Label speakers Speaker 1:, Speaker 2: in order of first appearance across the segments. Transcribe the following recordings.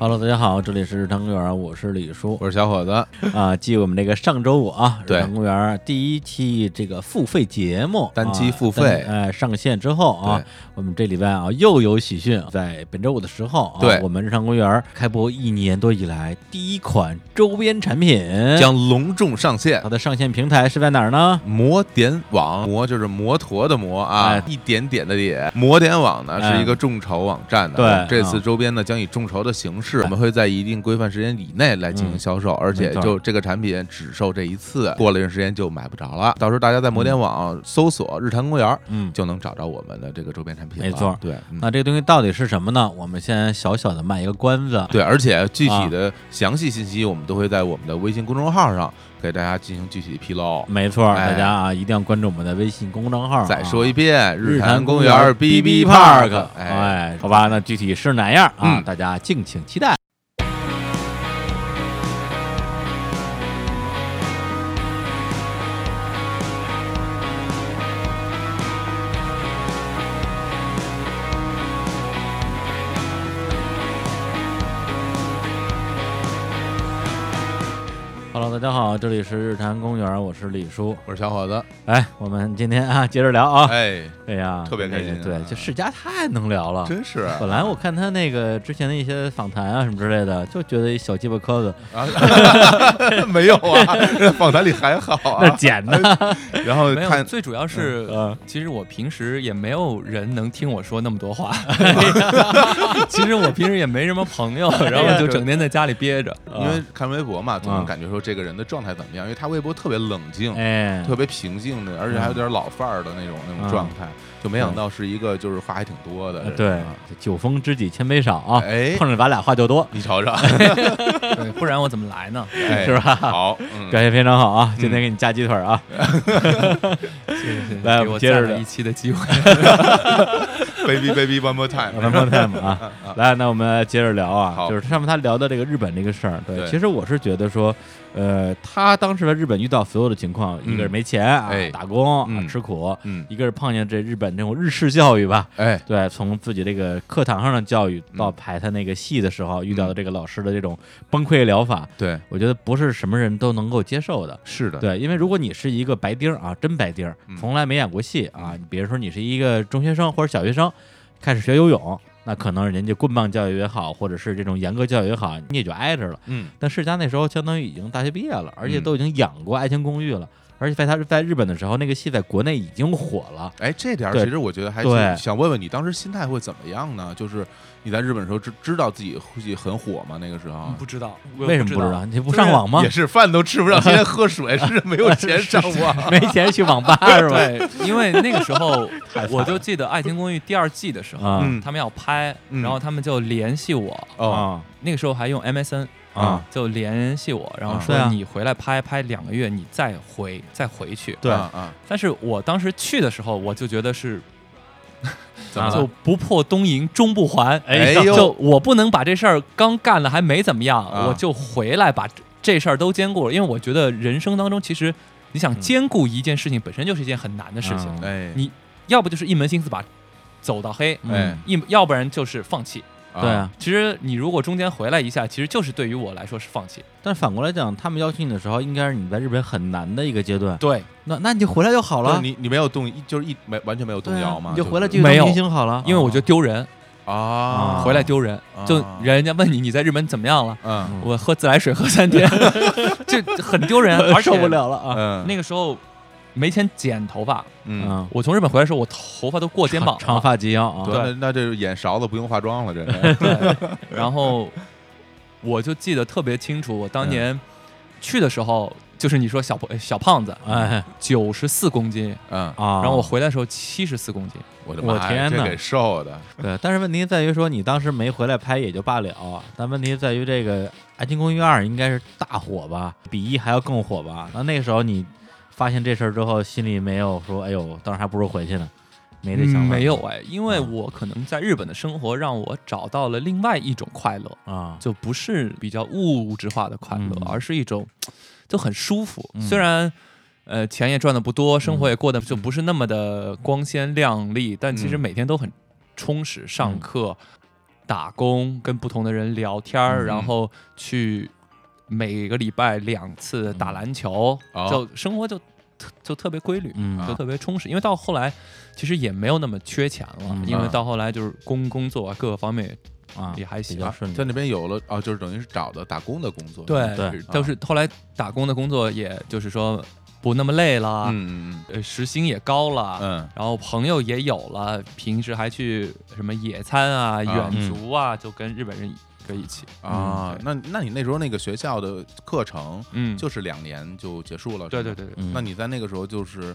Speaker 1: Hello，大家好，这里是日常公园，我是李叔
Speaker 2: 我是小伙子，
Speaker 1: 啊。继我们这个上周五啊，日
Speaker 2: 对
Speaker 1: 常公园第一期这个付费节目
Speaker 2: 单期
Speaker 1: 啊
Speaker 2: 付费
Speaker 1: 单呃上线之后啊
Speaker 2: 对，
Speaker 1: 我们这礼拜啊又有喜讯，在本周五的时候啊，
Speaker 2: 对
Speaker 1: 我们日常公园开播一年多以来第一款周边产品，
Speaker 2: 将隆重上线
Speaker 1: 它。的上线平台是在哪儿呢？
Speaker 2: 摩点网，摩就是摩托的摩啊
Speaker 1: 哎，
Speaker 2: 一点点的点。摩点网呢
Speaker 1: 哎
Speaker 2: 是一个众筹网站呢，
Speaker 1: 对
Speaker 2: 我们这次
Speaker 1: 啊
Speaker 2: 周边呢将以众筹的形式，我们会在一定规范时间以内来进行销售，而且
Speaker 1: 嗯没错
Speaker 2: 就这个产品只售这一次，过了一段时间就买不着了。到时候大家在摩点网搜索“日坛公园”，
Speaker 1: 嗯。
Speaker 2: 就能找着我们的这个周边产品了。
Speaker 1: 没错
Speaker 2: 对，嗯
Speaker 1: 那这个东西到底是什么呢？我们先小小的卖一个关子，
Speaker 2: 对，而且具
Speaker 1: 啊
Speaker 2: 体的详细信息我们都会在我们的微信公众号上给大家进行具体披露。
Speaker 1: 没错，
Speaker 2: 哎
Speaker 1: 大家啊一定要关注我们的微信公众号啊。
Speaker 2: 再说一遍，
Speaker 1: 日
Speaker 2: 坛
Speaker 1: 公
Speaker 2: 园
Speaker 1: B B
Speaker 2: B Park，哎，
Speaker 1: 哎，好吧，那具体是哪样啊？
Speaker 2: 嗯
Speaker 1: 大家敬请期待。Hello，大家好，这里是日坛公园，我是李叔。
Speaker 2: 我是小伙子，
Speaker 1: 哎，我们今天啊，接着聊啊。
Speaker 2: 哎，
Speaker 1: 对呀，
Speaker 2: 特别开心啊
Speaker 1: 对，这世嘉太能聊了。
Speaker 2: 真是啊
Speaker 1: 本来我看他那个之前的一些访谈啊什么之类的，就觉得一小鸡巴磕子，
Speaker 2: 没有啊， 访谈里还好
Speaker 1: 那
Speaker 2: 啊，
Speaker 1: 剪的，
Speaker 2: 然后
Speaker 3: 没有，
Speaker 2: 看。
Speaker 3: 最主要是，
Speaker 1: 嗯
Speaker 3: 其实我平时也没有人能听我说那么 多话。其实我平时也没什么朋 友，然后就整天在家里憋着。
Speaker 2: 因为看微博嘛，总
Speaker 1: 啊
Speaker 2: 能感觉说这个人的状态怎么样，因为他微博特别冷静，
Speaker 1: 哎，
Speaker 2: 特别平静的，而且还有点老范儿的那种那
Speaker 1: 嗯
Speaker 2: 种状态，就没想到是一个就是话还挺多的人啊。
Speaker 1: 对，酒逢知己千杯少啊，
Speaker 2: 哎
Speaker 1: 碰着咱俩话就多，
Speaker 2: 你 瞅瞅，
Speaker 3: 对，不然我怎么来呢？
Speaker 2: 哎
Speaker 1: 是吧
Speaker 2: 好，嗯
Speaker 1: 表现非常好啊，今天给你加鸡腿 啊，
Speaker 3: 谢谢
Speaker 1: 来我们
Speaker 3: 给我
Speaker 1: 接着
Speaker 3: 再来
Speaker 1: 聊
Speaker 3: 一期的机会。
Speaker 2: ，baby baby one more
Speaker 1: 我
Speaker 2: time，
Speaker 1: 们 m time 啊，来，那我们接着聊啊，
Speaker 2: 好
Speaker 1: 就是上面他聊的这个日本这个事儿，对，
Speaker 2: 对
Speaker 1: 其实我是觉得说，呃，他当时在日本遇到所有的情况，一个是没钱啊
Speaker 2: 嗯哎，
Speaker 1: 打工啊，
Speaker 2: 嗯
Speaker 1: 吃苦，
Speaker 2: 嗯，
Speaker 1: 一个是碰见这日本这种日式教育吧，
Speaker 2: 哎，
Speaker 1: 对，从自己这个课堂上的教育到排他那个戏的时候，遇到的这个老师的这种崩溃疗法，
Speaker 2: 对，
Speaker 1: 我觉得不是什么人都能够接受的。
Speaker 2: 是的，
Speaker 1: 对，因为如果你是一个白丁儿啊，真白丁儿，从来没演过戏啊，你比如说你是一个中学生或者小学生，开始学游泳，那可能人家棍棒教育也好，或者是这种严格教育也好，你也就挨着了。
Speaker 2: 嗯，
Speaker 1: 但世嘉那时候相当于已经大学毕业了，而且
Speaker 2: 嗯
Speaker 1: 都已经演过《爱情公寓》了，而且在他在日本的时候，那个戏在国内已经火了。
Speaker 2: 哎，这点儿
Speaker 1: 对
Speaker 2: 其实我觉得还
Speaker 1: 对
Speaker 2: 挺想问问你，当时心态会怎么样呢？就是你在日本的时候知知道自己会很火吗？那个时候
Speaker 3: 不知道
Speaker 1: 嗯为什么不知？道？你不上网吗
Speaker 2: 也？是饭都吃不上，天天喝水，是没有钱上 网。
Speaker 1: 没钱去网吧是吧？
Speaker 3: 对，因为那个时候
Speaker 1: 太烦了
Speaker 3: 我就记得《爱情公寓》第二季的时候，
Speaker 1: 啊
Speaker 2: 嗯
Speaker 3: 他们要拍，
Speaker 2: 嗯
Speaker 3: 然后他们就联系我，
Speaker 2: 哦，
Speaker 1: 啊
Speaker 3: 那个时候还用 MSN
Speaker 1: 啊，
Speaker 3: 就联系我，然后
Speaker 2: 啊
Speaker 1: 对啊
Speaker 3: 说你回来拍拍两个月，你再回再回去。
Speaker 1: 对
Speaker 2: 啊啊，
Speaker 3: 但是我当时去的时候，我就觉得是
Speaker 2: 怎么
Speaker 1: 啊
Speaker 3: 就
Speaker 2: 了？
Speaker 3: 不破东瀛终不还。
Speaker 2: 哎呦
Speaker 3: 就我不能把这事儿刚干了还没怎么样，
Speaker 2: 啊
Speaker 3: 我就回来把这这事儿都兼顾了，因为我觉得人生当中其实你
Speaker 2: 嗯
Speaker 3: 想兼顾一件事情本身就是一件很难的事情，
Speaker 1: 嗯
Speaker 2: 哎，
Speaker 3: 你要不就是一门心思把走到黑，
Speaker 2: 哎
Speaker 1: 嗯
Speaker 3: 一要不然就是放弃。
Speaker 1: 对啊，
Speaker 3: 其实你如果中间回来一下，其实就是对于我来说是放弃。
Speaker 1: 但是反过来讲，他们邀请你的时候，应该是你在日本很难的一个阶段。
Speaker 3: 对，
Speaker 1: 那那你就回来就好
Speaker 2: 好
Speaker 1: 了，
Speaker 2: 你你没有动，一就是一没完全没有动
Speaker 1: 对啊
Speaker 2: 摇嘛，
Speaker 1: 你就回来继
Speaker 2: 是
Speaker 1: 续当
Speaker 3: 没有
Speaker 1: 明星好了。
Speaker 3: 因为我觉得丢人，
Speaker 2: 啊，
Speaker 3: 回来丢人，
Speaker 2: 啊
Speaker 3: 就人家问你你在日本怎么样了，
Speaker 2: 嗯
Speaker 3: 我喝自来水喝三 天，这很 丢人，而且
Speaker 1: 受不。了了啊！
Speaker 2: 嗯，
Speaker 3: 那个时候没钱剪头发，
Speaker 2: 嗯，
Speaker 1: 嗯，
Speaker 3: 我从日本回来的时候，我头发都过肩膀了
Speaker 1: 长。发及腰啊，
Speaker 2: 对，
Speaker 3: 对
Speaker 2: 那那这眼勺子不用化妆了，这是
Speaker 3: 对，然后我就记得特别清楚，我当
Speaker 1: 嗯
Speaker 3: 年去的时候，就是你说小胖呃小胖子，
Speaker 1: 哎
Speaker 3: 九十四公斤，
Speaker 2: 嗯，
Speaker 1: 啊。
Speaker 3: 然后我回来的时候七十四公斤，
Speaker 2: 我的
Speaker 1: 我
Speaker 2: 妈呀，
Speaker 1: 天
Speaker 2: 这
Speaker 1: 哪
Speaker 2: 给瘦的，
Speaker 1: 对，但是问题在于说你当时没回来拍也就罢了，但问题在于这个《爱情公寓二》应该是大火吧，比一还要更火吧？那那个时候你发现这事儿之后，心里没有说哎呦，当时还不如回去呢，没这想法，
Speaker 3: 没有哎，因为
Speaker 1: 啊
Speaker 3: 我可能在日本的生活让我找到了另外一种快乐，
Speaker 1: 啊，
Speaker 3: 就不是比较物质化的快乐，
Speaker 1: 嗯
Speaker 3: 而是一种就很舒服。
Speaker 1: 嗯
Speaker 3: 虽然呃钱也赚的不多，生活也过得就不是那么的光鲜亮丽，但其实
Speaker 2: 嗯
Speaker 1: 嗯
Speaker 3: 每天都很充实。上课、打工，跟不同的人聊天儿，
Speaker 2: 嗯
Speaker 3: 然后去每个礼拜两次打篮球，
Speaker 2: 哦
Speaker 3: 就生活就特就特别规律。
Speaker 1: 嗯
Speaker 3: 就特别充实，因为到后来其实也没有那么缺钱了，
Speaker 1: 嗯
Speaker 3: 因为到后来就是工工作啊各个方面
Speaker 1: 啊，
Speaker 3: 也还
Speaker 1: 比
Speaker 3: 行，
Speaker 1: 较顺
Speaker 2: 在
Speaker 1: 利。
Speaker 2: 那边有了哦，就是等于是找的打工的工作，啊
Speaker 3: 对
Speaker 1: 对
Speaker 3: 都是后来打工的工作，也就是说不那么累了，
Speaker 2: 嗯嗯
Speaker 3: 呃，时薪也高了，
Speaker 2: 嗯
Speaker 3: 然后朋友也有了，平时还去什么野餐啊、远足啊，就跟日本人搁一起。
Speaker 2: 嗯啊，那那你那时候那个学校的课程
Speaker 3: 嗯，
Speaker 2: 就是两年就结束了，
Speaker 3: 对对
Speaker 2: 是吗
Speaker 3: 对对，
Speaker 1: 嗯
Speaker 2: 那你在那个时候就是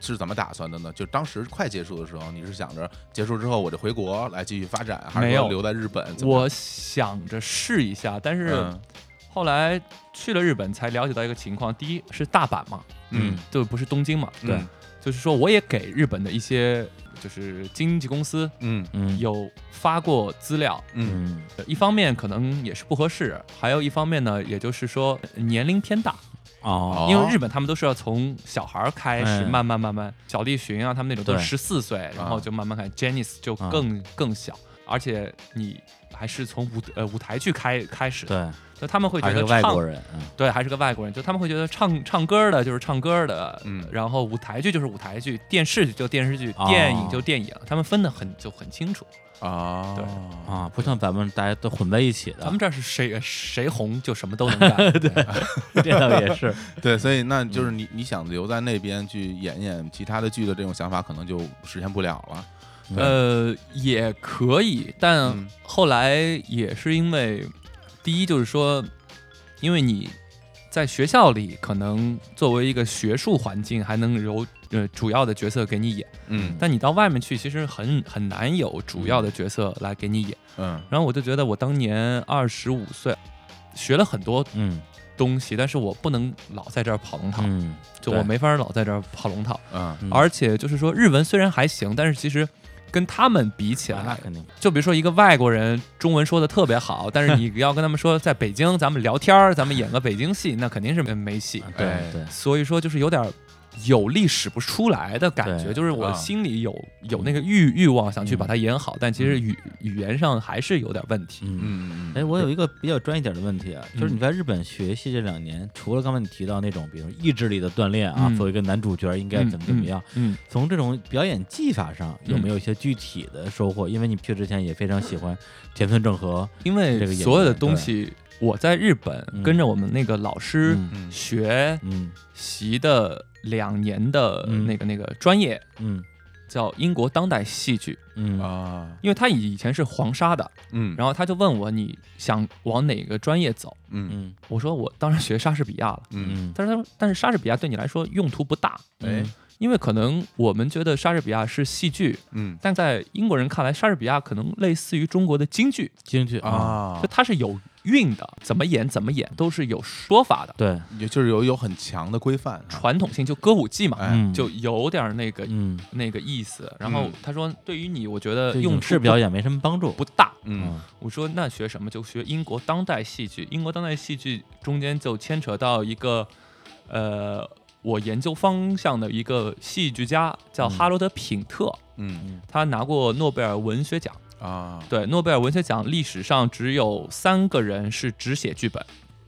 Speaker 2: 是怎么打算的呢？就当时快结束的时候，你是想着结束之后我就回国来继续发展，还是
Speaker 3: 没有
Speaker 2: 说留在日本？怎么嗯
Speaker 3: 我想着试一下，但
Speaker 2: 着
Speaker 3: 是后来去了日本才了解到一个情况：第一是大阪嘛，
Speaker 1: 嗯
Speaker 3: 就不是东京嘛，
Speaker 2: 嗯
Speaker 1: 对
Speaker 3: 就是说我也给日本的一些就是经纪公司
Speaker 2: 嗯
Speaker 1: 嗯
Speaker 3: 有发过资料，
Speaker 2: 嗯
Speaker 1: 嗯
Speaker 3: 呃一方面可能也是不合适，还有一方面呢，也就是说年龄偏大，
Speaker 1: 哦
Speaker 2: 哦
Speaker 3: 因为日本他们都是要从小孩儿开始，
Speaker 1: 嗯
Speaker 3: 慢慢慢慢，小栗旬啊，他们那种都是十四岁，然后
Speaker 2: 啊
Speaker 3: 就慢慢开始。Jennice 就
Speaker 1: 啊
Speaker 3: 更、更小，而且你还是从舞呃舞台剧开开始的，
Speaker 1: 对，
Speaker 3: 就他们会
Speaker 1: 还
Speaker 3: 觉
Speaker 1: 是
Speaker 3: 得
Speaker 1: 个外
Speaker 3: 唱
Speaker 1: 国人，嗯
Speaker 3: 对还是个外国人，就他们会觉得唱唱歌的就是唱歌的，
Speaker 2: 嗯
Speaker 3: 然后舞台剧就是舞台剧，电视剧就电视剧，
Speaker 1: 哦
Speaker 3: 电影就电影，他们分的很就很清楚。
Speaker 2: 啊
Speaker 3: 对
Speaker 1: 啊，不像咱们大家都混在一起
Speaker 3: 咱
Speaker 1: 的
Speaker 3: 们，这儿是谁谁红就什 么都能干，对，
Speaker 1: 这倒 也是，
Speaker 2: 对，所以那
Speaker 3: 嗯
Speaker 2: 就是你你想留在那边去演演其他的剧的这种想法，可能就实现不了了。对
Speaker 3: 呃，也可以，但
Speaker 2: 嗯
Speaker 3: 后来也是因为，第一就是说，因为你在学校里可能作为一个学术环境还能有呃主要的角色给你演，
Speaker 2: 嗯
Speaker 3: 但你到外面去其实很很难有主要的角色来给你演。
Speaker 2: 嗯
Speaker 3: 然后我就觉得我当年二十五岁，学了很多
Speaker 1: 嗯
Speaker 3: 东西，但是我不能老在这儿跑龙套，
Speaker 1: 嗯，
Speaker 3: 就我
Speaker 1: 对
Speaker 3: 没法老在这儿跑龙套。
Speaker 2: 嗯
Speaker 1: 嗯
Speaker 3: 而且就是说，日文虽然还行，但是其实跟他们比起
Speaker 1: 啊那
Speaker 3: 来，
Speaker 1: 肯定
Speaker 3: 就比如说一个外国人中文说的特别好，但是你要跟他们说在北京咱们聊天儿，咱们演个北京戏，那肯定是没没戏。
Speaker 1: 对
Speaker 2: 哎
Speaker 1: 对，
Speaker 3: 所以说就是有点儿有力使不出来的感觉，
Speaker 1: 对
Speaker 3: 就是我
Speaker 2: 啊
Speaker 3: 心里有、有那个欲欲望想去
Speaker 1: 嗯
Speaker 3: 把它演好，但其实语语言上还是有点问题。
Speaker 1: 嗯。
Speaker 2: 嗯嗯
Speaker 1: 哎，我有一个比较专业点的问题啊，就是你在日本学戏这两年，除了刚才你提到那种，比如意志力的锻炼啊，
Speaker 3: 嗯
Speaker 1: 作为一个男主角应该怎么怎么样，
Speaker 3: 嗯？嗯，
Speaker 1: 从这种表演技法上有
Speaker 3: 嗯
Speaker 1: 没有一些具体的收获？因为你去之前也非常喜欢田村正和，
Speaker 3: 因
Speaker 1: 这
Speaker 3: 为
Speaker 1: 个演
Speaker 3: 所有的
Speaker 1: 员
Speaker 3: 东西，我在日本
Speaker 1: 嗯
Speaker 3: 跟着我们那个老师
Speaker 1: 嗯
Speaker 2: 嗯
Speaker 3: 学
Speaker 1: 嗯
Speaker 3: 习的两年的
Speaker 1: 嗯
Speaker 3: 那个那个专业，
Speaker 1: 嗯
Speaker 3: 叫英国当代戏剧，
Speaker 1: 嗯
Speaker 2: 啊
Speaker 3: 因为他以前是黄沙的，
Speaker 2: 嗯
Speaker 3: 然后他就问我你想往哪个专业走，
Speaker 2: 嗯
Speaker 1: 嗯
Speaker 3: 我说我当然学莎士比亚了，
Speaker 2: 嗯
Speaker 1: 嗯
Speaker 3: 他说但是莎士比亚对你来说用途不大，
Speaker 2: 哎
Speaker 3: 因为可能我们觉得莎士比亚是戏剧，
Speaker 2: 嗯
Speaker 3: 但在英国人看来，莎士比亚可能类似于中国的京剧，
Speaker 1: 京剧啊，
Speaker 2: 啊
Speaker 3: 就，它是有韵的，怎么演怎么演都是有说法的，
Speaker 1: 对，
Speaker 2: 也就是有有很强的规范啊，
Speaker 3: 传统性就歌舞伎嘛，
Speaker 2: 哎
Speaker 1: 嗯
Speaker 3: 就有点那个
Speaker 1: 嗯，
Speaker 3: 那个意思。然后
Speaker 2: 嗯
Speaker 3: 他说，对于你，我觉得
Speaker 1: 对
Speaker 3: 呃用
Speaker 1: 影视
Speaker 3: 处
Speaker 1: 表演没什么帮助，
Speaker 3: 不大。
Speaker 2: 嗯
Speaker 1: 啊
Speaker 3: 我说那学什么？就学英国当代戏剧。英国当代戏剧中间就牵扯到一个，呃，我研究方向的一个戏剧家叫
Speaker 1: 嗯
Speaker 3: 哈罗德·品特，
Speaker 2: 嗯
Speaker 3: 他拿过诺贝尔文学奖。
Speaker 2: 啊
Speaker 3: 对，诺贝尔文学奖历史上只有三个人是只写剧本，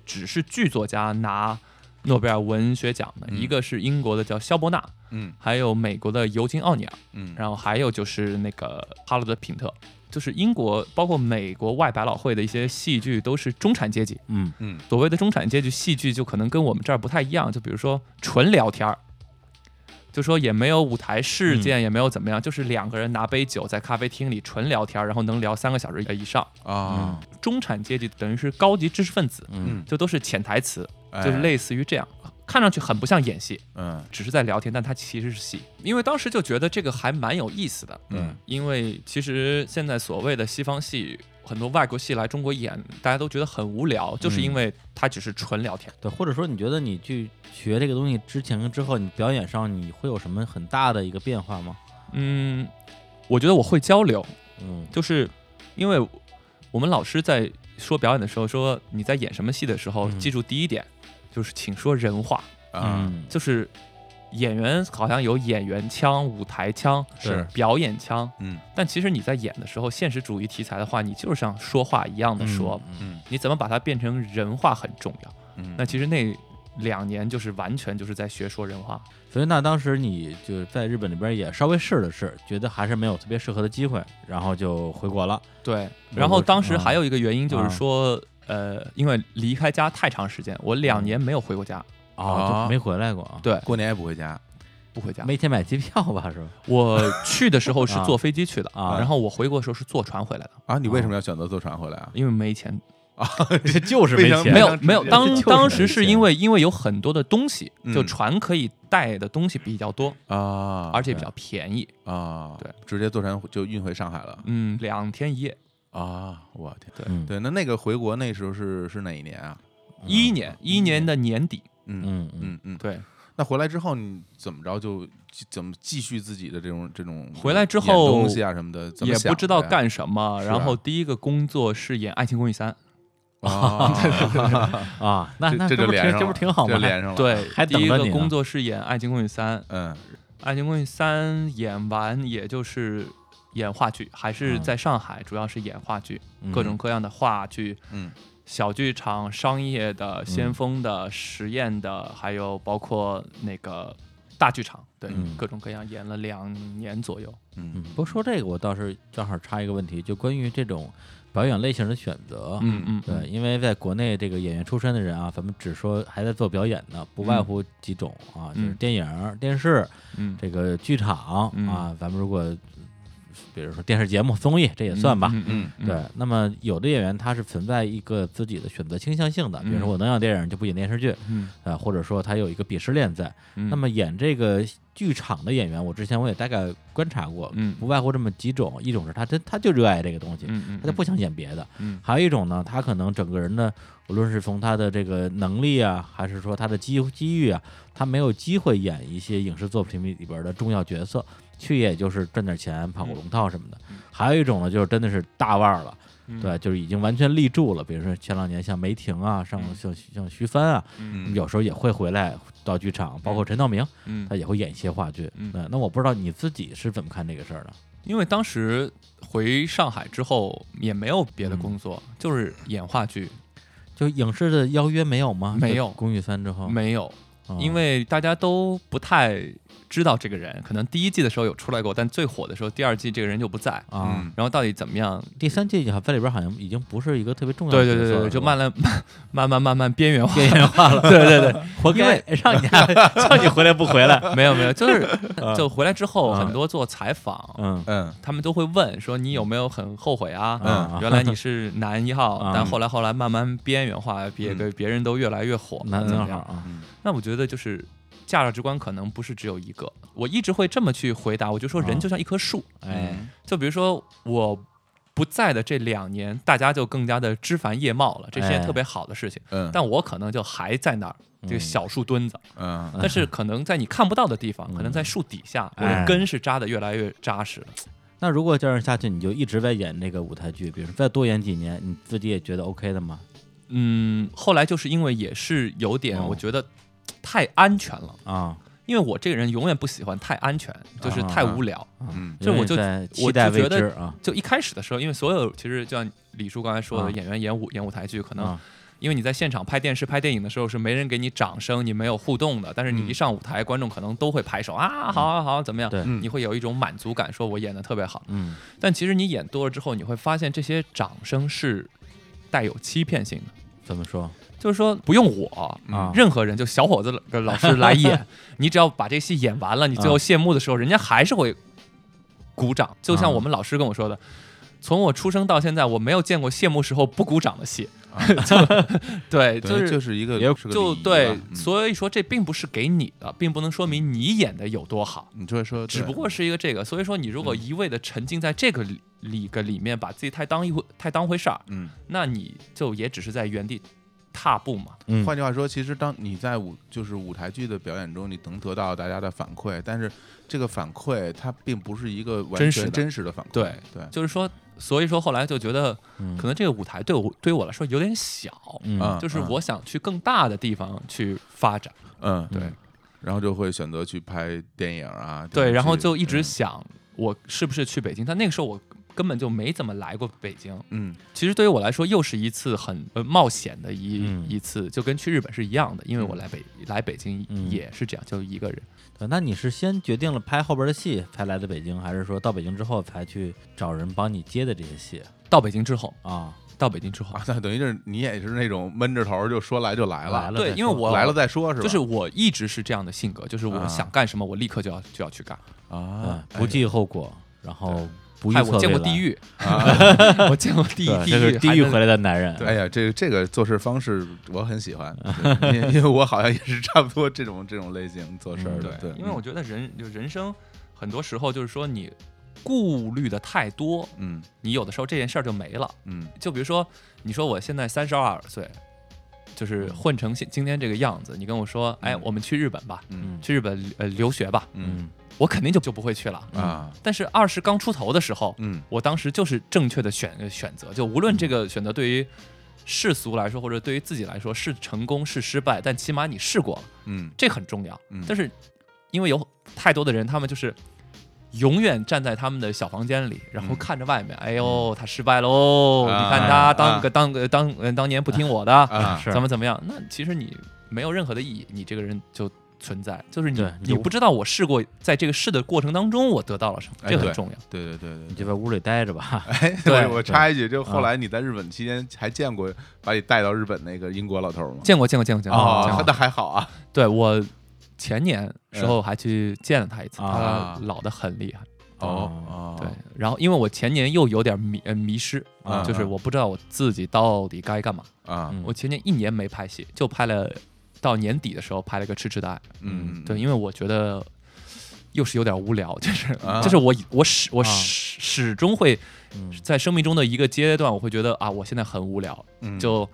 Speaker 3: 只是剧作家拿诺贝尔文学奖的，
Speaker 2: 嗯
Speaker 3: 一个是英国的叫肖伯纳，
Speaker 2: 嗯
Speaker 3: 还有美国的尤金·奥尼尔，
Speaker 2: 嗯
Speaker 3: 然后还有就是那个哈罗德·平特。就是英国，包括美国外百老汇的一些戏剧，都是中产阶级。
Speaker 1: 嗯
Speaker 2: 嗯
Speaker 3: 所谓的中产阶级戏剧，就可能跟我们这儿不太一样。就比如说纯聊天儿，就说也没有舞台事
Speaker 2: 嗯
Speaker 3: 件，也没有怎么样，就是两个人拿杯酒在咖啡厅里纯聊天儿，然后能聊三个小时以上。
Speaker 2: 啊
Speaker 3: 中产阶级等于是高级知识分子，
Speaker 1: 嗯
Speaker 3: 就都是潜台词，
Speaker 2: 哎
Speaker 3: 就是类似于这样，看上去很不像演戏，
Speaker 2: 嗯
Speaker 3: 只是在聊天，但它其实是戏。因为当时就觉得这个还蛮有意思的，
Speaker 2: 嗯
Speaker 3: 因为其实现在所谓的西方戏，很多外国戏来中国演，大家都觉得很无聊，就是因为它只是纯聊天。
Speaker 1: 对，或者说你觉得你去学这个东西之前跟之后，你表演上你会有什么很大的一个变化吗？
Speaker 3: 嗯，我觉得我会交流，
Speaker 1: 嗯
Speaker 3: 就是因为我们老师在说表演的时候说你在演什么戏的时候，
Speaker 1: 嗯
Speaker 2: 嗯
Speaker 3: 记住第一点就是请说人话，
Speaker 2: 啊
Speaker 3: 就是演员好像有演员腔、舞台腔、
Speaker 2: 是
Speaker 3: 表演腔，
Speaker 2: 嗯
Speaker 3: 但其实你在演的时候，现实主义题材的话，你就是像说话一样的说，
Speaker 1: 嗯
Speaker 2: 嗯
Speaker 3: 你怎么把它变成人话很重要。
Speaker 2: 嗯，
Speaker 3: 那其实那两年就是完全就是在学说人话，
Speaker 1: 所以那当时你就在日本那边也稍微试了试，觉得还是没有特别适合的机会，然后就回国了。
Speaker 3: 对。
Speaker 1: 嗯
Speaker 3: 然后
Speaker 1: 我
Speaker 3: 当时还有一个原因就
Speaker 1: 啊
Speaker 3: 是说，呃，因为离开家太长时间，我两年没有回过家，
Speaker 1: 哦，
Speaker 2: 啊
Speaker 1: 就没回来过啊，
Speaker 3: 对，
Speaker 2: 过年也不回家，
Speaker 3: 不回家。
Speaker 1: 没钱买机票吧？是吧？
Speaker 3: 我去的时候是
Speaker 1: 啊
Speaker 3: 坐飞机去的
Speaker 1: 啊
Speaker 3: 然后我回国的时候是坐船回来的，
Speaker 2: 啊，你为什么要选择坐船回来啊？
Speaker 3: 因为没钱，
Speaker 1: 就是
Speaker 2: 非
Speaker 1: 没
Speaker 2: 常
Speaker 1: 钱，
Speaker 3: 没
Speaker 2: 非
Speaker 3: 有
Speaker 2: 常
Speaker 3: 没有。
Speaker 2: 直接
Speaker 3: 当
Speaker 1: 就是
Speaker 3: 当
Speaker 1: 没
Speaker 3: 时是
Speaker 1: 钱
Speaker 3: 因为因为有很多的东西，就
Speaker 2: 嗯
Speaker 3: 船可以带的东西比较多，
Speaker 2: 啊，
Speaker 3: 而且比较便宜，
Speaker 2: 啊，
Speaker 3: 对，
Speaker 2: 直接坐船就运回上海了
Speaker 3: 嗯，两天一夜，
Speaker 2: 啊！我天，
Speaker 1: 嗯
Speaker 2: 对，那那个回国那时候是是哪一年啊？
Speaker 3: 一年一年的年底，
Speaker 2: 嗯
Speaker 1: 嗯嗯，
Speaker 2: 嗯嗯，
Speaker 3: 对，
Speaker 2: 那回来之后你怎么着就怎么继续自己的这种这种
Speaker 3: 回来之
Speaker 2: 演
Speaker 3: 后
Speaker 2: 东西啊什么的，怎么
Speaker 3: 也
Speaker 2: 想
Speaker 3: 不知道
Speaker 2: 的呀
Speaker 3: 干什么。
Speaker 2: 是啊
Speaker 3: 然后第一个工作是演《爱情公寓三
Speaker 2: 啊，
Speaker 1: 啊，那那
Speaker 2: 嗯这
Speaker 1: 不
Speaker 2: 就连
Speaker 1: 挺
Speaker 2: 上
Speaker 1: 这
Speaker 2: 了
Speaker 1: 不挺好
Speaker 2: 这
Speaker 1: 吗？
Speaker 2: 连上》，了，
Speaker 3: 对，
Speaker 1: 还
Speaker 3: 第
Speaker 1: 等
Speaker 3: 一
Speaker 1: 着你呢
Speaker 3: 个工作是演《爱情公寓三》，《
Speaker 2: 嗯
Speaker 3: 爱情公寓三》演完也就是演话剧，还是
Speaker 1: 嗯
Speaker 3: 在上海，主要是演话剧，
Speaker 1: 嗯
Speaker 3: 各种各样的话剧。
Speaker 2: 嗯
Speaker 3: 小剧场、商业
Speaker 1: 嗯
Speaker 3: 的、先锋的、实验的，还有包括那个大剧场，对，
Speaker 1: 嗯
Speaker 3: 各种各样演了两年左右。
Speaker 1: 嗯
Speaker 2: 嗯，
Speaker 1: 不过说这个，我倒是正好插一个问题，就关于这种表演类型的选择。
Speaker 3: 嗯嗯，
Speaker 1: 哦对，因为在国内这个演员出身的人啊，咱们只说还在做表演的，不
Speaker 2: 嗯
Speaker 1: 外乎几种啊，就是
Speaker 3: 嗯
Speaker 1: 电影、电视、
Speaker 3: 嗯，
Speaker 1: 这个剧场、
Speaker 3: 嗯
Speaker 1: 啊。咱们如果比如说电视节目、综艺，这也算吧。
Speaker 3: 嗯
Speaker 2: 嗯
Speaker 3: 嗯
Speaker 1: 对，那么有的演员他是存在一个自己的选择倾向性的，比如说
Speaker 3: 嗯
Speaker 1: 我能演电影就不演电视剧，
Speaker 3: 嗯，
Speaker 1: 啊，或者说他有一个鄙视链在。
Speaker 3: 嗯
Speaker 1: 那么演这个剧场的演员，我之前我也大概观察过，
Speaker 3: 嗯
Speaker 1: 不外乎这么几种，一种是他真他就热爱这个东西，
Speaker 3: 嗯嗯，
Speaker 1: 他就不想演别的；
Speaker 3: 嗯
Speaker 1: 还有一种呢，他可能整个人的，无论是从他的这个能力啊，还是说他的机机遇啊，他没有机会演一些影视作品里边的重要角色，去也就是赚点钱、跑个龙套什么的
Speaker 3: 嗯。
Speaker 1: 还有一种呢，就是真的是大腕儿了。
Speaker 3: 嗯
Speaker 1: 对，就是已经完全立住了。比如说前两年像梅婷啊，像
Speaker 3: 嗯
Speaker 1: 像像徐帆啊，
Speaker 3: 嗯
Speaker 1: 有时候也会回来到剧场，包括陈道明，
Speaker 3: 嗯
Speaker 1: 他也会演一些话剧。
Speaker 3: 嗯
Speaker 1: 嗯，那我不知道你自己是怎么看这个事儿的。
Speaker 3: 因为当时回上海之后也没有
Speaker 1: 嗯
Speaker 3: 别的工作，就是演话剧，
Speaker 1: 就影视的邀约没有吗？
Speaker 3: 没
Speaker 1: 就
Speaker 3: 有
Speaker 1: 公寓三》之后，
Speaker 3: 没有，
Speaker 1: 哦
Speaker 3: 因为大家都不太知道这个人，可能第一季的时候有出来过，但最火的时候第二季这个人就不在。
Speaker 1: 啊，
Speaker 2: 嗯
Speaker 3: 然后到底怎么样？
Speaker 1: 第三季好像在里边好像已经不是一个特别重要的
Speaker 3: 对对
Speaker 1: 角色了，
Speaker 3: 对对，
Speaker 1: 是
Speaker 3: 就
Speaker 1: 吧
Speaker 3: 慢 慢慢慢慢慢边缘化。
Speaker 1: 边缘化 了。
Speaker 3: 对对 对，
Speaker 1: 活
Speaker 3: 因
Speaker 1: 该
Speaker 3: 为
Speaker 1: 让你 让你回来不回来？
Speaker 3: 没有没有，就是
Speaker 1: 啊
Speaker 3: 就回来之后，
Speaker 1: 啊
Speaker 3: 很多做采访，
Speaker 1: 嗯
Speaker 2: 嗯
Speaker 3: 他们都会问说你有没有很后悔啊？
Speaker 1: 嗯
Speaker 3: 原来你是男一号
Speaker 1: 啊，
Speaker 3: 但后来后来慢慢边缘化，别
Speaker 2: 嗯
Speaker 3: 别别人都越来越火，
Speaker 1: 男
Speaker 3: 怎
Speaker 1: 男
Speaker 3: 么
Speaker 1: 好
Speaker 3: 样？
Speaker 1: 啊，
Speaker 2: 嗯
Speaker 3: 那我觉得就是价值观可能不是只有一个，我一直会这么去回答，我就说
Speaker 1: 啊
Speaker 3: 人就像一棵树，
Speaker 1: 哎，
Speaker 3: 就比如说我。不在的这两年，大家就更加的枝繁叶茂了，这是件
Speaker 1: 哎
Speaker 3: 特别好的事情。
Speaker 2: 嗯
Speaker 3: 但我可能就还在那儿，这个
Speaker 1: 嗯
Speaker 3: 小树墩子，
Speaker 2: 嗯
Speaker 3: 但是可能在你看不到的地方，
Speaker 1: 嗯
Speaker 3: 可能在树底下，我
Speaker 1: 哎
Speaker 3: 的根是扎得越来越扎实了。
Speaker 1: 那如果这样下去，你就一直在演这个舞台剧，比如说再多演几年，你自己也觉得 OK 的吗？
Speaker 3: 嗯，后来就是因为也是有点
Speaker 1: 哦，
Speaker 3: 我觉得太安全了，
Speaker 1: 啊，
Speaker 3: 因为我这个人永远不喜欢太安全，就是
Speaker 1: 啊
Speaker 3: 太无聊。
Speaker 2: 嗯
Speaker 3: 这我就
Speaker 1: 永远在期
Speaker 3: 我
Speaker 1: 待
Speaker 3: 就
Speaker 1: 未
Speaker 3: 觉
Speaker 1: 知
Speaker 3: 得
Speaker 1: 啊，
Speaker 3: 就一开始的时候，因为所有其实就像李叔刚才说
Speaker 1: 啊
Speaker 3: 的，演员演舞演舞台剧，可能
Speaker 1: 啊
Speaker 3: 因为你在现场拍电视、拍电影的时候是没人给你掌声，你没有互动的，但是你一上舞台，观众可能都会拍手啊，好好好，怎么样
Speaker 1: 对？
Speaker 2: 嗯
Speaker 3: 你会有一种满足感，说我演的特别好。
Speaker 1: 嗯
Speaker 3: 但其实你演多了之后，你会发现这些掌声是带有欺骗性的，
Speaker 1: 怎么说
Speaker 3: 就是说不用我。
Speaker 1: 啊？
Speaker 3: 嗯任何人就小伙子老老师 来演，你只要把这戏演完了，你最
Speaker 2: 啊
Speaker 3: 后谢幕的时候，人家还是会鼓掌。就
Speaker 2: 啊
Speaker 3: 像我们老师跟我说的，从我出生到现在，我没有见过谢幕时候不鼓掌的戏。
Speaker 2: 啊
Speaker 3: 对，就
Speaker 2: 对，
Speaker 3: 是
Speaker 2: 就是一个
Speaker 1: 也
Speaker 2: 是个
Speaker 3: 就
Speaker 2: 礼仪
Speaker 3: 对
Speaker 2: 吧，嗯
Speaker 3: 所以说这并不是给你的，并不能说明你演的有多好。
Speaker 2: 你就说，
Speaker 3: 只不过
Speaker 2: 是
Speaker 3: 是一个这个，所以说你如果
Speaker 2: 嗯
Speaker 3: 一味的沉浸在这个里里个里面，把自己太当一回太当回事儿，
Speaker 2: 嗯，
Speaker 3: 那你就也只是在原地踏步嘛。
Speaker 1: 嗯
Speaker 2: 换句话说，其实当你在舞就是舞台剧的表演中，你能得到大家的反馈，但是这个反馈它并不是一个完
Speaker 3: 真
Speaker 2: 全
Speaker 3: 实的
Speaker 2: 真实的反馈，
Speaker 3: 对
Speaker 2: 对，
Speaker 3: 就是说，所以说后来就觉得，
Speaker 1: 嗯
Speaker 3: 可能这个舞台对我对于我来说有点小，
Speaker 1: 嗯
Speaker 2: 啊
Speaker 3: 就是
Speaker 2: 嗯
Speaker 3: 我想去更大的地方去发展。
Speaker 2: 嗯，
Speaker 3: 对，
Speaker 2: 然后就会选择去拍电影啊。电视
Speaker 3: 对，然后
Speaker 2: 剧
Speaker 3: 就一直想我是不是去北京，但那个时候我根本就没怎么来过北京。
Speaker 2: 嗯
Speaker 3: 其实对于我来说，又是一次很呃冒险的一、
Speaker 1: 嗯
Speaker 3: 一次，就跟去日本是一样的，因为我
Speaker 2: 嗯
Speaker 3: 来北、来北京
Speaker 1: 嗯
Speaker 3: 也是这样，就一个人。
Speaker 1: 对那你是先决定了拍后边的戏才来的北京，还是说到北京之后才去找人帮你接的这些戏
Speaker 3: 到北京之后，
Speaker 1: 啊？
Speaker 3: 到北京之后
Speaker 2: 啊，，那等于就是你也是那种闷着头儿就说来就
Speaker 1: 来
Speaker 2: 来了，
Speaker 1: 了
Speaker 3: 对，
Speaker 1: 再
Speaker 3: 因为
Speaker 1: 说
Speaker 3: 我
Speaker 2: 来了再说是吧？
Speaker 3: 就是我一直是这样的性格，就是我
Speaker 2: 啊
Speaker 3: 想干什么，我立刻就要就要去干，
Speaker 2: 啊
Speaker 1: 嗯，，不计后果，然后不预
Speaker 3: 哎害
Speaker 1: 测
Speaker 3: 我见过
Speaker 1: 未来
Speaker 3: 地，狱，
Speaker 2: 啊，
Speaker 3: 我见过地
Speaker 1: 对，
Speaker 3: 地
Speaker 1: 这
Speaker 3: 狱
Speaker 1: 是地狱
Speaker 3: 还能
Speaker 1: 回来的男人，
Speaker 2: 哎呀，这个这个做事方式我很喜 欢，对因为因为我好像也是差不多这种这种类型做事儿的，对，嗯
Speaker 3: 因为我觉得人就人生很多时候就是说你顾虑的太多，
Speaker 2: 嗯
Speaker 3: 你有的时候这件事儿就没了。
Speaker 2: 嗯
Speaker 3: 就比如说，你说我现在三十二岁，就是混成现今天这个样子，你跟我说，哎，
Speaker 2: 嗯
Speaker 3: 我们去日本吧，
Speaker 2: 嗯
Speaker 3: 去日本呃留学吧，
Speaker 2: 嗯
Speaker 3: 我肯定就就不会去了。
Speaker 2: 嗯啊
Speaker 3: 但是二十刚出头的时候，
Speaker 2: 嗯
Speaker 3: 我当时就是正确的选呃选择，就无论这个选择对于世俗来说，或者对于自己来说是成功是失败，但起码你试过了。
Speaker 2: 嗯
Speaker 3: 这很重要
Speaker 2: 嗯。
Speaker 3: 但是因为有太多的人，他们就是永远站在他们的小房间里，然后
Speaker 2: 嗯
Speaker 3: 看着外面，哎呦，他失败喽！
Speaker 2: 啊
Speaker 3: 你看
Speaker 2: 啊
Speaker 3: 他当个当个当呃当年不听我的，
Speaker 2: 啊
Speaker 1: 是
Speaker 3: 怎么怎么样？那其实你没有任何的意义，你这个人就。存在就是你
Speaker 1: 对，你
Speaker 3: 你
Speaker 1: 就
Speaker 3: 不知道我试过，在这个试的过程当中，我得到了什么，
Speaker 2: 哎
Speaker 3: 这
Speaker 2: 对
Speaker 3: 很重要。
Speaker 2: 对对对
Speaker 1: 你
Speaker 2: 对哎
Speaker 1: 就在屋里待着吧。
Speaker 3: 哎
Speaker 2: 对，
Speaker 3: 对啊
Speaker 2: 我我插一句，就后来你在日本期间还见过把你带到日本那个英国老头儿吗？
Speaker 3: 见过，见过，见过，见过。
Speaker 2: 哦
Speaker 3: 见
Speaker 2: 他
Speaker 3: 过
Speaker 2: 那还好啊，
Speaker 3: 对我前年时候还去见了他一次，
Speaker 1: 啊
Speaker 3: 他老的很厉害。
Speaker 2: 哦
Speaker 3: 对，然后因为我前年又有点迷呃迷失
Speaker 2: 啊
Speaker 3: 就是我不知道我自己到底该干嘛。
Speaker 2: 啊
Speaker 1: 嗯
Speaker 3: 我前年一年没拍戏，就拍了到年底的时候拍了个《痴痴的爱》。
Speaker 2: 嗯
Speaker 3: 对，因为我觉得又是有点无聊，就是、
Speaker 2: 啊
Speaker 3: 就是我我始我
Speaker 1: 啊
Speaker 3: 始、始终会
Speaker 1: 嗯
Speaker 3: 在生命中的一个阶段，我会觉得啊，我现在很无聊，
Speaker 2: 嗯
Speaker 3: 就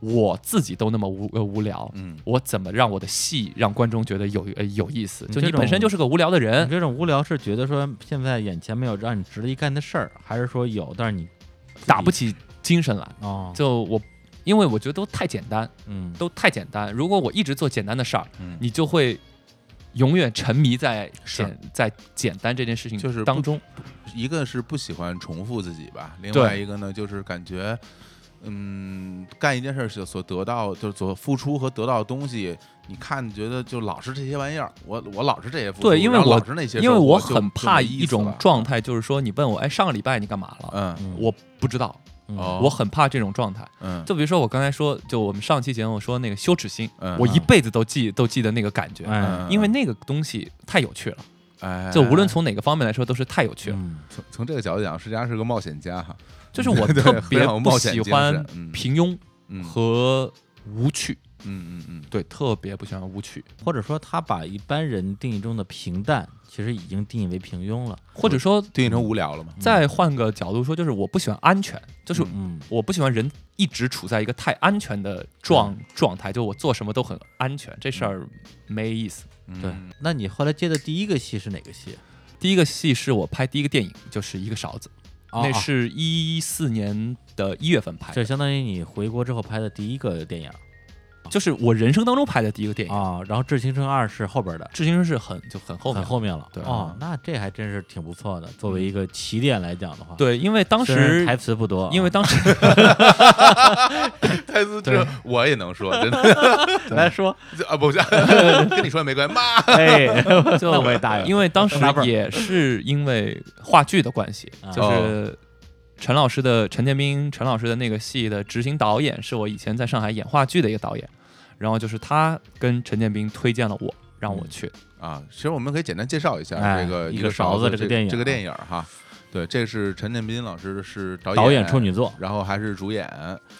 Speaker 3: 我自己都那么无呃无聊。
Speaker 2: 嗯
Speaker 3: 我怎么让我的戏让观众觉得有呃有意思？
Speaker 1: 你
Speaker 3: 就
Speaker 1: 这
Speaker 3: 你本身
Speaker 1: 种
Speaker 3: 就是个无聊的人
Speaker 1: 你，这种无聊是觉得说现在眼前没有让你值得一干的事儿，还是说有，但是你自己
Speaker 3: 打不起精神来。
Speaker 1: 哦？
Speaker 3: 就我，因为我觉得都太简单，
Speaker 1: 嗯，
Speaker 3: 都太简单。如果我一直做简单的事儿，
Speaker 2: 嗯
Speaker 3: 你就会永远沉迷在
Speaker 2: 是
Speaker 3: 简在简单这件事情
Speaker 2: 就是不
Speaker 3: 当中。
Speaker 2: 一个是不喜欢重复自己吧，另
Speaker 3: 对
Speaker 2: 外一个呢就是感觉，嗯，干一件事儿所所得到就是所付出和得到的东西，你看觉得就老是这些玩意儿，我我老是这些付出，
Speaker 3: 对因为
Speaker 2: 然后
Speaker 3: 我
Speaker 2: 老是那些收获，
Speaker 3: 因为我
Speaker 2: 就
Speaker 3: 很怕
Speaker 2: 就没意思
Speaker 3: 一种
Speaker 2: 了
Speaker 3: 状态，就是说你问我，哎，上个礼拜你干嘛了？
Speaker 2: 嗯
Speaker 1: 嗯
Speaker 3: 我不知道，
Speaker 1: 嗯
Speaker 2: 哦
Speaker 3: 我很怕这种状态。
Speaker 2: 嗯
Speaker 3: 就比如说我刚才说，就我们上期节目说那个羞耻心，
Speaker 2: 嗯
Speaker 3: 我一辈子都记都记得那个感觉，
Speaker 1: 哎，
Speaker 3: 因为那个东西太有趣了，
Speaker 2: 哎，
Speaker 3: 就无论从哪个方面来说都是太有趣了。
Speaker 1: 嗯
Speaker 2: 从从这个角度讲，施佳是个冒险家哈，
Speaker 3: 就是我
Speaker 2: 对
Speaker 3: 特
Speaker 2: 非
Speaker 3: 别
Speaker 2: 常有冒
Speaker 3: 不
Speaker 2: 险
Speaker 3: 喜
Speaker 2: 精神
Speaker 3: 欢
Speaker 2: 嗯
Speaker 3: 平庸
Speaker 2: 嗯
Speaker 3: 和无趣，
Speaker 2: 嗯嗯嗯
Speaker 3: 对，特别不喜欢无趣，
Speaker 1: 或者说他把一般人定义中的平淡，其实已经定义为平庸了。
Speaker 3: 或者说
Speaker 2: 定义成无聊了嘛，
Speaker 3: 再换个角度说，就是我不喜欢安全，就是
Speaker 1: 嗯
Speaker 3: 我不喜欢人一直处在一个太安全的状状态，就我做什么都很安全，这事儿没意思。
Speaker 2: 嗯
Speaker 1: 对，那你后来接的第一个戏是哪个戏？
Speaker 3: 第一个戏是我拍第一个电影，就是一个勺子，
Speaker 1: 哦
Speaker 3: 那是一四年的一月份拍
Speaker 1: 这
Speaker 3: 的，
Speaker 1: 相当于你回国之后拍的第一个电影
Speaker 3: 就是我人生当中拍的第一个电影，
Speaker 1: 啊，然后《致青春二》是后边的，
Speaker 3: 至今是很就很后
Speaker 1: 很
Speaker 3: 面。
Speaker 1: 后面了。
Speaker 3: 对
Speaker 1: 哦，那这还真是挺不错的。作为一个起点来讲的话，，
Speaker 3: 对，因为当时
Speaker 1: 台词不多啊，
Speaker 3: 因为当时
Speaker 2: 台词这
Speaker 3: 对
Speaker 2: 我也能说，真 的
Speaker 1: 来说，
Speaker 2: 就啊不是，跟你说也没关系，妈，
Speaker 1: 哎，
Speaker 3: 就
Speaker 1: 那我也答应
Speaker 3: 因为当时
Speaker 1: 呃拿本儿
Speaker 3: 也是因为话剧的关系
Speaker 1: 啊，
Speaker 3: 就是陈老师的陈建斌，陈老师的那个戏的执行导演是我以前在上海演话剧的一个导演，然后就是他跟陈建斌推荐了我，让我去。
Speaker 2: 啊，其实我们可以简单介绍一下
Speaker 1: 哎
Speaker 2: 这个
Speaker 1: 一
Speaker 2: 一
Speaker 1: 个勺子
Speaker 2: 这
Speaker 1: 这个电影
Speaker 2: 这个电影哈。对，这是陈建斌老师是导
Speaker 1: 导演处，女作，
Speaker 2: 然后还是主演，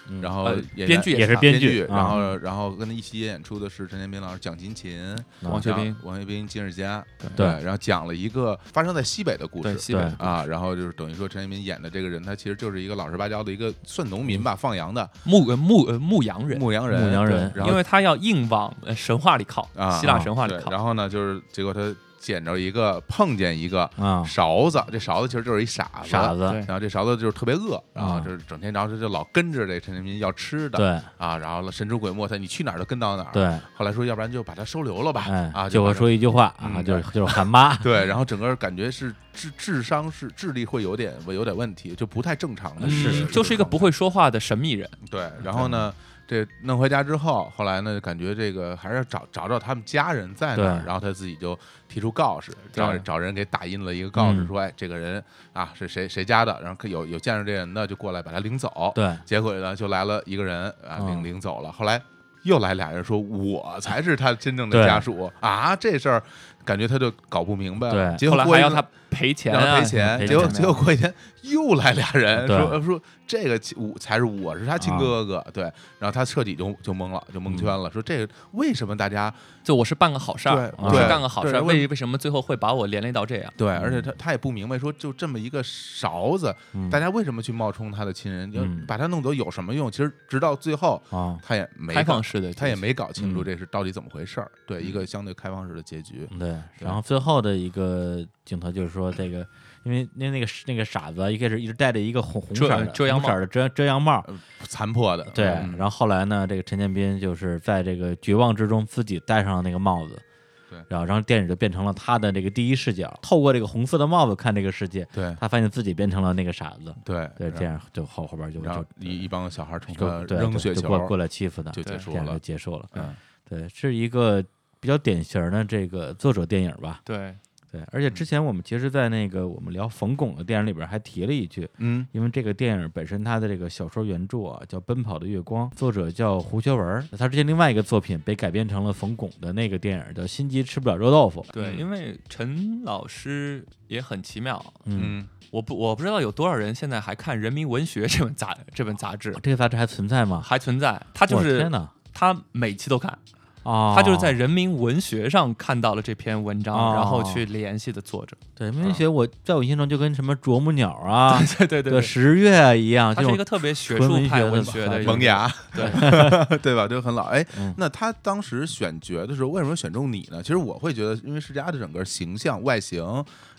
Speaker 1: 嗯
Speaker 2: 然后
Speaker 3: 呃，
Speaker 2: 演员
Speaker 3: 编剧
Speaker 1: 也是
Speaker 3: 他
Speaker 1: 编
Speaker 2: 编
Speaker 1: 剧啊
Speaker 2: 然后然后跟他一起演出的是陈建斌老师、蒋勤勤、
Speaker 3: 王学兵
Speaker 2: 然后、王学兵、金世佳，
Speaker 1: 对
Speaker 2: 然后讲了一个发生在西北的故
Speaker 3: 对
Speaker 2: 事。
Speaker 3: 西北
Speaker 1: 对
Speaker 2: 啊，然后就是等于说陈建斌演的这个人，他其实就是一个老实巴交的一个算农民吧，放羊的
Speaker 3: 牧呃牧呃牧羊人，
Speaker 2: 牧羊人，
Speaker 1: 牧羊人
Speaker 2: 对然后
Speaker 3: 因为他要硬往呃神话里靠
Speaker 2: 啊，
Speaker 3: 希腊神话里
Speaker 2: 对，
Speaker 3: 靠。
Speaker 2: 然后呢，就是结果他捡着一个碰见一个
Speaker 1: 啊，
Speaker 2: 勺子，这勺子其实就是一傻子，
Speaker 1: 傻子，
Speaker 3: 对
Speaker 2: 然后这勺子就是特别饿，然后
Speaker 1: 啊
Speaker 2: 就是整天，然后就老跟着这陈建斌要吃的，
Speaker 1: 对
Speaker 2: 啊，然后神出鬼没，他你去哪儿都跟到哪儿。，
Speaker 1: 对，
Speaker 2: 后来说要不然就把他收留了吧，
Speaker 1: 哎，
Speaker 2: 啊，
Speaker 1: 就
Speaker 2: 把
Speaker 1: 会
Speaker 2: 他
Speaker 1: 说一句话
Speaker 2: 嗯
Speaker 1: 啊，就
Speaker 2: 对
Speaker 1: 是就是喊妈，
Speaker 2: 对，然后整个感觉是智智商是智力会有点有点问题，就不太正常的
Speaker 3: 嗯
Speaker 1: 是
Speaker 2: 事实，
Speaker 3: 就是一个不会说话的神秘人，
Speaker 2: 对。然后呢，这弄回家之后，后来呢，感觉这个还是要找找找他们家人在哪儿，
Speaker 1: 对
Speaker 2: 然后他自己就提出告示，
Speaker 3: 对
Speaker 2: 找找人给打印了一个告示，
Speaker 1: 嗯
Speaker 2: 说哎，这个人啊是谁谁家的，然后可有有见着这人的就过来把他领走。
Speaker 1: 对，
Speaker 2: 结果呢，就来了一个人啊，领
Speaker 1: 嗯
Speaker 2: 领走了。后来又来俩人说，我才是他真正的
Speaker 1: 对
Speaker 2: 家属啊！这事儿感觉他就搞不明白了。
Speaker 1: 对
Speaker 2: 结
Speaker 3: 后
Speaker 2: 果
Speaker 3: 来
Speaker 2: 过
Speaker 3: 还
Speaker 2: 一
Speaker 3: 要
Speaker 2: 段
Speaker 3: 他赔钱
Speaker 2: 让他
Speaker 3: 啊
Speaker 2: 赔，钱，
Speaker 1: 赔
Speaker 2: 结果
Speaker 3: 钱
Speaker 2: 结果过一天又来俩人
Speaker 1: 对
Speaker 2: 说说这个亲我才是我是他亲
Speaker 1: 啊嗯
Speaker 2: 哥哥，对，然后他彻底就就懵了，就蒙圈了，说这个为什么大家
Speaker 3: 就我是办个好事儿，
Speaker 2: 对
Speaker 3: 我是
Speaker 1: 对
Speaker 3: 干个好事
Speaker 2: 对
Speaker 3: 儿，为为什么最后会把我连累到这样？
Speaker 2: 对，而且他他也不明白说就这么一个勺子，
Speaker 1: 嗯
Speaker 2: 大家为什么去冒充他的亲人，要
Speaker 1: 嗯
Speaker 2: 把他弄走有什么用？其实直到最后
Speaker 1: 啊，
Speaker 2: 他也没
Speaker 3: 开
Speaker 2: 搞
Speaker 3: 放式的，
Speaker 2: 他也没搞清楚
Speaker 1: 嗯
Speaker 2: 这是到底怎么回事儿，对，
Speaker 1: 嗯
Speaker 2: 一个相对开放式的结局，
Speaker 1: 对，
Speaker 2: 是
Speaker 1: 然后最后的一个镜头就是说这个。因为那那个那个傻子一开始一直戴着一个红红
Speaker 3: 遮
Speaker 1: 色的
Speaker 3: 遮阳
Speaker 1: 红色的遮遮阳
Speaker 2: 呃
Speaker 1: 帽，
Speaker 2: 残破的，
Speaker 1: 对，
Speaker 2: 嗯
Speaker 1: 然后后来呢，这个陈建斌就是在这个绝望之中自己戴上了那个帽子，
Speaker 2: 对
Speaker 1: 然后然后电影就变成了他的这个第一视角，透过这个红色的帽子看这个世界，
Speaker 2: 对
Speaker 1: 他发现自己变成了那个傻子，
Speaker 2: 对
Speaker 1: 对，
Speaker 2: 然后
Speaker 1: 这样就后后边就
Speaker 2: 然后
Speaker 1: 就
Speaker 2: 一一帮小孩冲他
Speaker 1: 就对
Speaker 2: 扔
Speaker 1: 对
Speaker 2: 雪
Speaker 1: 就
Speaker 2: 球
Speaker 1: 过过来欺负他，
Speaker 2: 就
Speaker 1: 这
Speaker 2: 结束
Speaker 1: 样
Speaker 2: 了
Speaker 1: 就，结束了，
Speaker 2: 嗯，
Speaker 1: 对，是一个比较典型的这个作者电影吧，
Speaker 3: 对，
Speaker 1: 对，而且
Speaker 3: 嗯
Speaker 1: 之前我们其实，在那个我们聊冯巩的电影里边还提了一句，
Speaker 2: 嗯
Speaker 1: 因为这个电影本身它的这个小说原著啊叫《奔跑的月光》，作者叫胡学文儿，他之前另外一个作品被改编成了冯巩的那个电影叫《心急吃不了热豆腐》。
Speaker 3: 对，
Speaker 2: 嗯
Speaker 3: 因为陈老师也很奇妙，
Speaker 1: 嗯，
Speaker 2: 嗯，
Speaker 3: 我不我不知道有多少人现在还看《人民文学》这本杂这本杂志，
Speaker 1: 这个杂志还存在吗？
Speaker 3: 还存在。他就
Speaker 1: 我
Speaker 3: 是
Speaker 1: 天哪！
Speaker 3: 他每期都看，
Speaker 1: 哦，
Speaker 3: 他就是在《人民文学》上看到了这篇文章，
Speaker 1: 哦
Speaker 3: 然后去联系的作者。
Speaker 1: 对因为学我在我印象中就跟什么啄木鸟啊、
Speaker 3: 啊 对对对
Speaker 1: 对
Speaker 3: 对，
Speaker 1: 十月啊一样，这
Speaker 3: 他是
Speaker 1: 种
Speaker 3: 一个特别学
Speaker 1: 纯
Speaker 3: 术
Speaker 1: 文
Speaker 3: 派
Speaker 1: 学的
Speaker 3: 文学
Speaker 1: 吧
Speaker 3: 的一个
Speaker 2: 萌芽，
Speaker 3: 对
Speaker 2: 对吧？就很老。哎
Speaker 1: 嗯，
Speaker 2: 那他当时选角的时候，为什么选中你呢？其实我会觉得，因为世家的整个形象、外形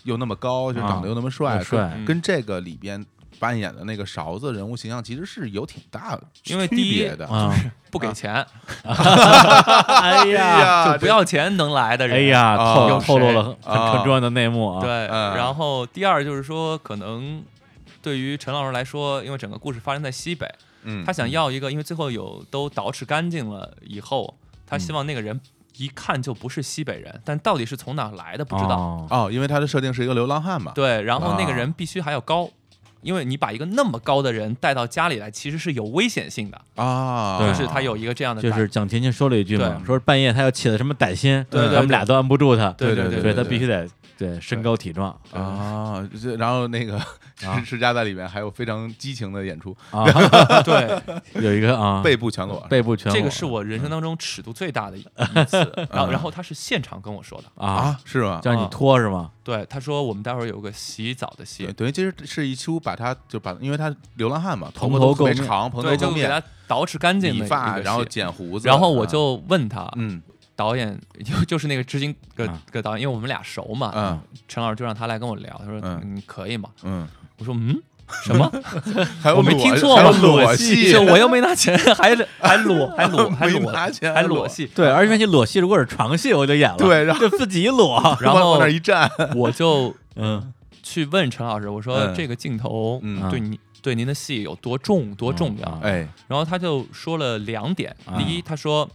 Speaker 2: 又那么高，就
Speaker 1: 啊
Speaker 2: 长得又那么帅，
Speaker 1: 又帅
Speaker 2: 跟
Speaker 3: 嗯
Speaker 2: 跟这个里边扮演的那个勺子人物形象其实是有挺大的
Speaker 3: 因为
Speaker 2: 区
Speaker 3: 第一
Speaker 2: 别的。
Speaker 1: 啊，
Speaker 3: 不给钱、
Speaker 1: 哎呀，
Speaker 2: 呀
Speaker 3: 啊就不要钱能来的人。
Speaker 1: 哎呀，
Speaker 3: 哦
Speaker 2: 啊
Speaker 1: 透
Speaker 2: 有
Speaker 1: 透露了很
Speaker 2: 啊
Speaker 1: 很很重要的内幕啊。
Speaker 3: 对，
Speaker 2: 嗯
Speaker 3: 然后第二就是说，可能对于陈老师来说，因为整个故事发生在西北，
Speaker 2: 嗯，
Speaker 3: 他想要一个，因为最后有都捯饬干净了以后，他希望那个人一看就不是西北人，但到底是从哪儿来的不知道。
Speaker 1: 哦
Speaker 2: 哦，因为他的设定是一个流浪汉嘛，
Speaker 3: 对，然后那个
Speaker 2: 啊
Speaker 3: 人必须还要高，因为你把一个那么高的人带到家里来，其实是有危险性的，
Speaker 2: 啊，
Speaker 1: 对
Speaker 3: 就是他有一个这样的
Speaker 1: 就
Speaker 3: 感
Speaker 1: 是蒋勤勤说了一句嘛，
Speaker 2: 对
Speaker 1: 说半夜他要起了什么歹心，
Speaker 3: 对
Speaker 2: 对
Speaker 1: 咱们俩都按不住他，
Speaker 3: 对
Speaker 2: 对
Speaker 3: 对
Speaker 1: 所以
Speaker 2: 对
Speaker 1: 他必须得对身高体壮
Speaker 2: 啊，这然后那个
Speaker 1: 啊
Speaker 2: 世世家在里面还有非常激情的演出，
Speaker 1: 啊，
Speaker 3: 对，
Speaker 1: 有一个啊
Speaker 2: 背部全裸，
Speaker 1: 背部全裸，
Speaker 3: 这个是我
Speaker 2: 嗯
Speaker 3: 人生当中尺度最大的一一 次。然后，然后他是现场跟我说的，
Speaker 1: 啊，
Speaker 2: 啊，是吗？
Speaker 1: 叫你脱是吗？
Speaker 3: 对，他说我们待会儿有个洗澡的
Speaker 2: 对，
Speaker 3: 戏，
Speaker 2: 等于其实是一出把他就把，因为他流浪汉嘛，头
Speaker 1: 蓬
Speaker 2: 发
Speaker 1: 头
Speaker 2: 都特别
Speaker 1: 垢面
Speaker 2: 长，蓬头
Speaker 3: 对，就
Speaker 2: 垢
Speaker 3: 给
Speaker 2: 面，
Speaker 3: 他捯饬干净
Speaker 2: 理
Speaker 3: 的一
Speaker 2: 发，
Speaker 3: 个
Speaker 2: 然后
Speaker 3: 戏
Speaker 2: 剪胡子，
Speaker 3: 然后我
Speaker 2: 啊
Speaker 3: 就问他，
Speaker 2: 嗯
Speaker 3: 导演 就就是那个执行个
Speaker 1: 啊
Speaker 3: 个导演，因为我们俩熟嘛，
Speaker 2: 嗯
Speaker 3: 陈老师就让他来跟我聊，他说
Speaker 2: 嗯
Speaker 3: 嗯可以吗？
Speaker 2: 嗯，
Speaker 3: 我说嗯什么？
Speaker 2: 还有
Speaker 3: 我没
Speaker 2: 裸
Speaker 3: 听错
Speaker 2: 还有
Speaker 3: 吗
Speaker 2: 裸
Speaker 1: 裸
Speaker 2: 戏
Speaker 3: 就，我又没拿钱，还还裸还 裸还
Speaker 2: 没
Speaker 3: 裸
Speaker 2: 拿钱
Speaker 3: 还
Speaker 2: 裸
Speaker 3: 裸戏，
Speaker 1: 对，而且你裸戏如果是床戏，我就演了，
Speaker 2: 对然后
Speaker 1: 就自己裸，
Speaker 3: 然
Speaker 2: 往
Speaker 3: 后
Speaker 2: 往那儿一站，
Speaker 3: 我就
Speaker 1: 嗯
Speaker 3: 去问陈老师，我说
Speaker 2: 嗯
Speaker 3: 这个镜头
Speaker 2: 嗯
Speaker 3: 对你对您的戏有多重多重要？
Speaker 1: 嗯
Speaker 2: 哎，
Speaker 3: 然后他就说了两点，
Speaker 1: 啊
Speaker 3: 第一，他说。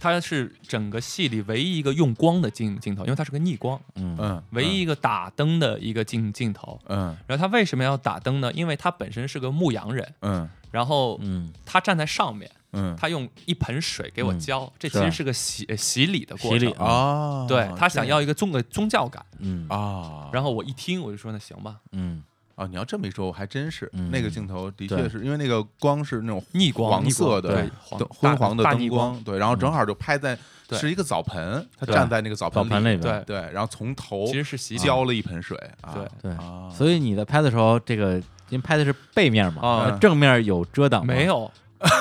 Speaker 3: 他是整个戏里唯一一个用光的镜镜头，因为它是个逆光，
Speaker 1: 嗯
Speaker 2: 嗯，
Speaker 3: 唯一一个打灯的一个镜镜头。
Speaker 2: 嗯，
Speaker 3: 然后他为什么要打灯呢？因为他本身是个牧羊人，
Speaker 2: 嗯
Speaker 3: 然后
Speaker 1: 嗯
Speaker 3: 他站在上面，
Speaker 2: 嗯
Speaker 3: 他用一盆水给我浇，这其
Speaker 1: 是
Speaker 3: 实
Speaker 1: 啊
Speaker 3: 是个洗呃洗礼的过程。
Speaker 1: 洗礼
Speaker 2: 嗯，哦，
Speaker 3: 对他想
Speaker 2: 这
Speaker 3: 要一个宗个宗教感。
Speaker 1: 嗯
Speaker 2: 啊，
Speaker 3: 然后我一听我就说那行吧，
Speaker 1: 嗯
Speaker 2: 哦，你要这么一说，我还真是
Speaker 1: 嗯
Speaker 2: 那个镜头的确
Speaker 1: 对
Speaker 2: 是因为那个光是那种
Speaker 3: 逆光
Speaker 2: 黄
Speaker 3: 逆
Speaker 2: 色
Speaker 3: 光
Speaker 2: 的
Speaker 3: 对
Speaker 2: 灯
Speaker 3: 黄
Speaker 2: 昏黄的
Speaker 3: 大大
Speaker 2: 灯
Speaker 3: 逆光嗯
Speaker 2: 光，对，然后正好就拍在
Speaker 3: 对
Speaker 2: 是一个澡盆，他
Speaker 1: 对
Speaker 2: 站在那个澡
Speaker 1: 澡盆里
Speaker 2: 里，
Speaker 1: 边，
Speaker 3: 对，
Speaker 2: 对，然后从头
Speaker 3: 其实是洗礼。
Speaker 2: 浇了一盆水，哦啊
Speaker 3: 对，
Speaker 1: 对，
Speaker 2: 啊，，
Speaker 1: 所以你在拍的时候，这个因为拍的是背面嘛，
Speaker 3: 啊
Speaker 1: 正面有遮挡吗
Speaker 3: 没有，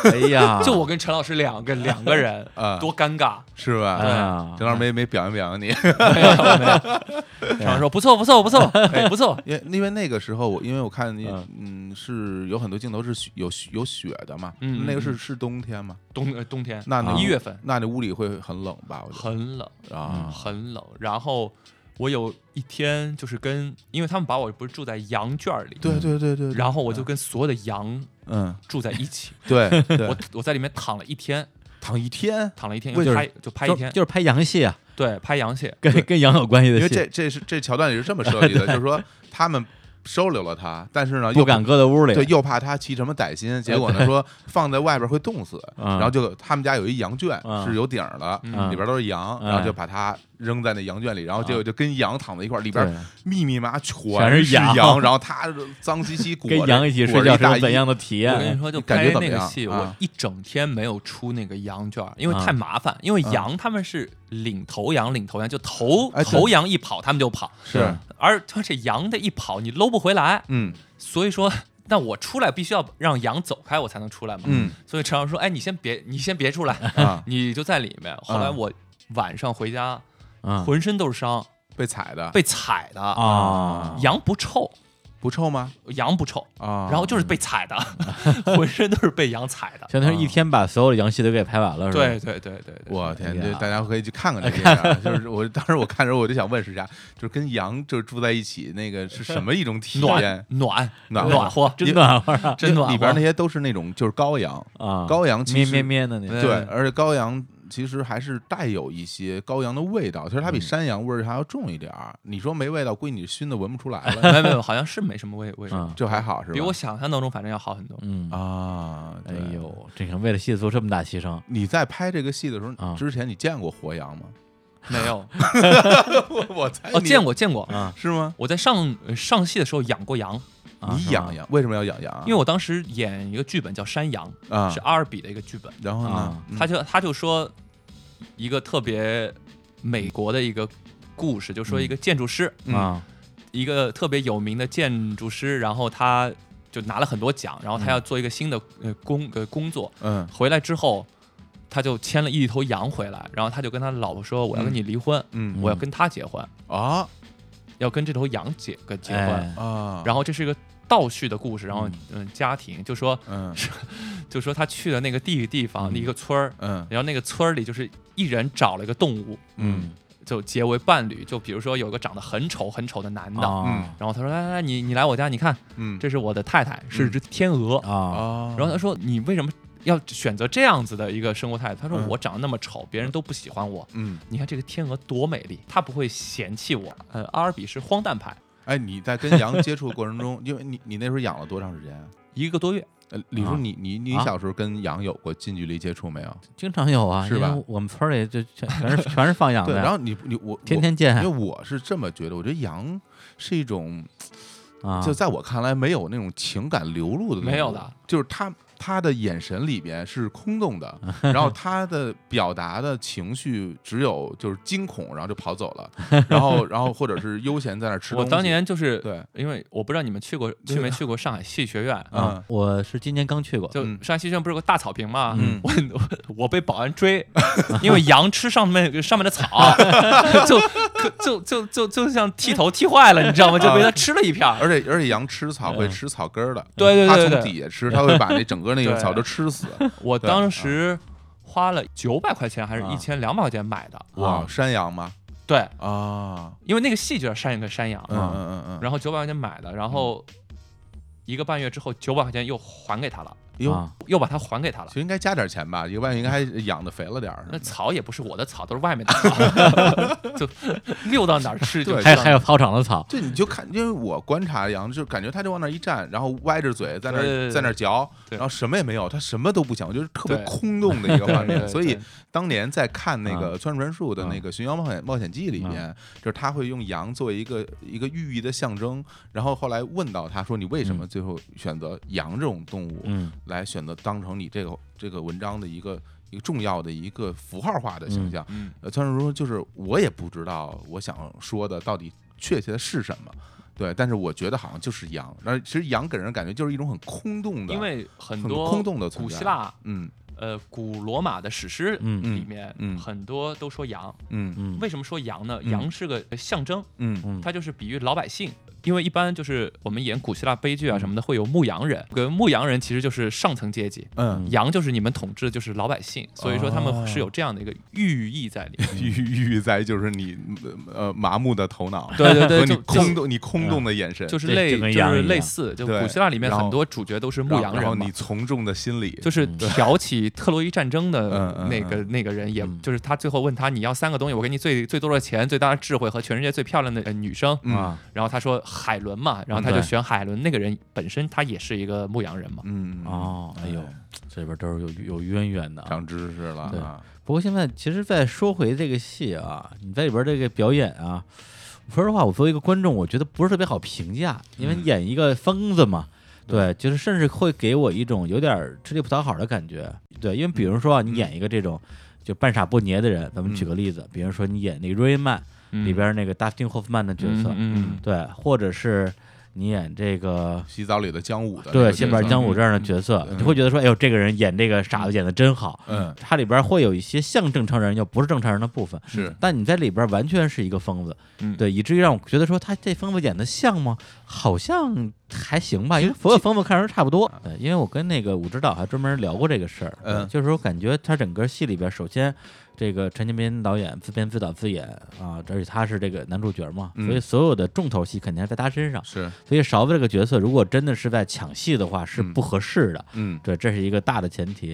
Speaker 1: 哎呀，
Speaker 3: 就我跟陈老师两个两个人
Speaker 2: 啊，
Speaker 3: 多啊 尴尬！
Speaker 2: 是
Speaker 1: 哎
Speaker 2: 吧？
Speaker 1: 呀，
Speaker 2: 陈老师没没表扬表扬 你，
Speaker 3: 没有没
Speaker 2: 啊
Speaker 3: 有，陈老师说不错不错不错，哎不错，
Speaker 2: 因为因为那个时候我因为我看你
Speaker 1: 嗯
Speaker 2: 嗯是有很多镜头是雪有雪有雪的嘛，
Speaker 3: 嗯
Speaker 2: 那个
Speaker 3: 嗯
Speaker 2: 是
Speaker 3: 嗯
Speaker 2: 是冬天嘛，
Speaker 3: 冬呃冬天
Speaker 2: 那那
Speaker 1: 啊
Speaker 3: 一月份
Speaker 2: 那那屋里会很冷吧？我觉
Speaker 3: 很冷
Speaker 2: 得啊，
Speaker 3: 很冷，然后我有一天就是跟，因为他们把我不是住在羊圈里，
Speaker 2: 对对对对，对
Speaker 3: 嗯然后我就跟所有的羊
Speaker 2: 嗯
Speaker 3: 住在一起，
Speaker 2: 对对
Speaker 3: 我，我在里面躺了一天，
Speaker 2: 躺一天，
Speaker 3: 躺了一天，
Speaker 1: 为
Speaker 3: 就拍就拍一
Speaker 1: 就
Speaker 3: 天，
Speaker 1: 就是拍羊戏啊，
Speaker 3: 对，拍羊戏，
Speaker 1: 跟跟羊有关系
Speaker 2: 因为
Speaker 1: 的
Speaker 2: 这
Speaker 1: 戏，
Speaker 2: 这是这桥段里是这 么设计的，就是说他们收留了他，但是呢又
Speaker 1: 不敢搁在屋里，
Speaker 2: 对，又怕他起什么歹心，结果呢说放在外边会冻死，
Speaker 1: 嗯
Speaker 2: 然后就他们家有一羊圈
Speaker 1: 嗯
Speaker 2: 是有顶儿的，
Speaker 3: 嗯
Speaker 2: 里边都是羊，
Speaker 1: 哎
Speaker 2: 然后就把它扔在那羊圈里，然后结果就跟羊躺在一块儿，里边
Speaker 1: 对
Speaker 2: 密密麻麻全
Speaker 1: 全
Speaker 2: 是
Speaker 1: 是羊
Speaker 2: 羊，然后他脏兮兮裹着
Speaker 1: 跟羊一起睡
Speaker 2: 裹
Speaker 1: 觉
Speaker 2: 着
Speaker 1: 是
Speaker 2: 一大
Speaker 1: 种怎
Speaker 2: 衣
Speaker 1: 样的体
Speaker 3: 我跟
Speaker 1: 验
Speaker 3: 你？说，就
Speaker 2: 感觉
Speaker 3: 拍
Speaker 2: 怎么
Speaker 3: 那个
Speaker 2: 样
Speaker 3: 戏，
Speaker 2: 啊
Speaker 3: 我一整天没有出那个羊圈儿，因为
Speaker 1: 啊
Speaker 3: 太麻烦。因为
Speaker 2: 啊
Speaker 3: 羊他们是领头羊，领头羊就头
Speaker 2: 哎对
Speaker 3: 头羊一跑，他们就跑，
Speaker 2: 是，
Speaker 3: 而这羊的一跑，你搂不回来，
Speaker 2: 嗯
Speaker 3: 所以说。 那我出来必须要让羊走开，我才能出来嘛。
Speaker 2: 嗯
Speaker 3: 所以陈老师说：“哎，你先别，你先别 出来，
Speaker 2: 啊，
Speaker 3: 你就在里面。”后来我晚上回家，
Speaker 1: 啊
Speaker 3: 浑身都是伤，
Speaker 2: 被 踩的
Speaker 3: 被踩的。
Speaker 1: 啊，
Speaker 3: 羊不臭，
Speaker 2: 不臭吗？
Speaker 3: 羊不臭，
Speaker 2: 啊，
Speaker 3: 然后就是被踩的，浑身都是被羊踩的。
Speaker 1: 相当于
Speaker 2: 啊
Speaker 1: 一天把所有的羊戏都给拍完了，是吧？
Speaker 3: 对对对对对，
Speaker 2: 我天，
Speaker 1: 哎
Speaker 2: 就
Speaker 1: 呀
Speaker 2: 大家可以去看 看这个电影啊，就是我当时我看的时候我就想问是啥，就是跟羊就是住在一起那个是什么一种体验
Speaker 3: 暖？
Speaker 2: 暖
Speaker 3: 暖暖和，
Speaker 1: 真暖和啊！
Speaker 3: 真暖和。
Speaker 2: 里边那些都是那种就是羔羊，
Speaker 1: 啊，
Speaker 2: 羔羊其
Speaker 1: 咩
Speaker 2: 实
Speaker 1: 咩咩的那种，
Speaker 3: 对
Speaker 2: 对，而且羔羊其实还是带有一些羔羊的味道，其实它比山羊味儿还要重一点儿。你说没味道，估计你熏的闻不出来了，
Speaker 3: 没有没有，好像是没什么味味道，
Speaker 1: 啊，
Speaker 2: 就还好是 吧？
Speaker 3: 比我想象当中反正要 好很多。
Speaker 1: 嗯，
Speaker 2: 啊，
Speaker 1: 哎
Speaker 2: 对。
Speaker 1: 呦，这个为了戏做这么大牺牲，
Speaker 2: 你在拍这个戏的时候，
Speaker 1: 啊
Speaker 2: 之前你见过活羊吗？
Speaker 3: 没有，
Speaker 2: 我我猜
Speaker 3: 哦，
Speaker 2: 你
Speaker 3: 见过见过，
Speaker 1: 啊
Speaker 2: 是吗？
Speaker 3: 我在上呃上戏的时候养过羊，
Speaker 1: 啊
Speaker 2: 你
Speaker 1: 是吗
Speaker 2: 养羊为什么要养羊啊？
Speaker 3: 因为我当时演一个剧本叫《山羊
Speaker 2: 我》，啊
Speaker 3: 是，阿尔比的一个剧本，
Speaker 2: 然后呢
Speaker 1: 啊，
Speaker 2: 嗯
Speaker 3: 他就他就说一个特别美国的一个故事，就说一个建筑师，
Speaker 2: 嗯
Speaker 1: 啊
Speaker 3: 一个特别有名的建筑师，然后他就拿了很多奖，然后他要做一个新的呃工呃工作，
Speaker 2: 嗯
Speaker 3: 回来之后，他就牵了一头羊回来，然后他就跟他老婆说：“我要跟你离婚，
Speaker 2: 嗯
Speaker 3: 我要跟他结婚，
Speaker 2: 啊
Speaker 3: 要跟这头羊结个结婚。
Speaker 1: 哎
Speaker 2: 啊，
Speaker 3: 然后这是一个倒叙的故事，然后
Speaker 1: 嗯
Speaker 3: 嗯，家庭就说
Speaker 2: 嗯
Speaker 3: 就说他去的那个地地方、
Speaker 1: 嗯
Speaker 3: 一个村儿，
Speaker 2: 嗯
Speaker 3: 然后那个村儿里就是一人找了一个动物，
Speaker 2: 嗯
Speaker 3: 就结为伴侣。就比如说有个长得很丑很丑的男的，
Speaker 1: 啊
Speaker 3: 然后他说：“来来来，你你来我家，你看，
Speaker 2: 嗯
Speaker 3: 这是我的太太，是
Speaker 2: 嗯
Speaker 3: 只天鹅。
Speaker 1: 啊
Speaker 2: 啊，
Speaker 3: 然后他说：“你为什么要选择这样子的一个生活态度？”他说
Speaker 2: 嗯：“
Speaker 3: 我长得那么丑，别人都不喜欢我。
Speaker 2: 嗯，
Speaker 3: 你看这个天鹅多美丽，它不会嫌弃我。
Speaker 2: 嗯
Speaker 3: 呃，阿尔比是荒诞派，
Speaker 2: 哎，你在跟羊接触的过程中，因为你你那时候养了多长时间啊？
Speaker 3: 一个多月，
Speaker 2: 呃，李叔，
Speaker 1: 啊
Speaker 2: 你你你
Speaker 1: 啊
Speaker 2: 小时候跟羊有过近距离接触没有？
Speaker 1: 经常有啊，
Speaker 2: 是吧
Speaker 1: 因为我们村儿里就全全是全是放 羊
Speaker 2: 对，
Speaker 1: 的呀，
Speaker 2: 然后你你我
Speaker 1: 天
Speaker 2: 我
Speaker 1: 天见
Speaker 2: 因为我是这么觉得，我觉得羊是一种，
Speaker 1: 啊，
Speaker 2: 就在我看来没有那种情感流露的，
Speaker 3: 没有的，
Speaker 2: 就是它它的眼神里边是空洞的，然 后它的表达的情绪只有就是惊恐，然后就跑走了，然后然后或者是悠闲在那儿吃东
Speaker 3: 我
Speaker 2: 西。
Speaker 3: 当年就是
Speaker 2: 对，
Speaker 3: 因为我不知道你们去过去没去过上海戏剧学院。”
Speaker 2: 嗯
Speaker 1: 啊，我是今年刚去过，
Speaker 3: 就
Speaker 2: 嗯
Speaker 3: 上海戏剧学院不是有个大草坪吗？
Speaker 2: 嗯
Speaker 3: 我我我被保 安追，因为羊吃上面上面的草， 就就就就就像剃头剃坏了，你知道吗？就被
Speaker 2: 嗯
Speaker 3: 它吃了一片儿。
Speaker 2: 而且而且羊吃草会
Speaker 1: 嗯
Speaker 2: 吃草根儿的，
Speaker 3: 对对
Speaker 2: 它
Speaker 3: 对对
Speaker 2: 从
Speaker 3: 对
Speaker 2: 底下吃，它会把那整个那个
Speaker 3: 对
Speaker 2: 草都吃死。
Speaker 3: 我
Speaker 2: 对嗯
Speaker 3: 当时花了九百块钱还是
Speaker 1: 啊
Speaker 3: 一千两百块钱买的，
Speaker 2: 哇，
Speaker 1: 啊
Speaker 2: 山羊吗？
Speaker 3: 对，
Speaker 2: 啊，
Speaker 3: 因为那个戏就叫山一个山羊，
Speaker 2: 嗯
Speaker 1: 啊
Speaker 2: 嗯嗯嗯，
Speaker 3: 然后九百块钱买的，然后一个半月之后九百块钱又还给他了，
Speaker 2: 哟，
Speaker 1: 啊
Speaker 3: 又把它还给他了
Speaker 2: 其。实应该加点钱吧，一个万应该还养的肥了点儿。
Speaker 3: 那草也不是我的草，都是外面的草， 就溜到哪儿吃就
Speaker 2: 对
Speaker 3: 知
Speaker 1: 还
Speaker 3: 道
Speaker 1: 还有操场的草
Speaker 2: 对，你就看，因为我观察羊，就感觉它就往那儿一站，然后歪着嘴在那
Speaker 3: 对对
Speaker 2: 儿
Speaker 3: 对
Speaker 2: 在那儿嚼，
Speaker 3: 对
Speaker 2: 然后什么也没有，它什么都不想，就是特别
Speaker 3: 对
Speaker 2: 空洞的一个画
Speaker 3: 对
Speaker 2: 面。
Speaker 3: 对嗯
Speaker 2: 所以
Speaker 3: 对
Speaker 2: 当年在看那个
Speaker 1: 啊
Speaker 2: 川传树的那
Speaker 1: 啊
Speaker 2: 个《寻羊冒险冒险记》里
Speaker 3: 嗯
Speaker 2: 面，就是他会用羊作为一个一个寓意的象征，然后后来问到他说：“你为
Speaker 3: 嗯
Speaker 2: 什么最后选择羊这种动物
Speaker 1: 嗯
Speaker 2: 来选择当成你这个这个文章的一个一个重要的一个符号化的形
Speaker 1: 嗯
Speaker 2: 象？”
Speaker 3: 嗯
Speaker 2: 呃，川叔说就是我也不知道我想说的到底确切的是什么，对，但是我觉得好像就是羊，那其实羊给人感觉就是一种很空洞的，
Speaker 3: 因为很
Speaker 2: 嗯很
Speaker 3: 多
Speaker 2: 空洞的存
Speaker 3: 古
Speaker 2: 在
Speaker 3: 希，腊、
Speaker 2: 嗯
Speaker 3: 呃古罗马的史诗
Speaker 1: 嗯
Speaker 3: 里面，
Speaker 2: 嗯嗯
Speaker 3: 很多都说羊。
Speaker 2: 嗯
Speaker 1: 嗯，
Speaker 3: 为什么说羊呢？
Speaker 2: 嗯
Speaker 3: 羊是个象征，
Speaker 2: 嗯
Speaker 1: 嗯
Speaker 3: 它就是比喻老百姓。因为一般就是我们演古希腊悲剧啊什么的，会有牧羊人，跟牧羊人其实就是上层阶级，
Speaker 2: 嗯，
Speaker 3: 羊就是你们统治就是老百姓，所以说他们是有这样的一个寓意在里面。
Speaker 2: 郁郁在就是你呃麻木的头脑，
Speaker 3: 对对
Speaker 2: 和
Speaker 3: 对，
Speaker 2: 你
Speaker 3: 就
Speaker 2: 空
Speaker 3: 就
Speaker 2: 洞你空洞的眼神，
Speaker 3: 就是
Speaker 1: 这
Speaker 3: 类
Speaker 1: 就跟
Speaker 3: 就
Speaker 1: 羊一
Speaker 3: 是
Speaker 1: 样
Speaker 3: 类似，就
Speaker 2: 对
Speaker 3: 古希腊里面
Speaker 2: 然后
Speaker 3: 很多主角都是牧
Speaker 2: 然
Speaker 3: 羊
Speaker 2: 然后
Speaker 3: 人嘛
Speaker 2: 你。从众的心理，
Speaker 3: 就是挑起特洛伊战争
Speaker 2: 嗯
Speaker 3: 的
Speaker 2: 嗯
Speaker 3: 那个那个人，也
Speaker 1: 嗯
Speaker 3: 就是他最后问他你要三个东西，我给你最最多的钱、最大的智慧和全世界最漂亮的呃女生。
Speaker 2: 嗯
Speaker 1: 啊，
Speaker 3: 然后他说海伦嘛，然后他
Speaker 1: 嗯
Speaker 3: 就
Speaker 1: 对
Speaker 3: 选海伦那个人本身他也是一个牧羊人嘛。
Speaker 2: 嗯，
Speaker 1: 哦，哎呦，这边都是有有渊源的啊。
Speaker 2: 长知识了
Speaker 1: 对
Speaker 2: 啊，
Speaker 1: 不过现在其实再说回这个戏啊，你在里边这个表演啊，说实话，我作为一个观众，我觉得不是特别好评价，因为
Speaker 2: 嗯
Speaker 1: 演一个疯子嘛。对，就是甚至会给我一种有点吃力不讨好的感觉。对，因为比如说啊，你演一个这种就半傻不捏的人，咱们举个例子，比如说你演那个瑞曼
Speaker 3: 嗯
Speaker 1: 里边那个达斯汀霍夫曼的角色，
Speaker 3: 嗯嗯
Speaker 1: 对，或者是你演这个
Speaker 2: 洗澡里的姜武的那
Speaker 1: 对
Speaker 2: 个
Speaker 1: 西
Speaker 2: 角色，
Speaker 1: 边姜武这样的
Speaker 3: 嗯
Speaker 1: 角色，
Speaker 2: 嗯
Speaker 1: 你会觉得说，哎呦，这个人演这个傻子演的真好。
Speaker 2: 嗯
Speaker 1: 它里边会有一些像正常人又不是正常人的部分，
Speaker 2: 是
Speaker 1: 但你在里边完全是一个疯子，
Speaker 3: 嗯
Speaker 1: 对，以至于让我觉得说他这疯子演的像吗？好像还行吧，因为所有疯子看上去差不多。对，因为我跟那个武指导还专门聊过这个事儿，对
Speaker 2: 啊嗯
Speaker 1: 就是说感觉他整个戏里边，首先这个陈建斌导演自编自导自演啊，而且他是这个男主角嘛，
Speaker 2: 嗯
Speaker 1: 所以所有的重头戏肯定还在他身上，
Speaker 2: 是，
Speaker 1: 所以勺子这个角色如果真的是在抢戏的话，是
Speaker 2: 嗯
Speaker 1: 不合适的。
Speaker 2: 嗯
Speaker 1: 对，这是一个大的前提。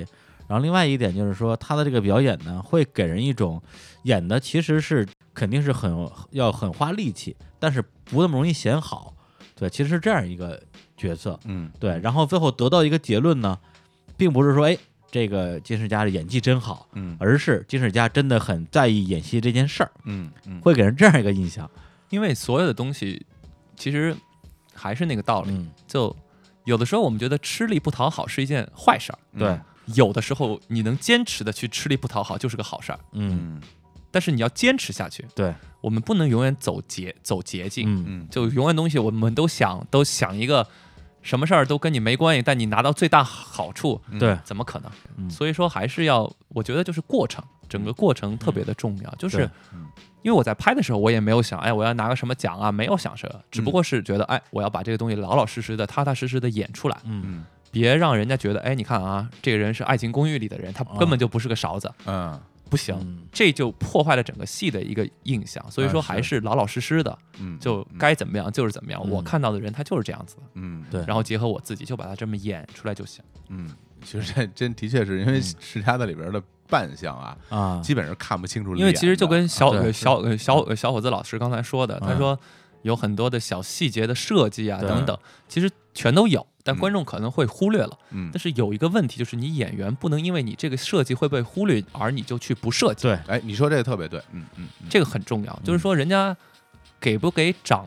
Speaker 1: 然后另外一点就是说，他的这个表演呢，会给人一种演的其实是肯定是很要很花力气，但是不那么容易显好。对，其实是这样一个角色。
Speaker 2: 嗯
Speaker 1: 对，然后最后得到一个结论呢，并不是说哎这个金世佳的演技真好，
Speaker 2: 嗯
Speaker 1: 而是金世佳真的很在意演戏这件事儿，
Speaker 2: 嗯嗯，
Speaker 1: 会给人这样一个印象。
Speaker 3: 因为所有的东西其实还是那个道理，
Speaker 1: 嗯，
Speaker 3: 就有的时候我们觉得吃力不讨好是一件坏事儿，
Speaker 1: 对，
Speaker 3: 有的时候你能坚持的去吃力不讨好就是个好事儿，
Speaker 1: 嗯
Speaker 2: 嗯
Speaker 3: 但是你要坚持下去，
Speaker 1: 对，
Speaker 3: 我们不能永远走捷走捷径，
Speaker 1: 嗯
Speaker 2: 嗯
Speaker 3: 就永远东西我们都想都想一个什么事儿都跟你没关系，但你拿到最大好处，
Speaker 2: 嗯
Speaker 1: 对，
Speaker 3: 怎么可能？
Speaker 1: 嗯
Speaker 3: 所以说还是要，我觉得就是过程，整个过程特别的重要。就是
Speaker 1: 对
Speaker 2: 嗯
Speaker 3: 因为我在拍的时候，我也没有想，哎，我要拿个什么奖啊，没有想这个，
Speaker 1: 嗯
Speaker 3: 只不过是觉得，哎，我要把这个东西老老实实的、踏踏实实的演出来，
Speaker 1: 嗯
Speaker 2: 嗯
Speaker 3: 别让人家觉得，哎，你看啊，这个人是《爱情公寓》里的人，他
Speaker 1: 啊
Speaker 3: 根本就不是个勺子，
Speaker 2: 嗯
Speaker 3: 不行。
Speaker 1: 嗯
Speaker 3: 这就破坏了整个戏的一个印象，所以说
Speaker 2: 啊是
Speaker 3: 还是老老实实的，
Speaker 2: 嗯，
Speaker 3: 就
Speaker 2: 嗯
Speaker 3: 该怎么样就是怎么样。
Speaker 1: 嗯
Speaker 3: 我看到的人他就是这样子的，
Speaker 2: 嗯
Speaker 1: 对
Speaker 3: 然后结合我自己就把它这么演出来就行。
Speaker 2: 嗯，其实这真的确是因为
Speaker 1: 嗯
Speaker 2: 世家的里边的扮相啊，
Speaker 1: 啊，
Speaker 2: 基本上看不清楚脸的，啊
Speaker 3: 因为其实就跟小
Speaker 1: 对
Speaker 3: 呃小呃小呃小伙子老师刚才说的，他
Speaker 1: 嗯
Speaker 3: 说有很多的小细节的设计啊
Speaker 1: 对
Speaker 3: 等等，其实全都有，但
Speaker 2: 嗯
Speaker 3: 观众可能会忽略了。
Speaker 2: 嗯
Speaker 3: 但。是有一个问题就是，你演员不能因为你这个设计会被忽略而你就去不设计，
Speaker 1: 对，
Speaker 2: 哎，你说这个特别对，嗯嗯，嗯
Speaker 3: 这个很重要。就是说，人家给不给掌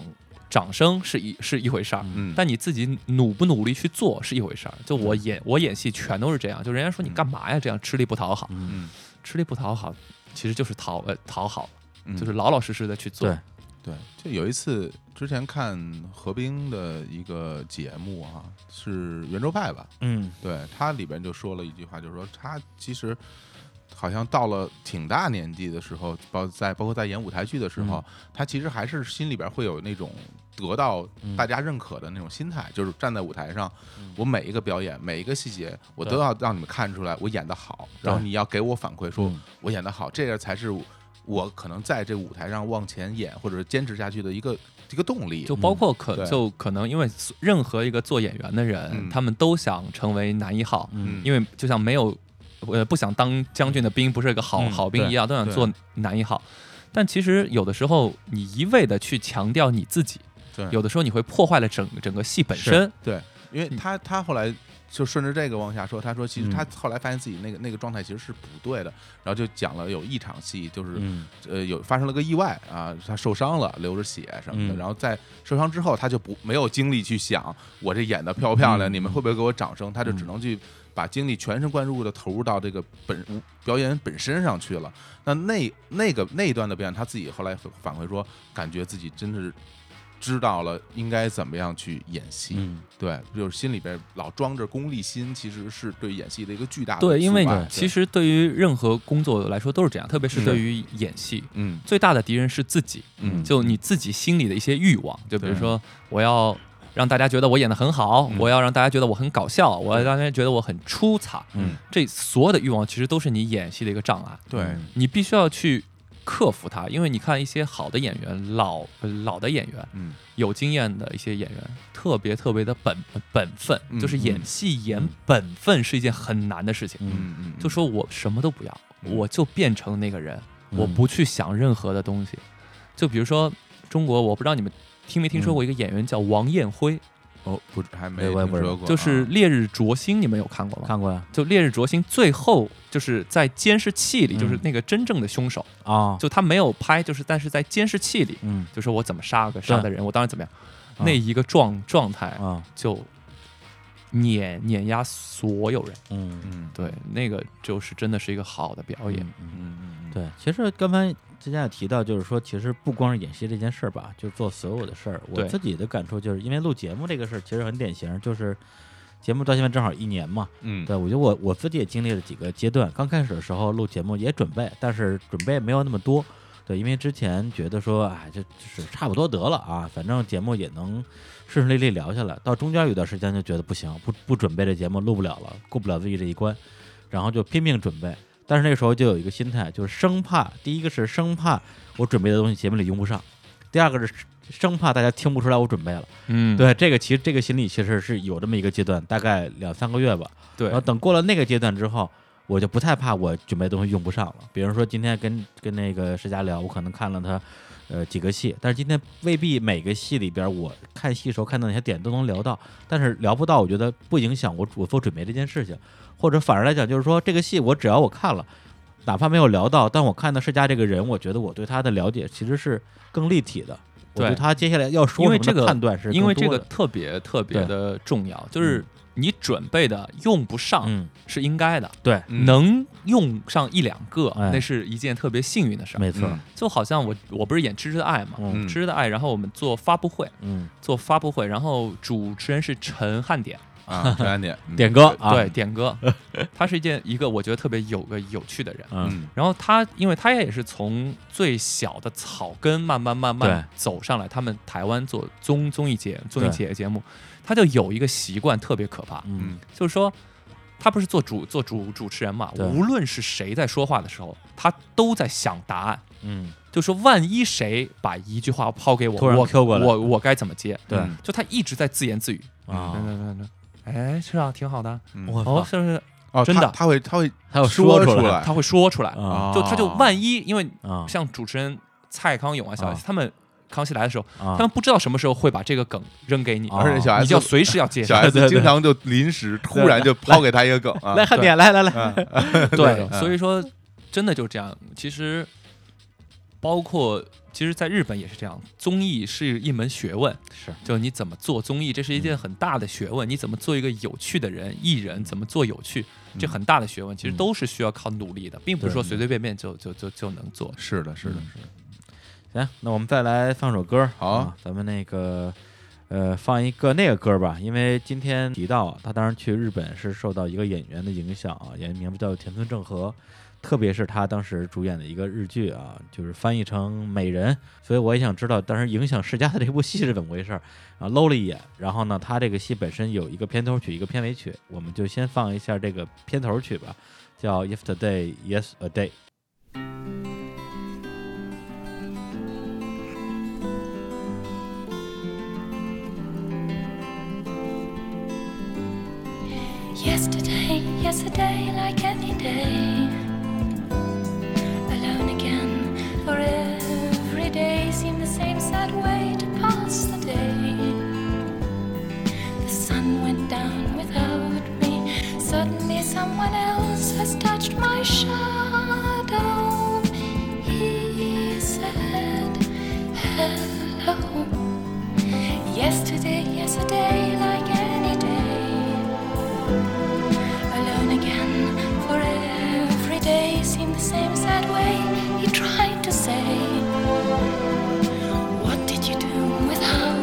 Speaker 3: 掌声是一是一回事儿。
Speaker 2: 嗯，
Speaker 3: 但你自己努不努力去做是一回事儿，就我演我演戏全都是这样，就人家说你
Speaker 2: 嗯
Speaker 3: 干嘛呀，这样吃力不讨好，
Speaker 1: 嗯
Speaker 2: 嗯
Speaker 3: 吃力不讨好其实就是讨呃讨好，
Speaker 2: 嗯
Speaker 3: 就是老老实实的去做
Speaker 1: 对，
Speaker 2: 对，就有一次之前看何冰的一个节目啊，是圆桌派吧，
Speaker 1: 嗯
Speaker 2: 对他里边就说了一句话，就是说他其实好像到了挺大年纪的时候，包在包括在演舞台剧的时候，
Speaker 1: 嗯
Speaker 2: 他其实还是心里边会有那种得到
Speaker 1: 嗯
Speaker 2: 大家认可的那种心态，就是站在舞台上，
Speaker 1: 嗯
Speaker 2: 我每一个表演，每一个细节，我
Speaker 1: 对
Speaker 2: 都要让你们看出来我演的好，
Speaker 1: 对
Speaker 2: 然后你要给我反馈说
Speaker 1: 嗯
Speaker 2: 我演的好，这个才是我我可能在这舞台上往前演或者是坚持下去的一个一个动力。
Speaker 3: 就包括
Speaker 2: 嗯
Speaker 3: 可、
Speaker 2: 对
Speaker 3: 就可能因为所任何一个做演员的人，
Speaker 2: 嗯
Speaker 3: 他们都想成为男一号，
Speaker 1: 嗯
Speaker 2: 嗯
Speaker 3: 因为就像没有呃不想当将军的兵不是个好、
Speaker 1: 嗯
Speaker 3: 好兵
Speaker 1: 对
Speaker 3: 一样，都想
Speaker 2: 对
Speaker 3: 做男一号。但其实有的时候你一味的去强调你自己，
Speaker 2: 对
Speaker 3: 有的时候你会破坏了整整个戏本
Speaker 1: 是
Speaker 3: 身。
Speaker 2: 对，因为
Speaker 3: 嗯
Speaker 2: 他他后来就顺着这个往下说，他说其实
Speaker 1: 嗯
Speaker 2: 他后来发现自己那个那个状态其实是不对的，然后就讲了有一场戏，就是、
Speaker 1: 嗯
Speaker 2: 呃有发生了个意外啊，他受伤了，流着血什么的，
Speaker 1: 嗯
Speaker 2: 然后在受伤之后他就不没有精力去想我这演的漂不漂亮，
Speaker 1: 嗯
Speaker 2: 你们会不会给我掌声，他就只能去。把精力全神贯注的投入到这个本表演本身上去了。那那那个那一段的表演，他自己后来反馈说，感觉自己真是知道了应该怎么样去演戏。
Speaker 1: 嗯，
Speaker 2: 对，就是心里边老装着功利心，其实是对演戏的一个巨大的
Speaker 3: 对，因为
Speaker 2: 阻
Speaker 3: 你
Speaker 2: 碍
Speaker 3: 其，实对于任何工作来说都是这样，特别是
Speaker 2: 嗯
Speaker 3: 对于演戏，
Speaker 2: 嗯
Speaker 3: 最大的敌人是自己，
Speaker 2: 嗯，
Speaker 3: 就你自己心里的一些欲望，就比如
Speaker 2: 对
Speaker 3: 说我要让大家觉得我演的很好，
Speaker 2: 嗯
Speaker 3: 我要让大家觉得我很搞笑，我要让大家觉得我很出彩，
Speaker 1: 嗯，
Speaker 3: 这所有的欲望其实都是你演戏的一个障碍，
Speaker 2: 对，
Speaker 1: 嗯
Speaker 3: 你必须要去克服它，因为你看一些好的演员，老老的演员，
Speaker 2: 嗯
Speaker 3: 有经验的一些演员，特别特别的本本分，
Speaker 2: 嗯
Speaker 3: 就是演戏演
Speaker 1: 嗯
Speaker 3: 本分是一件很难的事情。
Speaker 1: 嗯
Speaker 2: 嗯嗯，
Speaker 3: 就说我什么都不要，
Speaker 2: 嗯
Speaker 3: 我就变成那个人，
Speaker 1: 嗯
Speaker 3: 我不去想任何的东西。就比如说中国，我不知道你们听没听
Speaker 1: 嗯
Speaker 3: 说过一个演员叫王彦辉，
Speaker 2: 哦，不，还没
Speaker 1: 对我也不
Speaker 2: 听
Speaker 1: 知道
Speaker 2: 说过啊，
Speaker 3: 就是《烈日灼心》，你们有看过吗？
Speaker 1: 看过呀，
Speaker 3: 就《烈日灼心》最后就是在监视器里，
Speaker 1: 嗯
Speaker 3: 就是那个真正的凶手，
Speaker 1: 啊，
Speaker 3: 就他没有拍，就是但是在监视器里，
Speaker 1: 嗯
Speaker 3: 就是我怎么杀个杀的人，我当时怎么样，
Speaker 1: 啊
Speaker 3: 那一个状状态
Speaker 1: 啊，
Speaker 3: 就碾碾压所有人。
Speaker 1: 嗯，
Speaker 2: 嗯，
Speaker 3: 对，那个就是真的是一个好的表演。
Speaker 1: 嗯嗯
Speaker 2: 嗯嗯，嗯，
Speaker 1: 对，其实刚才之前也提到，就是说，其实不光是演戏这件事儿吧，就是做所有的事儿。我
Speaker 3: 对
Speaker 1: 自己的感触就是，因为录节目这个事儿其实很典型，就是节目到现在正好一年嘛。
Speaker 2: 嗯
Speaker 1: 对，我觉得我我自己也经历了几个阶段。刚开始的时候录节目也准备，但是准备没有那么多。对，因为之前觉得说，哎，就就是差不多得了啊，反正节目也能顺顺利利聊下来。到中间有段时间就觉得不行，不不准备这节目录不了了，过不了自己这一关，然后就拼命准备。但是那个时候就有一个心态，就是生怕第一个是生怕我准备的东西节目里用不上，第二个是生怕大家听不出来我准备了。
Speaker 3: 嗯，
Speaker 1: 对，这个其实这个心理其实是有这么一个阶段，大概两三个月吧。
Speaker 3: 对
Speaker 1: 然后等过了那个阶段之后，我就不太怕我准备的东西用不上了。比如说今天跟跟那个石佳聊，我可能看了他呃几个戏，但是今天未必每个戏里边我看戏时候看到哪些点都能聊到，但是聊不到，我觉得不影响我我做准备这件事情，或者反而来讲就是说这个戏我只要我看了。哪怕没有聊到，但我看到世佳这个人，我觉得我对他的了解其实是更立体的。我
Speaker 3: 对
Speaker 1: 对他接下来要说
Speaker 3: 因为
Speaker 1: 什么的
Speaker 3: 这个
Speaker 1: 判断是
Speaker 3: 因为
Speaker 1: 更
Speaker 3: 这
Speaker 1: 多
Speaker 3: 个
Speaker 1: 的
Speaker 3: 特别特别
Speaker 1: 对
Speaker 3: 的重要，就是你准备的用不上
Speaker 1: 嗯，
Speaker 3: 是应该的，
Speaker 1: 对，
Speaker 2: 嗯
Speaker 3: 能用上一两个，
Speaker 1: 哎
Speaker 3: 那是一件特别幸运的事儿。
Speaker 1: 没错，
Speaker 2: 嗯
Speaker 3: 就好像我我不是演《芝芝的爱》嘛，
Speaker 1: 嗯
Speaker 3: 《芝芝的爱》，然后我们做发布会，
Speaker 1: 嗯，
Speaker 3: 做发布会，然后主持人是陈汉典，
Speaker 2: 啊，陈 安典，嗯
Speaker 1: 点歌，啊，
Speaker 3: 对，，点歌，他是一件一个我觉得特别有个有趣的人。
Speaker 1: 嗯
Speaker 2: 嗯
Speaker 3: 然后他，因为他也是从最小的草根慢慢慢慢走上来，他们台湾做综综艺节综艺节节目，他就有一个习惯特别可怕，
Speaker 1: 嗯
Speaker 2: 嗯
Speaker 3: 就是说他不是做主做主主持人嘛，
Speaker 1: 对
Speaker 3: 无论是谁在说话的时候，他都在想答案，
Speaker 1: 嗯，
Speaker 3: 就说万一谁把一句话抛给我，
Speaker 1: 突然
Speaker 3: 我
Speaker 1: Q 过来
Speaker 3: 我我该怎么接？
Speaker 1: 对
Speaker 2: 嗯
Speaker 3: 就他一直在自言自语，
Speaker 1: 啊，
Speaker 3: 嗯嗯嗯，哎，是啊，挺好的，
Speaker 2: 嗯
Speaker 1: 我
Speaker 3: 哦，
Speaker 1: 操，
Speaker 3: 是是，
Speaker 2: 哦，
Speaker 3: 真
Speaker 2: 他
Speaker 3: 的
Speaker 2: 他会他会
Speaker 1: 还有
Speaker 2: 说
Speaker 1: 出
Speaker 2: 来，
Speaker 3: 他会说出来，
Speaker 1: 啊
Speaker 3: 就他就
Speaker 2: 哦
Speaker 3: 万一因为。
Speaker 1: 啊
Speaker 3: 像主持人蔡康永啊、小
Speaker 1: 啊
Speaker 3: S 他们康熙来的时候，他
Speaker 1: 啊
Speaker 3: 们不知道什么时候会把这个梗扔给你，
Speaker 1: 啊
Speaker 2: 而且小
Speaker 3: 你
Speaker 2: S
Speaker 3: 就要随时要接
Speaker 2: 小
Speaker 3: 上。
Speaker 1: 对对
Speaker 2: S
Speaker 1: 对
Speaker 2: 经常就临时突然就抛给他一个梗啊，
Speaker 1: 来看点，来来来，
Speaker 2: 嗯
Speaker 3: 对，
Speaker 2: 嗯
Speaker 3: 所以说真的就这样。其实包括其实，在日本也是这样，综艺是一门学问，
Speaker 1: 是，
Speaker 3: 就你怎么做综艺，这是一件很大的学问。你怎么做一个有趣的人，艺人怎么做有趣，这很大的学问，其实都是需要靠努力的，并不是说
Speaker 1: 嗯对嗯
Speaker 3: 随随便便就就就就能做。
Speaker 2: 是的，是的，
Speaker 1: 是。行，那我们再来放首歌，
Speaker 2: 好
Speaker 1: 啊，咱们那个。呃，放一个那个歌吧，因为今天提到他当时去日本是受到一个演员的影响啊，演员名字叫田村正和，特别是他当时主演的一个日剧啊，就是翻译成《美人》，所以我也想知道当时影响世家的这部戏是怎么回事儿啊，搂了一眼。然后呢，他这个戏本身有一个片头曲，一个片尾曲，我们就先放一下这个片头曲吧，叫《Yesterday Yes a Day》。
Speaker 4: Yesterday, yesterday, like any day. Alone again, for every day seemed the same sad way to pass the day. The sun went down without me. Suddenly, someone else has touched my shadow. He said, Hello. Yesterday, yesterday, like any day alone again. For every day seemed the same sad way. He tried to say, What did you do without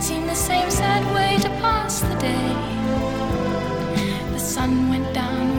Speaker 4: seemed the same sad way to pass the day. The sun went down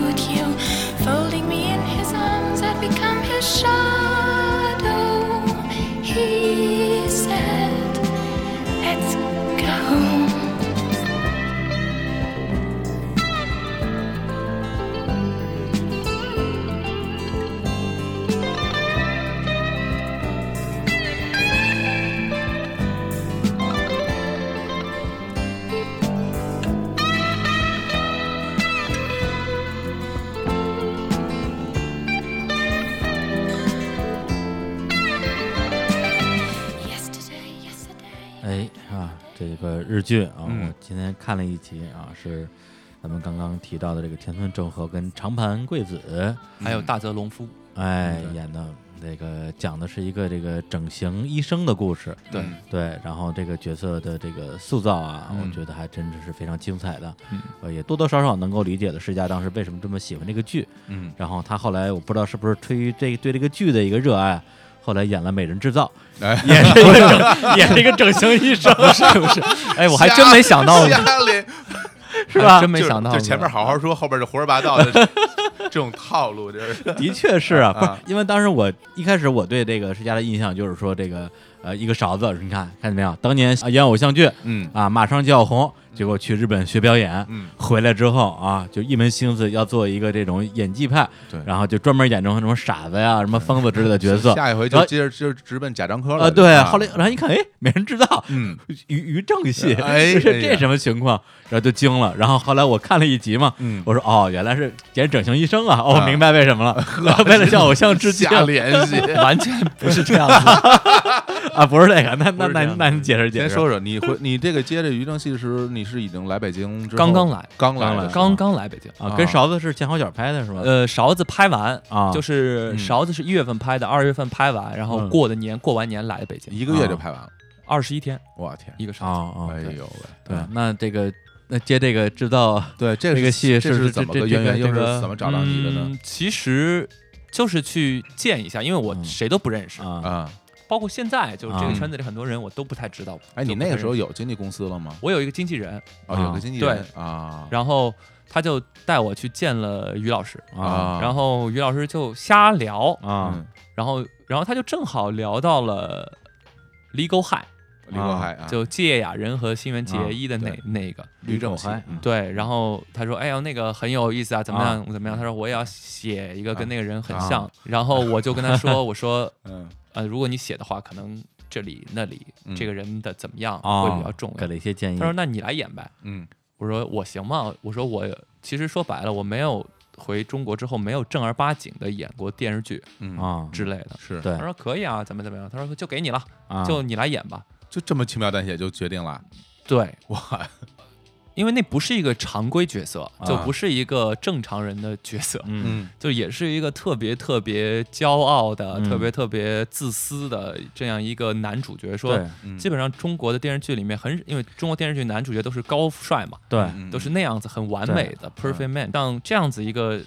Speaker 4: you, folding me in his arms, I'd become his shadow. He said, Let's go home. Yesterday, yesterday.
Speaker 1: 哎啊，这个日剧啊，
Speaker 2: 嗯
Speaker 1: 我今天看了一集啊，是咱们刚刚提到的这个田村正和跟长盘贵子，
Speaker 3: 还有大泽隆夫，
Speaker 1: 哎
Speaker 2: 嗯对
Speaker 1: 演的。这个讲的是一个这个整形医生的故事，
Speaker 3: 对
Speaker 2: 嗯
Speaker 1: 对，然后这个角色的这个塑造啊，
Speaker 3: 嗯
Speaker 1: 我觉得还真是非常精彩的，
Speaker 3: 嗯
Speaker 1: 呃，也多多少少能够理解了世家当时为什么这么喜欢这个剧。
Speaker 2: 嗯，
Speaker 1: 然后他后来我不知道是不是出于这对这个剧的一个热爱，后来演了《美人制造
Speaker 2: 哎，》，
Speaker 1: 也是一个整也是一个整形医生， 不是不是，哎，我还真没想 到呢，
Speaker 2: 家里
Speaker 1: 是吧？
Speaker 3: 真没想到
Speaker 2: 就前面好好说，后边就胡说八道的 这种套 路，这是
Speaker 1: 的确是啊，不
Speaker 2: 啊
Speaker 1: 是因为当时我一开始我对这个世家的印象就是说这个呃一个勺子，你看看见没有？当年啊演偶像剧
Speaker 2: 嗯
Speaker 1: 啊，马上就要红，结果去日本学表演，
Speaker 2: 嗯
Speaker 1: 回来之后啊，就一门心思要做一个这种演技派，
Speaker 2: 对
Speaker 1: 然后就专门演这种什么傻子呀、什么疯子之类的角 色。
Speaker 2: 下一回
Speaker 1: 然
Speaker 2: 就
Speaker 1: 后
Speaker 2: 接着就直奔贾樟柯了
Speaker 1: 啊，对，
Speaker 2: 啊
Speaker 1: 后来然后一看，哎，美人制造，
Speaker 2: 嗯
Speaker 1: 于于正戏，
Speaker 2: 哎
Speaker 1: 这是
Speaker 2: 哎呀
Speaker 1: 这什么情况？然后就惊了。然后后来我看了一集嘛，
Speaker 2: 嗯，
Speaker 1: 我说哦，原来是演整形医生啊，哦，
Speaker 2: 啊
Speaker 1: 明白为什么了，为了向偶像致敬。
Speaker 2: 下联 系。
Speaker 3: 完全
Speaker 1: 不是这样子 啊，不是这个，那那
Speaker 3: 不是这
Speaker 1: 那
Speaker 3: 样子
Speaker 1: 那你解释解
Speaker 2: 先
Speaker 1: 释。
Speaker 2: 说说你回你这个接着于正戏时，你是已经来北京之后
Speaker 3: 刚刚来，
Speaker 2: 刚来
Speaker 1: 刚来
Speaker 2: 的
Speaker 3: 刚刚来北京。
Speaker 1: 啊，
Speaker 2: 啊
Speaker 1: 跟勺子是前后脚拍的是吗？
Speaker 3: 呃，勺子拍完，
Speaker 1: 啊，
Speaker 3: 就是是
Speaker 2: 嗯
Speaker 3: 勺子是一月份拍的，二月份拍完，然后
Speaker 1: 嗯
Speaker 3: 过的年，过完年来的北京，
Speaker 2: 一个月就拍完了，
Speaker 3: 二十一天
Speaker 2: 我天！
Speaker 3: 一个勺
Speaker 1: 啊
Speaker 3: 子。
Speaker 1: 啊，
Speaker 2: 哎
Speaker 1: 对
Speaker 2: 呦啊喂，
Speaker 1: 对，那这个那接这个制造
Speaker 2: 对，这
Speaker 1: 这个戏
Speaker 2: 这
Speaker 1: 是
Speaker 2: 是
Speaker 1: 这
Speaker 2: 怎么
Speaker 1: 这
Speaker 2: 个
Speaker 1: 这
Speaker 2: 渊源，
Speaker 1: 个
Speaker 2: 又
Speaker 1: 这
Speaker 2: 是
Speaker 1: 个
Speaker 2: 怎么找到你的呢？
Speaker 3: 嗯？其实就是去见一下，因为我
Speaker 1: 嗯
Speaker 3: 谁都不认识，
Speaker 1: 啊，
Speaker 2: 啊，
Speaker 3: 包括现在就是这
Speaker 1: 啊
Speaker 3: 个圈子里很多人我都不太知道。
Speaker 2: 哎，
Speaker 3: 就
Speaker 2: 你
Speaker 3: 不
Speaker 2: 那
Speaker 3: 太
Speaker 2: 个时候
Speaker 3: 认识
Speaker 2: 有经纪公司了吗？
Speaker 3: 我有一个经纪人，
Speaker 2: 哦，
Speaker 1: 啊
Speaker 2: 有个经纪人啊，
Speaker 3: 然后他就带我去见了于老师，
Speaker 1: 啊
Speaker 3: 然后于老师就瞎聊，
Speaker 1: 啊
Speaker 2: 嗯，
Speaker 3: 然后然后他就正好聊到了 Legal High，
Speaker 2: 李国海啊，
Speaker 3: 就芥雅人和新垣
Speaker 1: 啊
Speaker 3: 结衣的那、
Speaker 2: 对
Speaker 3: 那个。
Speaker 2: 于正戏
Speaker 1: 口嗨，
Speaker 2: 嗯
Speaker 3: 对，然后他说：“哎呦，那个很有意思啊，怎么
Speaker 1: 啊
Speaker 3: 样？怎么样？”他说：“我也要写一个跟那个人很
Speaker 2: 啊
Speaker 3: 像。”然后我就跟他 说：“我说，
Speaker 2: 嗯，
Speaker 3: 呃，如果你写的话，可能这里那里
Speaker 2: 嗯
Speaker 3: 这个人的怎么样
Speaker 1: 啊
Speaker 3: 会比较重
Speaker 1: 给
Speaker 3: 要。
Speaker 1: 了一些建议
Speaker 3: 他。说：“那你来演呗。
Speaker 2: 嗯，”
Speaker 3: 我说：“我行吗？”我说：“我其实说白了，我没有回中国之后没有正儿八经的演过电视剧
Speaker 2: 嗯，
Speaker 1: 啊，
Speaker 3: 之类的。
Speaker 2: 是，
Speaker 1: 对
Speaker 3: 他说：“可以啊，怎么怎么样？”他说：“就给你了，
Speaker 1: 啊，
Speaker 3: 就你来演吧。
Speaker 2: 就这么轻描淡写就决定了，
Speaker 3: 对，
Speaker 2: 哇，
Speaker 3: 因为那不是一个常规角色，就
Speaker 2: 啊
Speaker 3: 不是一个正常人的角色。
Speaker 1: 嗯
Speaker 2: 嗯
Speaker 3: 就也是一个特别特别骄傲的、
Speaker 1: 嗯
Speaker 3: 特别特别自私的这样一个男主角。说
Speaker 1: 对，
Speaker 2: 嗯，
Speaker 3: 基本上中国的电视剧里面很，因为中国电视剧男主角都是高富帅嘛，
Speaker 1: 对
Speaker 2: 嗯
Speaker 3: 都是那样子很完美的 perfect man，像这样子一个。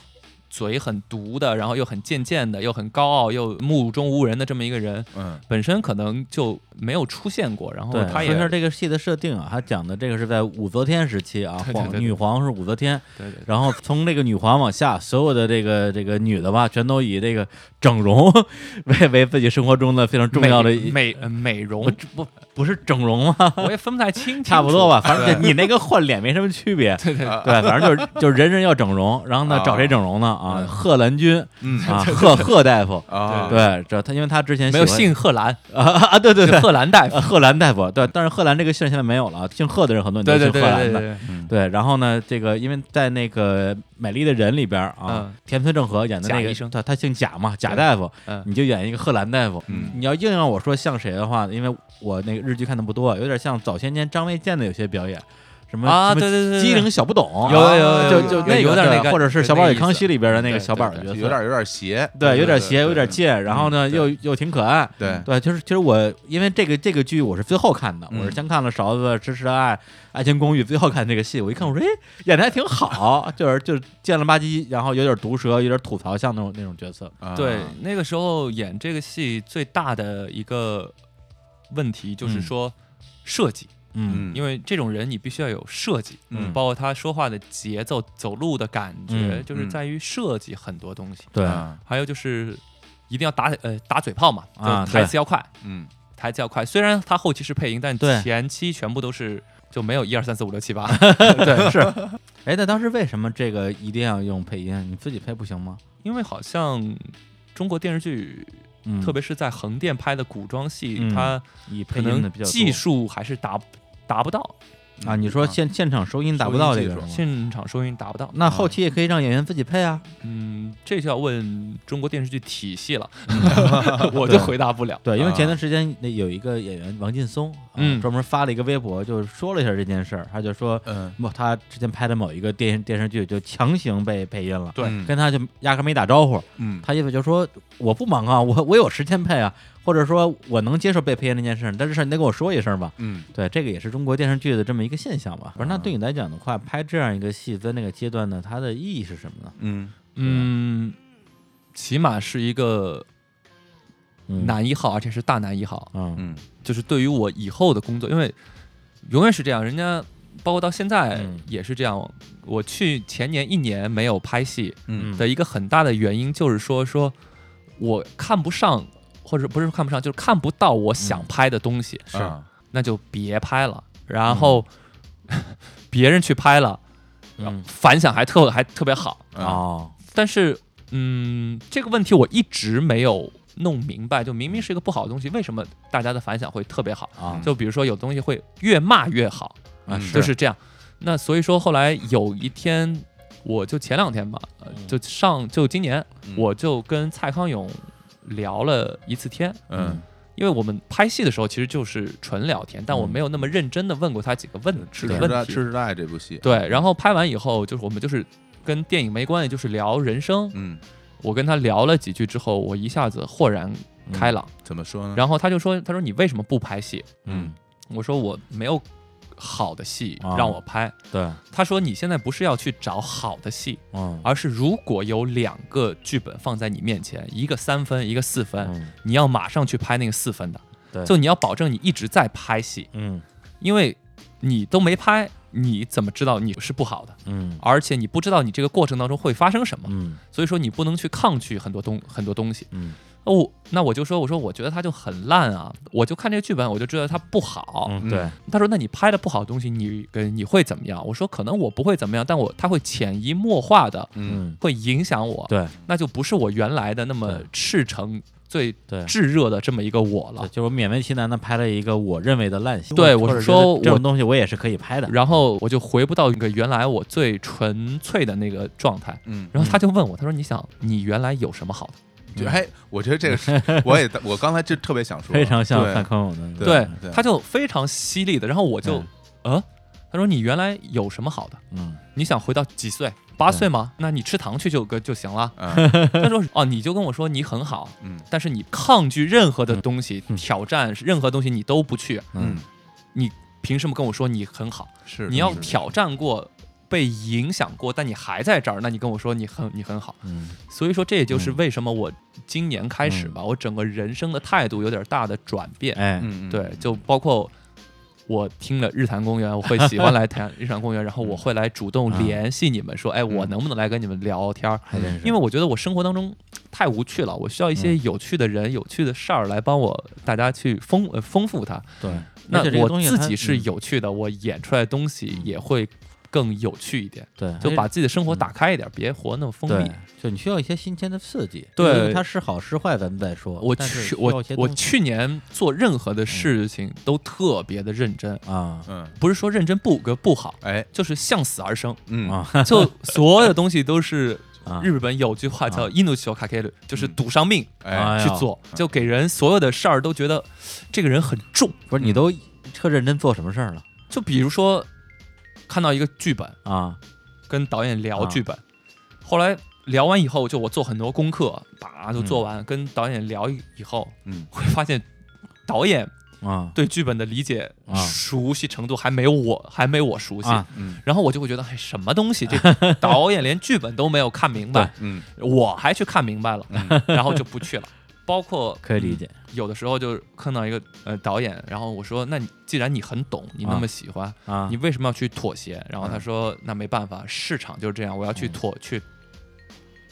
Speaker 3: 嘴很毒的，然后又很贱贱的，又很高傲，又目中无人的这么一个人，
Speaker 2: 嗯
Speaker 3: 本身可能就没有出现过。然后
Speaker 1: 对，
Speaker 3: 哦他
Speaker 1: 说
Speaker 3: 也
Speaker 1: 一下这个戏的设定啊，他讲的这个是在武则天时期啊，
Speaker 3: 对对
Speaker 1: 皇
Speaker 3: 对
Speaker 1: 女皇是武则天，
Speaker 3: 对对
Speaker 1: 然后从这个女皇往下，所有的这个这个女的吧，全都以这个整容 为为自己生活中的非常重要的一，
Speaker 3: 美美美容
Speaker 1: 我，这不不是整容吗？
Speaker 3: 我也分不太清，
Speaker 1: 差不多
Speaker 3: 吧。
Speaker 1: 吧，反正你那个换脸没什么区别。
Speaker 3: 对对，
Speaker 1: 对，反正就是就是人人要整容，然后呢
Speaker 2: 啊
Speaker 1: 找谁整容呢？啊，
Speaker 2: 嗯
Speaker 1: 贺兰君
Speaker 2: 嗯
Speaker 1: 啊，贺贺大夫，
Speaker 2: 啊，
Speaker 1: 对，这他因为他之前
Speaker 3: 没有
Speaker 1: 喜欢
Speaker 3: 姓贺兰，
Speaker 1: 啊啊，对对
Speaker 3: 是
Speaker 1: 对，
Speaker 3: 贺兰大夫。
Speaker 1: 呃贺兰大夫，对，但是贺兰这个姓现在没有了，姓贺的人很多，你都
Speaker 3: 对
Speaker 1: 姓
Speaker 3: 对对
Speaker 1: 贺兰
Speaker 3: 对
Speaker 1: 的。
Speaker 3: 对，
Speaker 2: 嗯
Speaker 1: 对，然后呢，这个因为在那个《美丽的人》里边啊
Speaker 3: 嗯，
Speaker 1: 田村正和演的那
Speaker 3: 贾
Speaker 1: 个
Speaker 3: 医生
Speaker 1: 他他姓贾嘛，贾大夫，
Speaker 3: 嗯，
Speaker 1: 你就演一个贺兰大夫。
Speaker 2: 嗯
Speaker 1: 你要硬让我说像谁的话，因为我那个日剧看的不多，有点像早些年张卫健的有些表演，什么
Speaker 3: 啊
Speaker 1: 什么
Speaker 3: 对对对对
Speaker 1: 机灵小不懂，啊
Speaker 3: 有有有有
Speaker 1: 就
Speaker 3: 有
Speaker 1: 就
Speaker 3: 有
Speaker 1: 那个
Speaker 3: 有点
Speaker 1: 对
Speaker 3: 那个
Speaker 1: 或者是
Speaker 3: 有
Speaker 1: 《小
Speaker 3: 那
Speaker 1: 宝与
Speaker 3: 意
Speaker 1: 康熙》
Speaker 3: 思
Speaker 1: 里边的那个
Speaker 3: 对
Speaker 1: 小
Speaker 3: 对
Speaker 1: 宝的
Speaker 3: 对
Speaker 1: 角色，
Speaker 2: 有点有点邪，
Speaker 1: 对，有点
Speaker 2: 对
Speaker 1: 邪，有点，贱，然后呢
Speaker 2: 嗯
Speaker 1: 又又挺可爱，
Speaker 2: 对对，
Speaker 1: 对，就是其实我因为这个这个剧我是最后看的，
Speaker 2: 嗯
Speaker 1: 我是先看了《勺子支持爱》《爱情公寓》，最后看这个戏，我一看我说，哎，演的还挺好，就是就是贱了吧唧，然后有点毒舌，有点吐槽，像那种那种角色。
Speaker 2: 啊
Speaker 3: 对，那个时候演这个戏最大的一个问题就是说，设计，
Speaker 1: 嗯
Speaker 2: 嗯
Speaker 3: 因为这种人你必须要有设计，
Speaker 2: 嗯
Speaker 3: 包括他说话的节奏、走路的感觉，
Speaker 1: 嗯
Speaker 3: 就是
Speaker 2: 嗯
Speaker 3: 在于设计很多东西。
Speaker 1: 对，
Speaker 2: 啊
Speaker 3: 还有就是一定要打呃打嘴炮嘛，就
Speaker 1: 啊
Speaker 3: 是台词要快，
Speaker 2: 嗯，
Speaker 3: 台词要快。虽然他后期是配音，但
Speaker 1: 对
Speaker 3: 前期全部都是就没有一二三四五六七 八。
Speaker 1: 对是。哎，那当时为什么这个一定要用配音？你自己配不行吗？
Speaker 3: 因为好像中国电视剧，
Speaker 1: 嗯，
Speaker 3: 特别是在横店拍的古装戏，
Speaker 1: 嗯
Speaker 3: 它
Speaker 1: 以配
Speaker 3: 可
Speaker 1: 音的
Speaker 3: 能
Speaker 1: 比较多
Speaker 3: 技术还是达达不到，
Speaker 1: 啊，你说现现场收音达不到这个
Speaker 2: 收音技术
Speaker 1: 是吗，
Speaker 3: 现场收音达不到。
Speaker 1: 那后期也可以让演员自己配啊。
Speaker 3: 嗯，这就要问中国电视剧体系 了，我就回答不了。
Speaker 1: 对，因为前
Speaker 2: 啊
Speaker 1: 段时间那有一个演员王劲松，啊
Speaker 3: 嗯
Speaker 1: 专门发了一个微博，就是说了一下这件事儿，他就说。
Speaker 2: 嗯，
Speaker 1: 某他之前拍的某一个电电视剧就强行被配音了，
Speaker 2: 对，
Speaker 1: 跟他就压根没打招呼，
Speaker 2: 嗯
Speaker 1: 他意思就说我不忙啊，我我有时间配啊，或者说我能接受被配音这件事，但是你得跟我说一声吧。
Speaker 2: 嗯
Speaker 1: 对，这个也是中国电视剧的这么一个现象吧。不是，
Speaker 2: 啊
Speaker 1: 那对你来讲的话，拍这样一个戏在那个阶段呢，它的意义是什么呢？
Speaker 2: 嗯
Speaker 3: 嗯，起码是一个
Speaker 1: 嗯，
Speaker 3: 男一号，而且是大男一号，
Speaker 1: 嗯
Speaker 2: 嗯
Speaker 3: 就是对于我以后的工作，因为永远是这样，人家包括到现在
Speaker 1: 嗯
Speaker 3: 也是这样。我去前年一年没有拍戏，
Speaker 2: 嗯
Speaker 3: 的一个很大的原因就是说，说我看不上，或者不是看不上，就是看不到我想拍的东西，
Speaker 1: 嗯是
Speaker 2: 啊
Speaker 3: 那就别拍了。然后、别人去拍了，
Speaker 1: 嗯
Speaker 3: 反响还特还特别好。
Speaker 2: 啊
Speaker 1: 哦，
Speaker 3: 但是，嗯，这个问题我一直没有弄明白，就明明是一个不好的东西，为什么大家的反响会特别好？
Speaker 1: 啊
Speaker 3: 就比如说有东西会越骂越好，
Speaker 1: 啊，
Speaker 2: 嗯
Speaker 1: 是
Speaker 3: 就是这样。那所以说后来有一天，我就前两天吧，呃
Speaker 1: 嗯
Speaker 3: 就上就今年
Speaker 2: 嗯
Speaker 3: 我就跟蔡康永聊了一次天，
Speaker 2: 嗯
Speaker 3: 因为我们拍戏的时候其实就是纯聊天，但我
Speaker 1: 嗯
Speaker 3: 没有那么认真的问过他几个问
Speaker 2: 吃
Speaker 3: 几个
Speaker 2: 时代
Speaker 3: 问
Speaker 2: 吃
Speaker 3: 题。
Speaker 2: 时代这部戏，
Speaker 3: 对，然后拍完以后，就是我们就是跟电影没关系，就是聊人生。
Speaker 2: 嗯，
Speaker 3: 我跟他聊了几句之后，我一下子豁然开朗。
Speaker 2: 怎么说呢？
Speaker 3: 然后他就说：“他说你为什么不拍戏
Speaker 1: 嗯？”
Speaker 3: 我说：“我没有好的戏
Speaker 1: 啊
Speaker 3: 让我拍。
Speaker 1: 对，
Speaker 3: 他说：“你现在不是要去找好的戏，
Speaker 1: 嗯
Speaker 3: 而是如果有两个剧本放在你面前，一个三分，一个四分，
Speaker 1: 嗯
Speaker 3: 你要马上去拍那个四分的，
Speaker 1: 对
Speaker 3: 就你要保证你一直在拍戏，
Speaker 1: 嗯
Speaker 3: 因为你都没拍，你怎么知道你是不好的？
Speaker 1: 嗯
Speaker 3: 而且你不知道你这个过程当中会发生什么，
Speaker 1: 嗯
Speaker 3: 所以说你不能去抗拒很多东很多东西。
Speaker 1: 嗯
Speaker 3: 哦，那我就说，我说我觉得他就很烂啊，我就看这个剧本我就知道他不好。
Speaker 1: 嗯，对，
Speaker 3: 他说，那你拍的不好的东西，你跟你会怎么样？我说可能我不会怎么样，但我他会潜移默化的
Speaker 2: 嗯
Speaker 1: 嗯
Speaker 3: 会影响我，
Speaker 1: 对
Speaker 3: 那就不是我原来的那么
Speaker 1: 对
Speaker 3: 赤诚、最
Speaker 1: 对。
Speaker 3: 炙热的这么一个我
Speaker 1: 对
Speaker 3: 了。
Speaker 1: 就是我勉为其难的拍了一个我认为的烂戏，
Speaker 3: 对
Speaker 1: 或
Speaker 3: 我
Speaker 1: 者
Speaker 3: 是
Speaker 1: 觉得
Speaker 3: 说
Speaker 1: 这
Speaker 3: 我
Speaker 1: 种东西我也是可以拍的。
Speaker 3: 然后我就回不到一个原来我最纯粹的那个状态。
Speaker 2: 嗯，
Speaker 3: 然后他就问我，他说：“你想，你原来有什么好的
Speaker 2: 就哎，我觉得这个 是，我也我刚才就特别想说，
Speaker 1: 非常像
Speaker 2: 对
Speaker 1: 范康永？”的，
Speaker 2: 对对
Speaker 3: 他就非常犀利的。然后我就
Speaker 1: 嗯，
Speaker 3: 呃，他说：“你原来有什么好的？
Speaker 1: 嗯，
Speaker 3: 你想回到几岁？八
Speaker 1: 对
Speaker 3: 岁吗？那你吃糖去就个就行了。
Speaker 2: 啊，”
Speaker 3: 他说：“哦，你就跟我说你很好，
Speaker 2: 嗯
Speaker 3: 但是你抗拒任何的东西，
Speaker 1: 嗯
Speaker 3: 挑战任何东西你都不去，
Speaker 1: 嗯，
Speaker 2: 嗯
Speaker 3: 凭什么跟我说你很好？
Speaker 2: 是
Speaker 3: 你要
Speaker 2: 是
Speaker 3: 挑战过。”被影响过，但你还在这儿，那你跟我说你很你很好，
Speaker 1: 嗯
Speaker 3: 所以说，这也就是
Speaker 2: 嗯
Speaker 3: 为什么我今年开始吧，我整个人生的态度有点大的转变。
Speaker 1: 哎，
Speaker 2: 嗯嗯
Speaker 3: 对，就包括我听了日坛公园，我会喜欢来谈 日坛公园，然后
Speaker 1: 嗯
Speaker 3: 我会来主动联系你们说，哎，我能不能来跟你们聊天儿？
Speaker 1: 还嗯真是，嗯
Speaker 3: 因为我觉得我生活当中太无趣了，我需要一些有趣的人、有趣的事儿来帮我大家去丰呃丰富它。
Speaker 1: 对，
Speaker 3: 那
Speaker 1: 而且这个
Speaker 3: 我
Speaker 1: 东西
Speaker 3: 自
Speaker 1: 它
Speaker 3: 己是
Speaker 1: 嗯
Speaker 3: 有趣的，我演出来的东西也会更有趣一点，
Speaker 1: 对，
Speaker 3: 就
Speaker 1: 而且
Speaker 3: 把自己的生活
Speaker 1: 嗯
Speaker 3: 打开一点，别活那么封闭
Speaker 1: 对。，就你需要一些新鲜的刺激。
Speaker 3: 对
Speaker 1: 因为它是好是坏，咱们再说。
Speaker 3: 我
Speaker 1: 但是需
Speaker 3: 去
Speaker 1: 要
Speaker 3: 我
Speaker 1: 一些
Speaker 3: 我
Speaker 1: 东西嗯
Speaker 3: 去年做任何的事情都特别的认真，
Speaker 1: 啊
Speaker 2: 嗯，
Speaker 3: 不是说认真不个不好，
Speaker 2: 哎，
Speaker 3: 就是向死 而生，
Speaker 2: 嗯
Speaker 1: 啊
Speaker 3: 就所有的东西都是。
Speaker 1: 啊
Speaker 3: 日本有句话叫
Speaker 1: 啊
Speaker 3: “印度球卡 K 鲁”，就是赌上命
Speaker 1: 哎
Speaker 2: 哎，
Speaker 1: 呀
Speaker 3: 去做，就给人所有的事儿都觉得这个人很重。
Speaker 1: 不是你都特认真做什么事儿了
Speaker 3: 就比如说，看到一个剧本，
Speaker 1: 啊？
Speaker 3: 跟导演聊
Speaker 1: 啊
Speaker 3: 剧本，后来聊完以后，就我做很多功课，把就做
Speaker 1: 嗯
Speaker 3: 完，跟导演聊以后，
Speaker 2: 嗯
Speaker 3: 会发现导演
Speaker 1: 啊
Speaker 3: 对剧本的理解
Speaker 1: 啊
Speaker 3: 熟悉程度还没有我还没我熟悉。
Speaker 1: 啊
Speaker 2: 嗯
Speaker 3: 然后我就会觉得，哎，什么东西？这导演连剧本都没有看明白，
Speaker 2: 嗯
Speaker 3: 我还去看明白了，
Speaker 2: 嗯
Speaker 3: 然后就不去了。包括
Speaker 1: 可以理解，
Speaker 3: 有的时候就碰到一个呃导演，然后我说，那你既然你很懂，你那
Speaker 1: 啊
Speaker 3: 么喜欢，
Speaker 1: 啊
Speaker 3: 你，为什么要去妥协？然后他
Speaker 2: 嗯
Speaker 3: 说，那没办法，市场就是这样，我要去
Speaker 1: 嗯
Speaker 3: 妥、去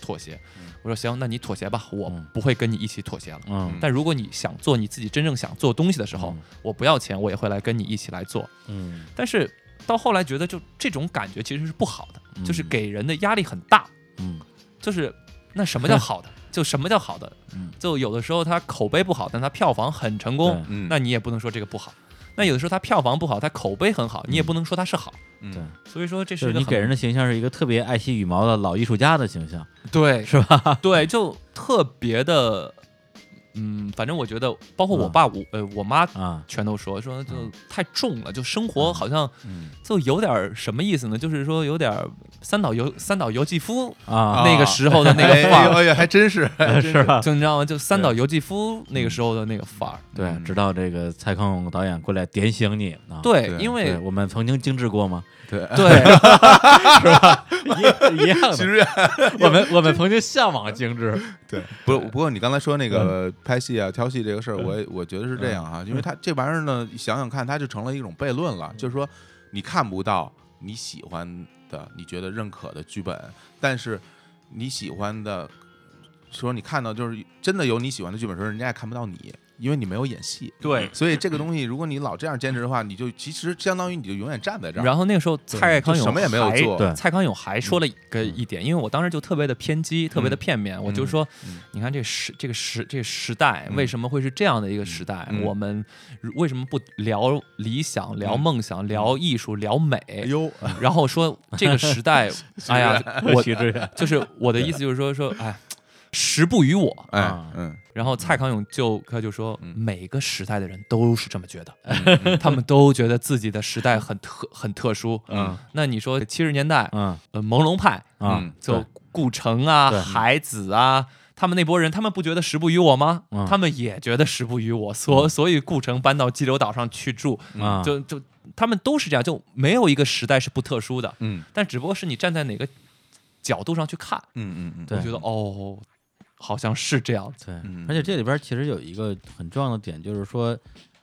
Speaker 3: 妥协
Speaker 2: 嗯。
Speaker 3: 我说行，那你妥协吧，我
Speaker 1: 嗯
Speaker 3: 不会跟你一起妥协了。
Speaker 1: 嗯
Speaker 3: 但如果你想做你自己真正想做东西的时候，我不要钱，我也会来跟你一起来做。
Speaker 1: 嗯
Speaker 3: 但是到后来觉得，就这种感觉其实是不好的，就是
Speaker 1: 嗯
Speaker 3: 给人的压力很大。
Speaker 1: 嗯
Speaker 3: 就是那什么叫 好的？就什么叫好的？
Speaker 1: 嗯
Speaker 3: 就有的时候它口碑不好，但它票房很成功，
Speaker 2: 嗯，
Speaker 3: 那你也不能说这个不好。那有的时候它票房不好，它口碑很好，你也
Speaker 1: 嗯
Speaker 3: 不能说它是好。
Speaker 2: 嗯
Speaker 1: 对
Speaker 3: 所以说这是
Speaker 1: 就
Speaker 3: 一
Speaker 1: 是
Speaker 3: 个
Speaker 1: 你给
Speaker 3: 很
Speaker 1: 人的形象是一个特别爱惜羽毛的老艺术家的形象，
Speaker 3: 对
Speaker 1: 是
Speaker 3: 吧？ 对，就特别的，嗯，反正我觉得，包括我
Speaker 1: 嗯
Speaker 3: 爸、我呃我妈
Speaker 1: 啊，
Speaker 3: 全都说说就
Speaker 1: 嗯
Speaker 3: 太重了，就生活好像
Speaker 2: 嗯
Speaker 3: 就有点儿什么意思呢？就是说有点儿三岛由三岛由纪夫
Speaker 1: 啊
Speaker 2: 啊
Speaker 3: 那个时候的那
Speaker 2: 哎
Speaker 3: 个范
Speaker 2: 呦
Speaker 3: 儿，
Speaker 2: 哎呀，还真 是，
Speaker 1: 是吧？
Speaker 3: 就你知道吗？就三岛由纪夫那个时候的那个范儿。
Speaker 1: 对，
Speaker 2: 嗯
Speaker 1: 直到这个蔡康永导演过来点醒你啊，
Speaker 3: 对，
Speaker 2: 对
Speaker 3: 因
Speaker 1: 对，
Speaker 3: 为
Speaker 1: 我们曾经精致过 吗？
Speaker 2: 对，
Speaker 3: 对
Speaker 1: 一一样
Speaker 2: 其
Speaker 1: 的，
Speaker 2: 实
Speaker 1: 我们我们曾经向往精致，
Speaker 2: 对，不不过你刚才说那
Speaker 3: 嗯
Speaker 2: 个拍戏啊、挑戏这个事儿，我也我觉得是这样哈，因为它这玩意儿呢，想想看，它就成了一种悖论了，就是说你看不到你喜欢的、你觉得认可的剧本，但是你喜欢的，说你看到就是真的有你喜欢的剧本的时候，人家也看不到你，因为你没有演戏。
Speaker 3: 对。
Speaker 2: 所以这个东西，如果你老这样坚持的话，你就其实相当于你就永远站在这儿，
Speaker 3: 然后那个时候蔡康永
Speaker 2: 什么也没有
Speaker 3: 还
Speaker 2: 做。
Speaker 1: 对
Speaker 3: 蔡康永还说了一个
Speaker 1: 嗯
Speaker 3: 一点，因为我当时就特别的偏激，特别的片面，我就说
Speaker 2: 嗯，
Speaker 3: 你看这个时这个时这个时代
Speaker 2: 嗯
Speaker 3: 为什么会是这样的一个时代？
Speaker 2: 嗯
Speaker 3: 我们如为什么不聊理想、聊梦想、聊艺术、聊
Speaker 2: 哎
Speaker 3: 美？
Speaker 2: 呦，
Speaker 3: 然后说这个时代，哎呀，我
Speaker 1: 徐志远
Speaker 3: 就是我的意思就是说说，哎，时不与我。
Speaker 2: 哎
Speaker 1: 啊，
Speaker 2: 嗯，
Speaker 3: 然后蔡康永就他就说，
Speaker 2: 嗯
Speaker 3: 每个时代的人都是这么觉得，
Speaker 2: 嗯嗯
Speaker 3: 他们都觉得自己的时代很特很特殊。
Speaker 2: 嗯
Speaker 3: 那你说七十年代，
Speaker 1: 嗯
Speaker 3: 呃，朦胧派
Speaker 1: 啊，
Speaker 3: 嗯就顾城啊、
Speaker 1: 对
Speaker 3: 海子啊，他们那波人，他们不觉得时不与我吗？
Speaker 1: 嗯
Speaker 3: 他们也觉得时不与我，
Speaker 2: 嗯
Speaker 3: 所所以顾城搬到激流岛上去住，
Speaker 1: 啊，
Speaker 3: 就就他们都是这样，就没有一个时代是不特殊的，
Speaker 2: 嗯
Speaker 3: 但只不过是你站在哪个角度上去看，
Speaker 2: 嗯嗯嗯，
Speaker 1: 对
Speaker 3: 我觉得哦，好像是这样子。
Speaker 1: 对
Speaker 2: 嗯，
Speaker 1: 而且这里边其实有一个很重要的点，就是说，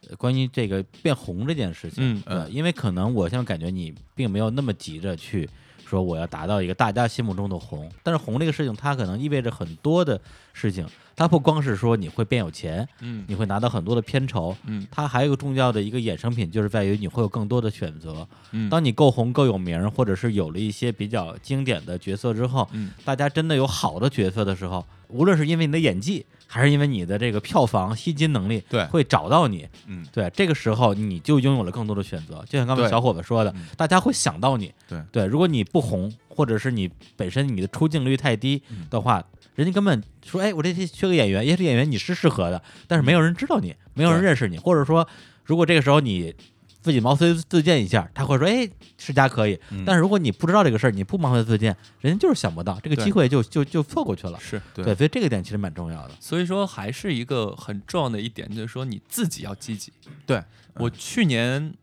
Speaker 1: 呃关于这个变红这件事情，
Speaker 3: 嗯
Speaker 1: 呃
Speaker 2: 嗯
Speaker 1: 因为可能我现在感觉你并没有那么急着去说我要达到一个大家心目中的红，但是红这个事情，它可能意味着很多的事情，它不光是说你会变有钱，
Speaker 3: 嗯
Speaker 1: 你会拿到很多的片酬，
Speaker 3: 嗯
Speaker 1: 它还有一个重要的一个衍生品，就是在于你会有更多的选择。
Speaker 3: 嗯
Speaker 1: 当你够红、够有名，或者是有了一些比较经典的角色之后，
Speaker 3: 嗯
Speaker 1: 大家真的有好的角色的时候，无论是因为你的演技，还是因为你的这个票房吸金能力，
Speaker 2: 对
Speaker 1: 会找到你。
Speaker 2: 嗯
Speaker 1: 对，这个时候你就拥有了更多的选择。就像刚才
Speaker 2: 对
Speaker 1: 小伙子说的
Speaker 2: 嗯，
Speaker 1: 大家会想到你。
Speaker 2: 对
Speaker 1: 对，如果你不红，或者是你本身你的出镜率太低
Speaker 2: 嗯
Speaker 1: 的话，人家根本说，哎，我这缺个演员，也许演员你是适合的，但是没有人知道你，没有人认识你，或者说，如果这个时候你。自己毛遂自荐一下，他会说：“哎，世家可以。
Speaker 2: 嗯
Speaker 1: 但是如果你不知道这个事儿，你不毛遂自荐，人家就是想不到，这个
Speaker 2: 对
Speaker 1: 机会就就就错过去了。
Speaker 3: 是。
Speaker 2: 对
Speaker 1: 对，所以这个点其实蛮重要的。
Speaker 3: 所以说，还是一个很重要的一点，就是说你自己要积极。嗯
Speaker 2: 对
Speaker 3: 我去年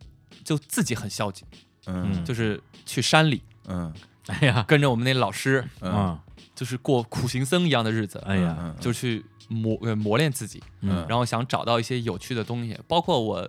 Speaker 3: 就自己很消极，
Speaker 2: 嗯
Speaker 3: 就是去山里
Speaker 2: 嗯
Speaker 1: 哎呀，
Speaker 3: 跟着我们那老师，
Speaker 2: 嗯
Speaker 1: 啊，
Speaker 3: 就是过苦行僧一样的日子，
Speaker 1: 哎呀，
Speaker 2: 嗯
Speaker 3: 就去磨呃磨练自己，
Speaker 1: 嗯
Speaker 3: 然后想找到一些有趣的东西。包括我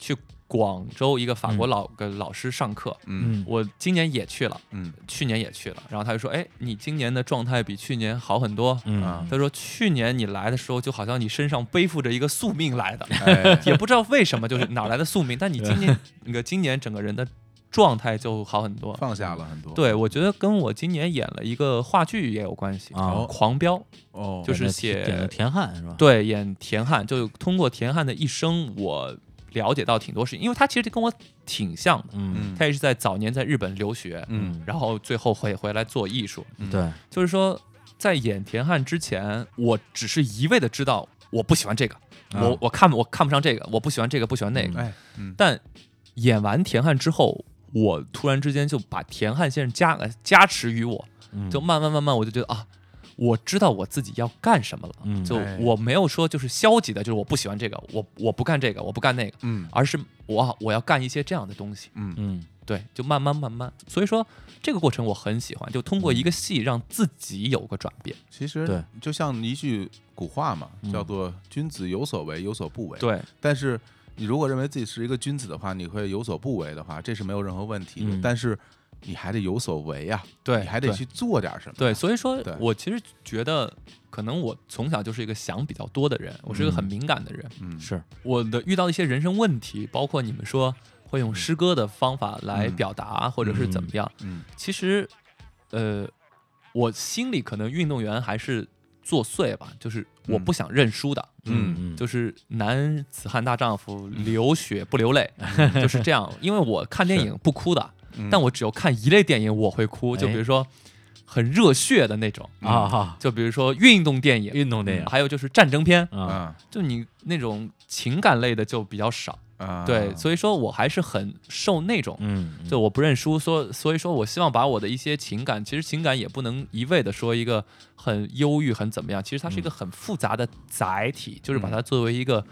Speaker 3: 去广州一个法国老个老师上课，
Speaker 2: 嗯
Speaker 1: 嗯
Speaker 3: 我今年也去了，
Speaker 2: 嗯
Speaker 3: 去年也去了，然后他就说：“哎，你今年的状态比去年好很多。”
Speaker 1: 嗯
Speaker 2: 啊，
Speaker 3: 他说：“去年你来的时候，就好像你身上背负着一个宿命来的，
Speaker 2: 哎
Speaker 3: 也不知道为什么，就是哪来的宿命。但你今年那个今年整个人的状态就好很多。
Speaker 2: 放下了很多。
Speaker 3: 对，我觉得跟我今年演了一个话剧也有关系
Speaker 1: 啊
Speaker 3: 狂飙》
Speaker 2: 哦，
Speaker 3: 就是
Speaker 1: 点了
Speaker 3: 写
Speaker 1: 点了田汉是吧？
Speaker 3: 对，演田汉，就通过田汉的一生，我了解到挺多事情，因为他其实跟我挺像的，
Speaker 1: 嗯
Speaker 3: 他也是在早年在日本留学，
Speaker 2: 嗯
Speaker 3: 然后最后回回来做艺术。
Speaker 2: 嗯
Speaker 1: 对，
Speaker 3: 就是说，在演田汉之前，我只是一味的知道我不喜欢这个，
Speaker 1: 啊
Speaker 3: 我我看我看不上这个，我不喜欢这个，不喜欢那个。
Speaker 2: 哎嗯
Speaker 3: 但演完田汉之后，我突然之间就把田汉先生加呃加持于我，
Speaker 1: 嗯
Speaker 3: 就慢慢慢慢我就觉得啊，我知道我自己要干什么了，
Speaker 1: 嗯
Speaker 3: 就
Speaker 2: 哎
Speaker 3: 我没有说就是消极的，就是我不喜欢这个，我我不干这个，我不干那个，
Speaker 2: 嗯
Speaker 3: 而是我我要干一些这样的东西，
Speaker 2: 嗯
Speaker 1: 嗯
Speaker 3: 对，就慢慢慢慢，所以说这个过程我很喜欢，就通过一个戏让自己有个转变，
Speaker 2: 其实
Speaker 1: 对
Speaker 2: 就像一句古话嘛，
Speaker 1: 嗯
Speaker 2: 叫做“君子有所为，有所不为”。，
Speaker 3: 对，
Speaker 2: 但是你如果认为自己是一个君子的话，你会有所不为的话，这是没有任何问题的。
Speaker 1: 嗯
Speaker 2: 但是你还得有所为啊，
Speaker 3: 对
Speaker 2: 你还得
Speaker 3: 对
Speaker 2: 去做点什么。啊
Speaker 3: 对，所以说
Speaker 2: 对
Speaker 3: 我其实觉得，可能我从小就是一个想比较多的人，我是一个很
Speaker 1: 嗯
Speaker 3: 敏感的人。
Speaker 2: 嗯，
Speaker 1: 是
Speaker 3: 我的遇到一些人生问题，包括你们说会用诗歌的方法来表达，或者是怎么样，
Speaker 2: 嗯
Speaker 3: 其实，呃，我心里可能运动员还是作祟吧，就是我
Speaker 2: 嗯
Speaker 3: 不想认输的，
Speaker 1: 嗯嗯
Speaker 3: 就是男子汉大丈夫，
Speaker 2: 嗯
Speaker 3: 流血不流泪，就是这样。因为我看电影不哭的，
Speaker 2: 嗯
Speaker 3: 但我只有看一类电影我会
Speaker 1: 哎
Speaker 3: 哭，就比如说很热血的那种
Speaker 1: 啊啊
Speaker 3: 就比如说运动电影、嗯
Speaker 1: 运动电影
Speaker 3: 还有就是战争片，
Speaker 1: 啊
Speaker 2: 啊
Speaker 3: 就你那种情感类的就比较少。
Speaker 2: 啊，
Speaker 3: 对，所以说我还是很受那种，
Speaker 1: 嗯嗯
Speaker 3: 就我不认输，所所以说我希望把我的一些情感，其实情感也不能一味的说一个很忧郁、很怎么样，其实
Speaker 1: 嗯
Speaker 3: 它是一个很复杂的载体，就是把它作为一个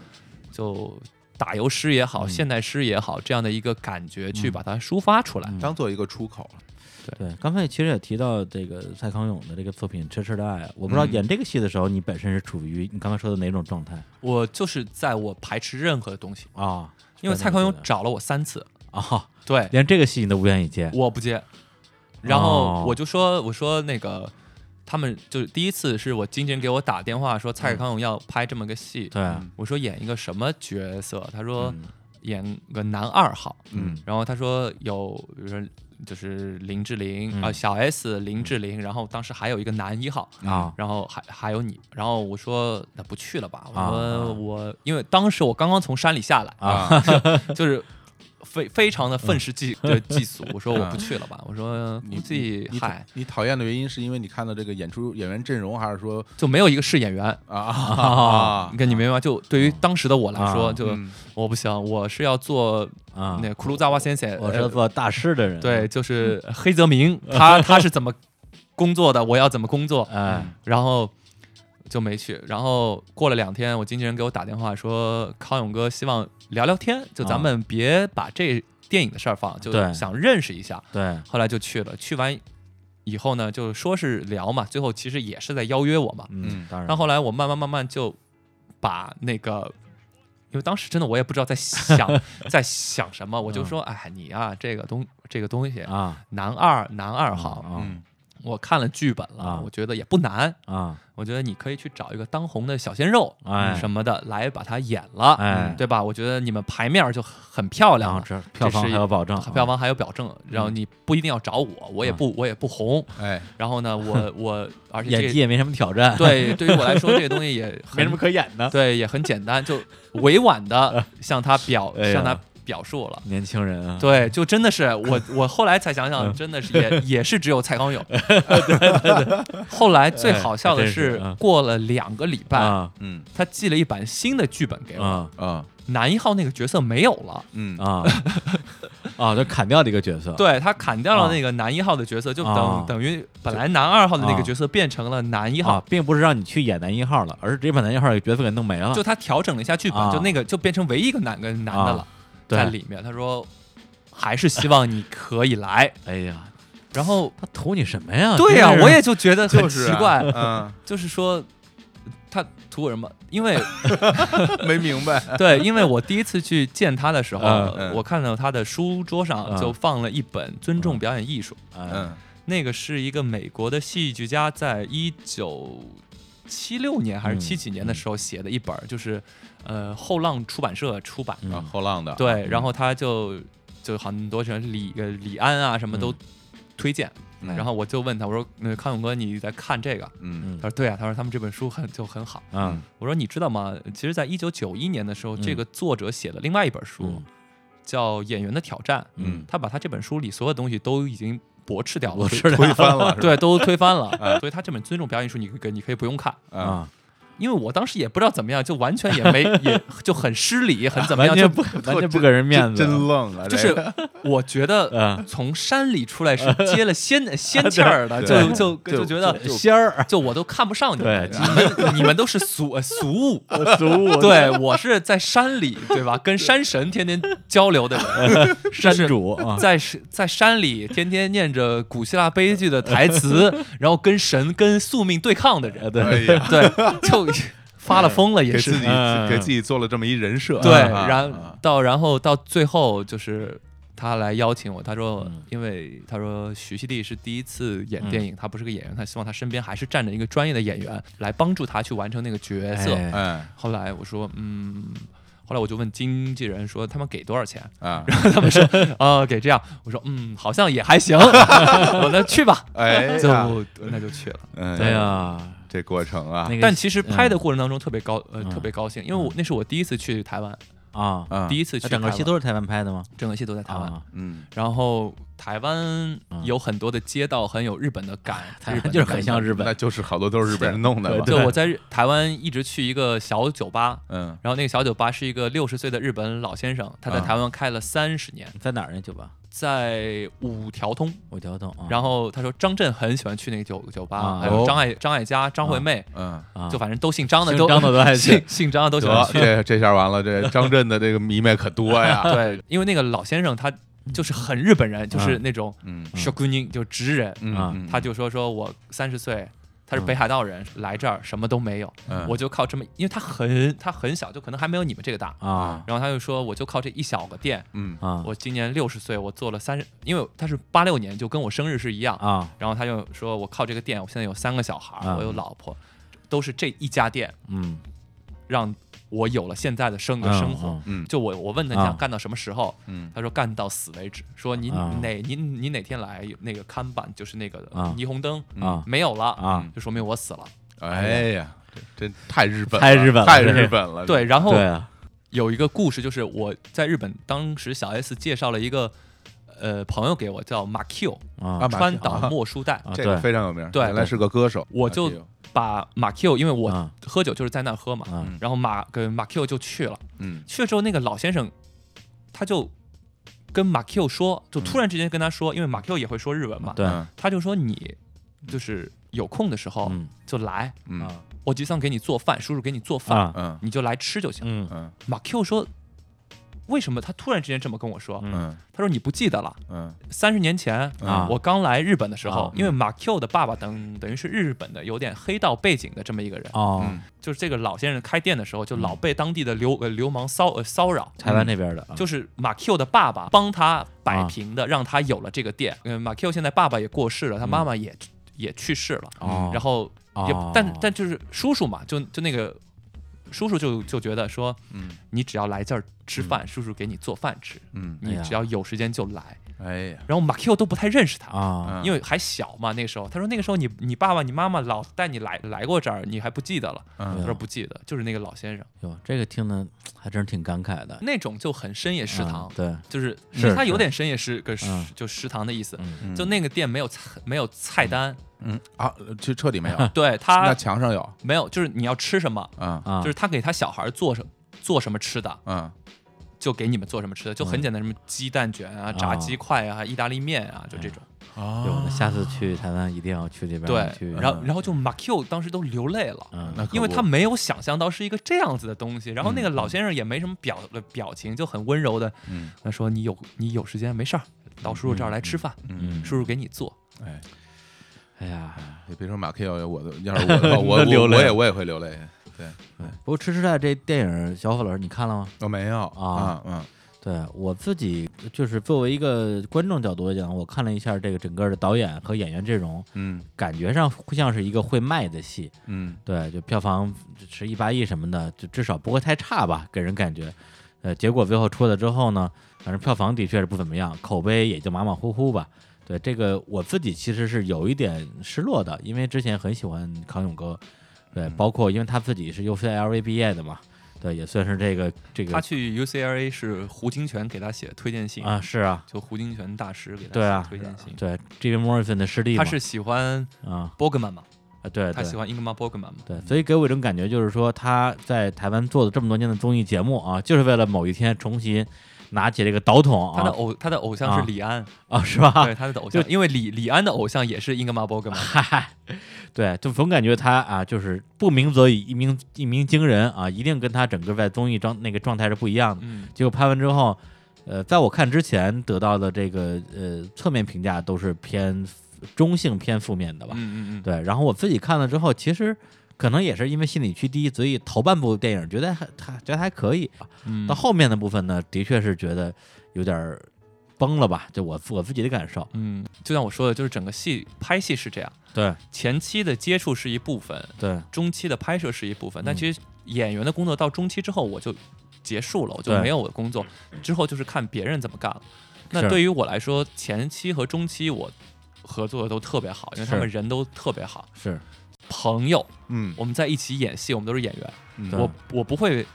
Speaker 3: 就打油诗也好、
Speaker 1: 嗯
Speaker 3: 现代诗也好这样的一个感觉去把它抒发出来。
Speaker 1: 嗯
Speaker 2: 当做一个出口。
Speaker 1: 对，刚才其实也提到这个蔡康永的这个作品《痴痴的爱》，我不知道
Speaker 2: 嗯
Speaker 1: 演这个戏的时候，你本身是处于你刚才说的哪种状态
Speaker 3: 我就是在我排斥任何东西，
Speaker 1: 啊？
Speaker 3: 因为蔡康永
Speaker 1: 找
Speaker 3: 找了我三次，
Speaker 1: 啊，
Speaker 3: 对，
Speaker 1: 连这个戏你都不愿意接，
Speaker 3: 我不接。然后
Speaker 1: 哦
Speaker 3: 我就说，我说那个，他们就是第一次是我经纪人给我打电话说蔡康永要拍这么个戏，
Speaker 1: 对，啊
Speaker 3: 我说演一个什么角色？他说
Speaker 1: 嗯
Speaker 3: 演个男二号。
Speaker 1: 嗯
Speaker 3: 然后他说有，比如说就是林志玲啊、
Speaker 1: 嗯
Speaker 3: 小 S 林志玲，然后当时还有一个男一号。
Speaker 1: 啊
Speaker 3: 然后还还有你，然后我说那不去了吧，我
Speaker 1: 啊
Speaker 3: 说
Speaker 1: 啊
Speaker 3: 我因为当时我刚刚从山里下来，
Speaker 1: 啊
Speaker 3: 就是非非常的
Speaker 1: 嗯
Speaker 3: 愤世嫉对嫉俗，我说我不去了吧，我说
Speaker 2: 你
Speaker 3: 估计
Speaker 2: 你
Speaker 3: 嗨
Speaker 2: 你讨厌的原因是因为你看到这个演出演员阵容，还是说
Speaker 3: 就没有一个是演员。
Speaker 2: 啊啊
Speaker 3: 你看，你明白吗？就对于当时的我来说，
Speaker 1: 哦啊
Speaker 3: 就
Speaker 2: 嗯
Speaker 3: 我不行，我是要做
Speaker 1: 啊！
Speaker 3: 嗯那库鲁扎瓦先生，
Speaker 1: 我
Speaker 3: 呃
Speaker 1: 是做嗯大师的人，
Speaker 3: 对，，就是黑泽明，他他是怎么工作的，我要怎么工作，
Speaker 1: 哎，
Speaker 3: 然后就没去。然后过了两天，我经纪人给我打电话说，康永哥希望聊聊天，就咱
Speaker 1: 啊
Speaker 3: 们别把这电影的事儿放，就
Speaker 1: 对
Speaker 3: 想认识一下。
Speaker 1: 对，嗯
Speaker 3: 后来就去了，去完以后呢，就说是聊嘛，最后其实也是在邀约我嘛。
Speaker 1: 嗯
Speaker 2: 嗯，
Speaker 1: 当然，
Speaker 3: 然后后来我慢慢慢慢就把那个，因为当时真的我也不知道 在想在想什么，我就
Speaker 1: 嗯
Speaker 3: 说，哎，你啊，这个东这个东西，
Speaker 1: 啊
Speaker 3: 男二男二号，
Speaker 1: 啊
Speaker 2: 嗯
Speaker 3: 我看了剧本了
Speaker 1: 啊，
Speaker 3: 我觉得也不难，
Speaker 1: 啊，
Speaker 3: 我觉得你可以去找一个当红的小鲜肉
Speaker 1: 哎
Speaker 3: 什么的来把它演了，
Speaker 1: 哎，
Speaker 3: 对吧？我觉得你们排面就很漂
Speaker 1: 然
Speaker 3: 亮
Speaker 1: 后
Speaker 3: 了。
Speaker 1: 这票房
Speaker 3: 这
Speaker 1: 还
Speaker 3: 是
Speaker 1: 有保证，
Speaker 3: 票房还有保证，然
Speaker 1: 啊
Speaker 3: 后
Speaker 1: 嗯啊
Speaker 3: 你不一定要找我，我也不我也不红，
Speaker 2: 哎
Speaker 3: 然后 呢，我我而且
Speaker 1: 演技
Speaker 3: 这
Speaker 1: 也没什么挑战，，
Speaker 3: 对对于我来说，这个东西也很
Speaker 1: 没什么可演的，
Speaker 3: 对，也很简单，就委婉的向他表
Speaker 1: 哎呀
Speaker 3: 向他表述了。
Speaker 1: 年轻人啊，
Speaker 3: 对，就真的是我，我后来才想想，
Speaker 1: 嗯
Speaker 3: 真的是也也是只有 蔡康永。后来最好笑的
Speaker 1: 哎还真
Speaker 3: 是
Speaker 1: 是嗯，
Speaker 3: 过了两个礼拜，
Speaker 1: 啊
Speaker 2: 嗯
Speaker 3: 他寄了一版新的剧本给我，
Speaker 1: 啊
Speaker 2: 啊
Speaker 3: 男一号那个角色没有了。
Speaker 2: 嗯
Speaker 1: 啊啊，就砍掉这个角色，
Speaker 3: 对他砍掉了
Speaker 1: 啊
Speaker 3: 那个男一号的角色，就等、
Speaker 1: 啊
Speaker 3: 等于本来男二号的那个
Speaker 1: 啊
Speaker 3: 角色变成了男一号
Speaker 1: 啊，，并不是让你去演男一号了，而是直接把男一号给角色给弄没了，
Speaker 3: 就他调整了一下剧本，
Speaker 1: 啊
Speaker 3: 就那个就变成唯一一个男跟男的了
Speaker 1: 啊，
Speaker 3: 在
Speaker 1: 对，
Speaker 3: 里面。他说还是希望你可以来，
Speaker 1: 哎呀，
Speaker 3: 然后
Speaker 1: 他图你什么呀？
Speaker 3: 对呀、
Speaker 1: 真是
Speaker 3: 我也就觉得很
Speaker 2: 就是
Speaker 3: 奇怪，
Speaker 2: 啊
Speaker 3: 就是说他图我什么？因为
Speaker 2: 嗯没明白
Speaker 3: 对，因为我第一次去见他的时候，
Speaker 1: 嗯
Speaker 2: 嗯
Speaker 3: 我看到他的书桌上
Speaker 1: 嗯
Speaker 3: 就放了一本《尊重表演艺术》，
Speaker 1: 哎
Speaker 2: 嗯
Speaker 3: 那个是一个美国的戏剧家在一九。七六年还是七几年的时候写的一本，就是，呃，后浪出版社出版
Speaker 2: 啊
Speaker 1: 嗯
Speaker 2: 后浪的
Speaker 3: 对，
Speaker 1: 嗯
Speaker 3: 然后他就就很多什么李呃李安啊什么都
Speaker 1: 嗯
Speaker 3: 推荐，
Speaker 2: 嗯
Speaker 3: 然后我就问他，我说那康永哥你在看这个？
Speaker 2: 嗯
Speaker 3: 他说对啊，他说他们这本书很就很好。
Speaker 1: 嗯
Speaker 3: 我说你知道吗？其实，在一九九一年的时候，
Speaker 1: 嗯
Speaker 3: 这个作者写的另外一本书
Speaker 1: 嗯
Speaker 3: 叫《演员的挑战》，
Speaker 1: 嗯
Speaker 3: 他把他这本书里所有东西都已经驳斥掉了
Speaker 1: 我，知道
Speaker 2: 推翻了是吧
Speaker 3: 对，都推翻了，所以他这本《尊重表演艺术》你可以你可以不用看。
Speaker 2: 啊
Speaker 1: 啊
Speaker 3: 因为我当时也不知道怎么样，就完全也没也就很失礼，很怎么样，
Speaker 1: 完
Speaker 3: 就
Speaker 1: 全不完全不给人面子，
Speaker 2: 真真愣啊！
Speaker 3: 就
Speaker 2: 这
Speaker 3: 是
Speaker 2: 个
Speaker 3: 我觉得
Speaker 1: 嗯，
Speaker 3: 从山里出来是接了仙仙气儿的，
Speaker 2: 对
Speaker 3: 就就
Speaker 2: 对
Speaker 3: 就觉得
Speaker 2: 就
Speaker 1: 仙儿
Speaker 3: 就我都看不上你
Speaker 1: 对
Speaker 3: 们，你们你们都是俗俗物，
Speaker 1: 俗物，
Speaker 3: 对 我是在山里，对吧？跟山神天天交流的人，
Speaker 1: 山
Speaker 3: 就是
Speaker 1: 主
Speaker 2: 嗯
Speaker 1: 啊，
Speaker 3: 在是在山里天天念着古希腊悲剧的台 词，然后跟神跟宿命对抗的人，
Speaker 1: 对
Speaker 2: 哎呀，
Speaker 3: 对，就发了疯了也
Speaker 2: 给
Speaker 3: 是
Speaker 2: 自。己
Speaker 1: 嗯
Speaker 2: 给自己做了这么一人设啊，
Speaker 3: 对，
Speaker 2: 啊
Speaker 3: 然到然后到最后就是他来邀请我，他说
Speaker 1: 嗯，
Speaker 3: 因为他说徐熙娣是第一次演电影，
Speaker 2: 嗯
Speaker 3: 他不是个演员，他希望他身边还是站着一个专业的演员来帮助他去完成那个角色。
Speaker 1: 哎
Speaker 2: 哎
Speaker 3: 后来我说，嗯，后来我就问经纪人说，他们给多 少钱？
Speaker 2: 啊，
Speaker 3: 他们说，呃，给这样。我说，嗯，好像也还 行。我那去吧，
Speaker 2: 哎
Speaker 3: 就
Speaker 2: 呀，
Speaker 3: 那就去了。
Speaker 2: 哎
Speaker 1: 对，呀，
Speaker 2: 这过程啊
Speaker 1: 那，个
Speaker 3: 但其实拍的
Speaker 1: 嗯
Speaker 3: 过程当中特别高，呃，
Speaker 1: 嗯
Speaker 3: 特别高兴，因为我那是我第一次去台湾，
Speaker 1: 啊，
Speaker 2: 啊
Speaker 3: 第一次去
Speaker 1: 那整个
Speaker 3: 台
Speaker 1: 戏
Speaker 3: 湾
Speaker 1: 都是台湾拍的吗？
Speaker 3: 整个戏都在台湾。
Speaker 1: 啊，
Speaker 2: 嗯，
Speaker 3: 然后台湾
Speaker 1: 嗯啊
Speaker 3: 有很多的街道很有日本的感，
Speaker 1: 台
Speaker 3: 日
Speaker 1: 湾
Speaker 3: 本
Speaker 1: 就是
Speaker 3: 的
Speaker 1: 很
Speaker 3: 感
Speaker 1: 像
Speaker 3: 觉。
Speaker 1: 日
Speaker 2: 那
Speaker 1: 本，
Speaker 2: 就是好多都是日本人弄的吧，
Speaker 1: 对
Speaker 3: 就我在日台湾一直去一个小酒吧，
Speaker 2: 嗯，
Speaker 3: 然后那个小酒吧是一个六十岁的日本老先生，他在
Speaker 2: 嗯
Speaker 3: 台湾开了三十年，
Speaker 1: 在哪儿呢？酒吧？
Speaker 3: 在五条通。
Speaker 1: 五条通啊，
Speaker 3: 然后他说张震很喜欢去那个酒酒吧，
Speaker 1: 啊
Speaker 3: 还有张艾张艾嘉、张惠妹，
Speaker 2: 嗯，
Speaker 1: 后
Speaker 3: 就反正都姓张的
Speaker 1: 姓
Speaker 3: 都
Speaker 1: 啊 张的都爱去
Speaker 3: 姓姓张的都喜欢
Speaker 2: 得
Speaker 3: 去。
Speaker 2: 这这下完了， 这张震的这个迷妹可多呀，
Speaker 3: 对，因为那个老先生他就是很日本人，就是那种
Speaker 2: 嗯
Speaker 1: 嗯
Speaker 3: s h o g u n i 就直人，
Speaker 2: 嗯
Speaker 1: 啊
Speaker 2: 嗯
Speaker 3: 他就说说我三十岁，他是
Speaker 1: 嗯
Speaker 3: 北海道人，来这儿什么都没有，
Speaker 2: 嗯
Speaker 3: 我就靠这么，因为他很他很小，就可能还没有你们这个大。
Speaker 1: 啊
Speaker 3: 然后他就说，我就靠这一小个店，
Speaker 2: 嗯
Speaker 1: 啊
Speaker 3: 我今年六十岁，我做了三十，因为他是八六年，就跟我生日是一样。
Speaker 1: 啊，
Speaker 3: 然后他就说，我靠这个店，我现在有三个小孩儿，
Speaker 2: 嗯
Speaker 1: 啊
Speaker 3: 我有老婆，都是这一家店
Speaker 1: 嗯，
Speaker 3: 让我有了现在的生
Speaker 1: 嗯
Speaker 3: 个生活。
Speaker 1: 嗯
Speaker 2: 嗯
Speaker 3: 就我我问他你
Speaker 1: 啊
Speaker 3: 想干到什么时候，
Speaker 2: 嗯
Speaker 3: 他说干到死为止。说你
Speaker 1: 啊
Speaker 3: 哪你你哪天来那个看板就是那个
Speaker 1: 啊
Speaker 2: 嗯
Speaker 3: 霓虹灯
Speaker 1: 啊
Speaker 3: 没有了
Speaker 1: 啊，
Speaker 3: 就说明我死了。
Speaker 2: 哎呀，这真太日本了，
Speaker 1: 太日本了
Speaker 2: 太
Speaker 1: 这
Speaker 2: 日本了，
Speaker 3: 对，然后
Speaker 1: 对啊，
Speaker 3: 有一个故事，就是我在日本当时小 S 介绍了一个呃朋友给我，叫马 Q，
Speaker 1: 啊
Speaker 2: 啊嗯马 Q，
Speaker 3: 川岛莫书代。
Speaker 1: 啊，
Speaker 2: 这
Speaker 1: 对
Speaker 2: 个非常有名，
Speaker 3: 对
Speaker 2: 原来是个歌手，
Speaker 3: 我就
Speaker 2: 啊这个
Speaker 3: 把马 Q，因为我
Speaker 1: 啊
Speaker 3: 喝酒就是在那儿喝嘛，
Speaker 1: 啊
Speaker 2: 嗯
Speaker 3: 然后马跟马 Q 就去了，
Speaker 2: 嗯
Speaker 3: 去了之后那个老先生他就跟马 Q 说，就突然之间跟他说，因为马 Q 也会说日文嘛，
Speaker 1: 对，
Speaker 2: 嗯
Speaker 3: 他就说你就是有空的时候
Speaker 1: 嗯
Speaker 3: 就来，
Speaker 2: 嗯
Speaker 1: 啊
Speaker 3: 我吉桑给你做饭，叔叔给你做饭，
Speaker 1: 啊
Speaker 2: 嗯
Speaker 3: 你就来吃就行。
Speaker 1: 嗯
Speaker 2: 嗯
Speaker 3: 马 Q 说，为什么他突然之间这么跟我说？
Speaker 1: 嗯
Speaker 2: 嗯
Speaker 3: 他说你不记得了，
Speaker 2: 嗯
Speaker 3: 三十年前。
Speaker 1: 啊
Speaker 3: 嗯我刚来日本的时候，
Speaker 1: 啊
Speaker 3: 因为马 Q 的爸爸等等于是日本的有点黑道背景的这么一个人，
Speaker 1: 哦
Speaker 2: 嗯，
Speaker 3: 就是这个老先生开店的时候就
Speaker 1: 嗯
Speaker 3: 老被当地的流呃流氓骚呃骚扰，
Speaker 1: 台湾那边的啊
Speaker 3: 就是马 Q 的爸爸帮他摆平的，让他有了这个
Speaker 1: 啊
Speaker 3: 店。嗯，马 Q 现在爸爸也过世了，他妈妈也也去世了，
Speaker 1: 嗯哦，
Speaker 3: 嗯然后也
Speaker 1: 哦
Speaker 3: 但但就是叔叔嘛，就就那个叔叔就就觉得说，
Speaker 2: 嗯
Speaker 3: 你只要来这儿吃饭，叔叔给你做饭吃，
Speaker 2: 嗯，
Speaker 1: 嗯哎
Speaker 3: 你
Speaker 1: 呀
Speaker 3: 只要有时间就来。
Speaker 2: 哎呀，嗯
Speaker 3: 然后马 Q 都不太认识他，
Speaker 1: 啊
Speaker 3: 因为还小嘛，那个时候他说那个时候你你爸爸你妈妈老带你来来过这儿，你还不记得了？他
Speaker 1: 哎
Speaker 2: 嗯
Speaker 3: 说不记得，就是那个老先生，
Speaker 1: 哟，哎这个听的还真是挺感慨的。
Speaker 3: 那种就很深嗯夜食堂
Speaker 1: 嗯，对，
Speaker 3: 就是
Speaker 1: 是
Speaker 3: 其实他
Speaker 1: 是
Speaker 3: 有点深夜食个食
Speaker 1: 嗯
Speaker 3: 就食堂的意思。
Speaker 1: 嗯
Speaker 2: 嗯
Speaker 3: 就那个店没有菜，没有菜单，
Speaker 2: 嗯啊，这彻底没有，
Speaker 3: 对
Speaker 2: 那
Speaker 3: 他
Speaker 2: 墙上有
Speaker 3: 没有，就是你要吃什么，
Speaker 2: 啊
Speaker 1: 啊，
Speaker 3: 就是他给他小孩做什做什么吃的，
Speaker 2: 嗯
Speaker 3: 就给你们做什么吃的，就很
Speaker 1: 嗯
Speaker 3: 简单，什么鸡蛋卷啊、炸鸡块啊、意大利面啊，就这种。
Speaker 1: 有
Speaker 2: 啊
Speaker 1: 的，哎下次去台湾一定要去这边
Speaker 3: 对
Speaker 1: 去，，
Speaker 3: 然后然后就马 Q 当时都流泪了。
Speaker 1: 嗯
Speaker 2: 那可
Speaker 3: 因为
Speaker 2: 不
Speaker 3: 他没有想象到是一个这样子的东西，然后那个老先生也没什么表呃表情，就很温柔的
Speaker 2: 嗯
Speaker 3: 他说：“你有你有时间没事儿，到叔叔这儿来吃饭，
Speaker 2: 嗯，
Speaker 3: 叔叔给你做。
Speaker 2: 哎，
Speaker 1: 哎呀，
Speaker 2: 也别说马 K 我的，要是我的话，我
Speaker 1: 那
Speaker 2: 我
Speaker 1: 流
Speaker 2: 我
Speaker 1: 泪
Speaker 2: 也我也会流泪，对，
Speaker 1: 不过《吃吃菜》这电影，小虎老师你看了吗？
Speaker 2: 我没有
Speaker 1: 啊
Speaker 2: 嗯
Speaker 1: 对我自己就是作为一个观众角度来讲，我看了一下这个整个的导演和演员阵容，
Speaker 2: 嗯
Speaker 1: 感觉上会像是一个会卖的戏，
Speaker 2: 嗯
Speaker 1: 对，就票房十亿八亿什么的，就至少不会太差吧，给人感觉。呃，结果最后出了之后呢，反正票房的确是不怎么样，口碑也就马马虎虎吧。对这个我自己其实是有一点失落的，因为之前很喜欢康永哥，对，
Speaker 3: 嗯
Speaker 1: 包括因为他自己是 UCLA 毕业的嘛，对，也算是这个这”
Speaker 3: 他
Speaker 1: 个
Speaker 3: 去 UCLA 是胡金铨给他写推荐信
Speaker 1: 啊，是啊，
Speaker 3: 就胡金铨大师给他
Speaker 1: 对啊
Speaker 3: 写推荐信。
Speaker 1: 对 j i m Morrison 的师弟嘛，
Speaker 3: 他是喜欢
Speaker 1: 啊
Speaker 3: Bogman 嘛？
Speaker 1: 啊，对
Speaker 3: 他
Speaker 1: 对
Speaker 3: 喜欢 Ingmar Bergman 嘛。
Speaker 1: 对，所以给我一种感觉就是说，他在台湾做了这么多年的综艺节目啊，就是为了某一天重新拿起这个导筒
Speaker 3: 他的
Speaker 1: 啊
Speaker 3: 偶他的偶像
Speaker 1: 啊
Speaker 3: 是李安，
Speaker 1: 啊，是吧？
Speaker 3: 对他的偶像，因为李李安的偶像也是 Ingmar Bergman，
Speaker 1: 嗨，对，就总感觉他啊，就是不鸣则已，一鸣一鸣惊人啊，一定跟他整个在综艺状那个状态是不一样的。
Speaker 3: 嗯，
Speaker 1: 结果拍完之后，呃，在我看之前得到的这个呃侧面评价都是偏中性、偏负面的吧？
Speaker 3: 嗯嗯嗯，
Speaker 1: 对，然后我自己看了之后，其实可能也是因为心理区低，所以头半部电影觉得还还觉得还可以，
Speaker 3: 嗯
Speaker 1: 到后面的部分呢，的确是觉得有点儿崩了吧，就我我自己的感受。
Speaker 3: 嗯，就像我说的，就是整个戏拍戏是这样，
Speaker 1: 对
Speaker 3: 前期的接触是一部分，
Speaker 1: 对
Speaker 3: 中期的拍摄是一部分，但
Speaker 1: 嗯
Speaker 3: 其实演员的工作到中期之后我就结束了，我就
Speaker 1: 对
Speaker 3: 没有我的工作，之后就是看别人怎么干了。那
Speaker 1: 是
Speaker 3: 对于我来说，前期和中期我合作的都特别好，因为他
Speaker 1: 是
Speaker 3: 们人都特别好，
Speaker 1: 是，
Speaker 3: 朋友，
Speaker 2: 嗯，
Speaker 3: 我们在一起演戏，我们都是演员，
Speaker 2: 嗯
Speaker 1: 对
Speaker 3: 我我不会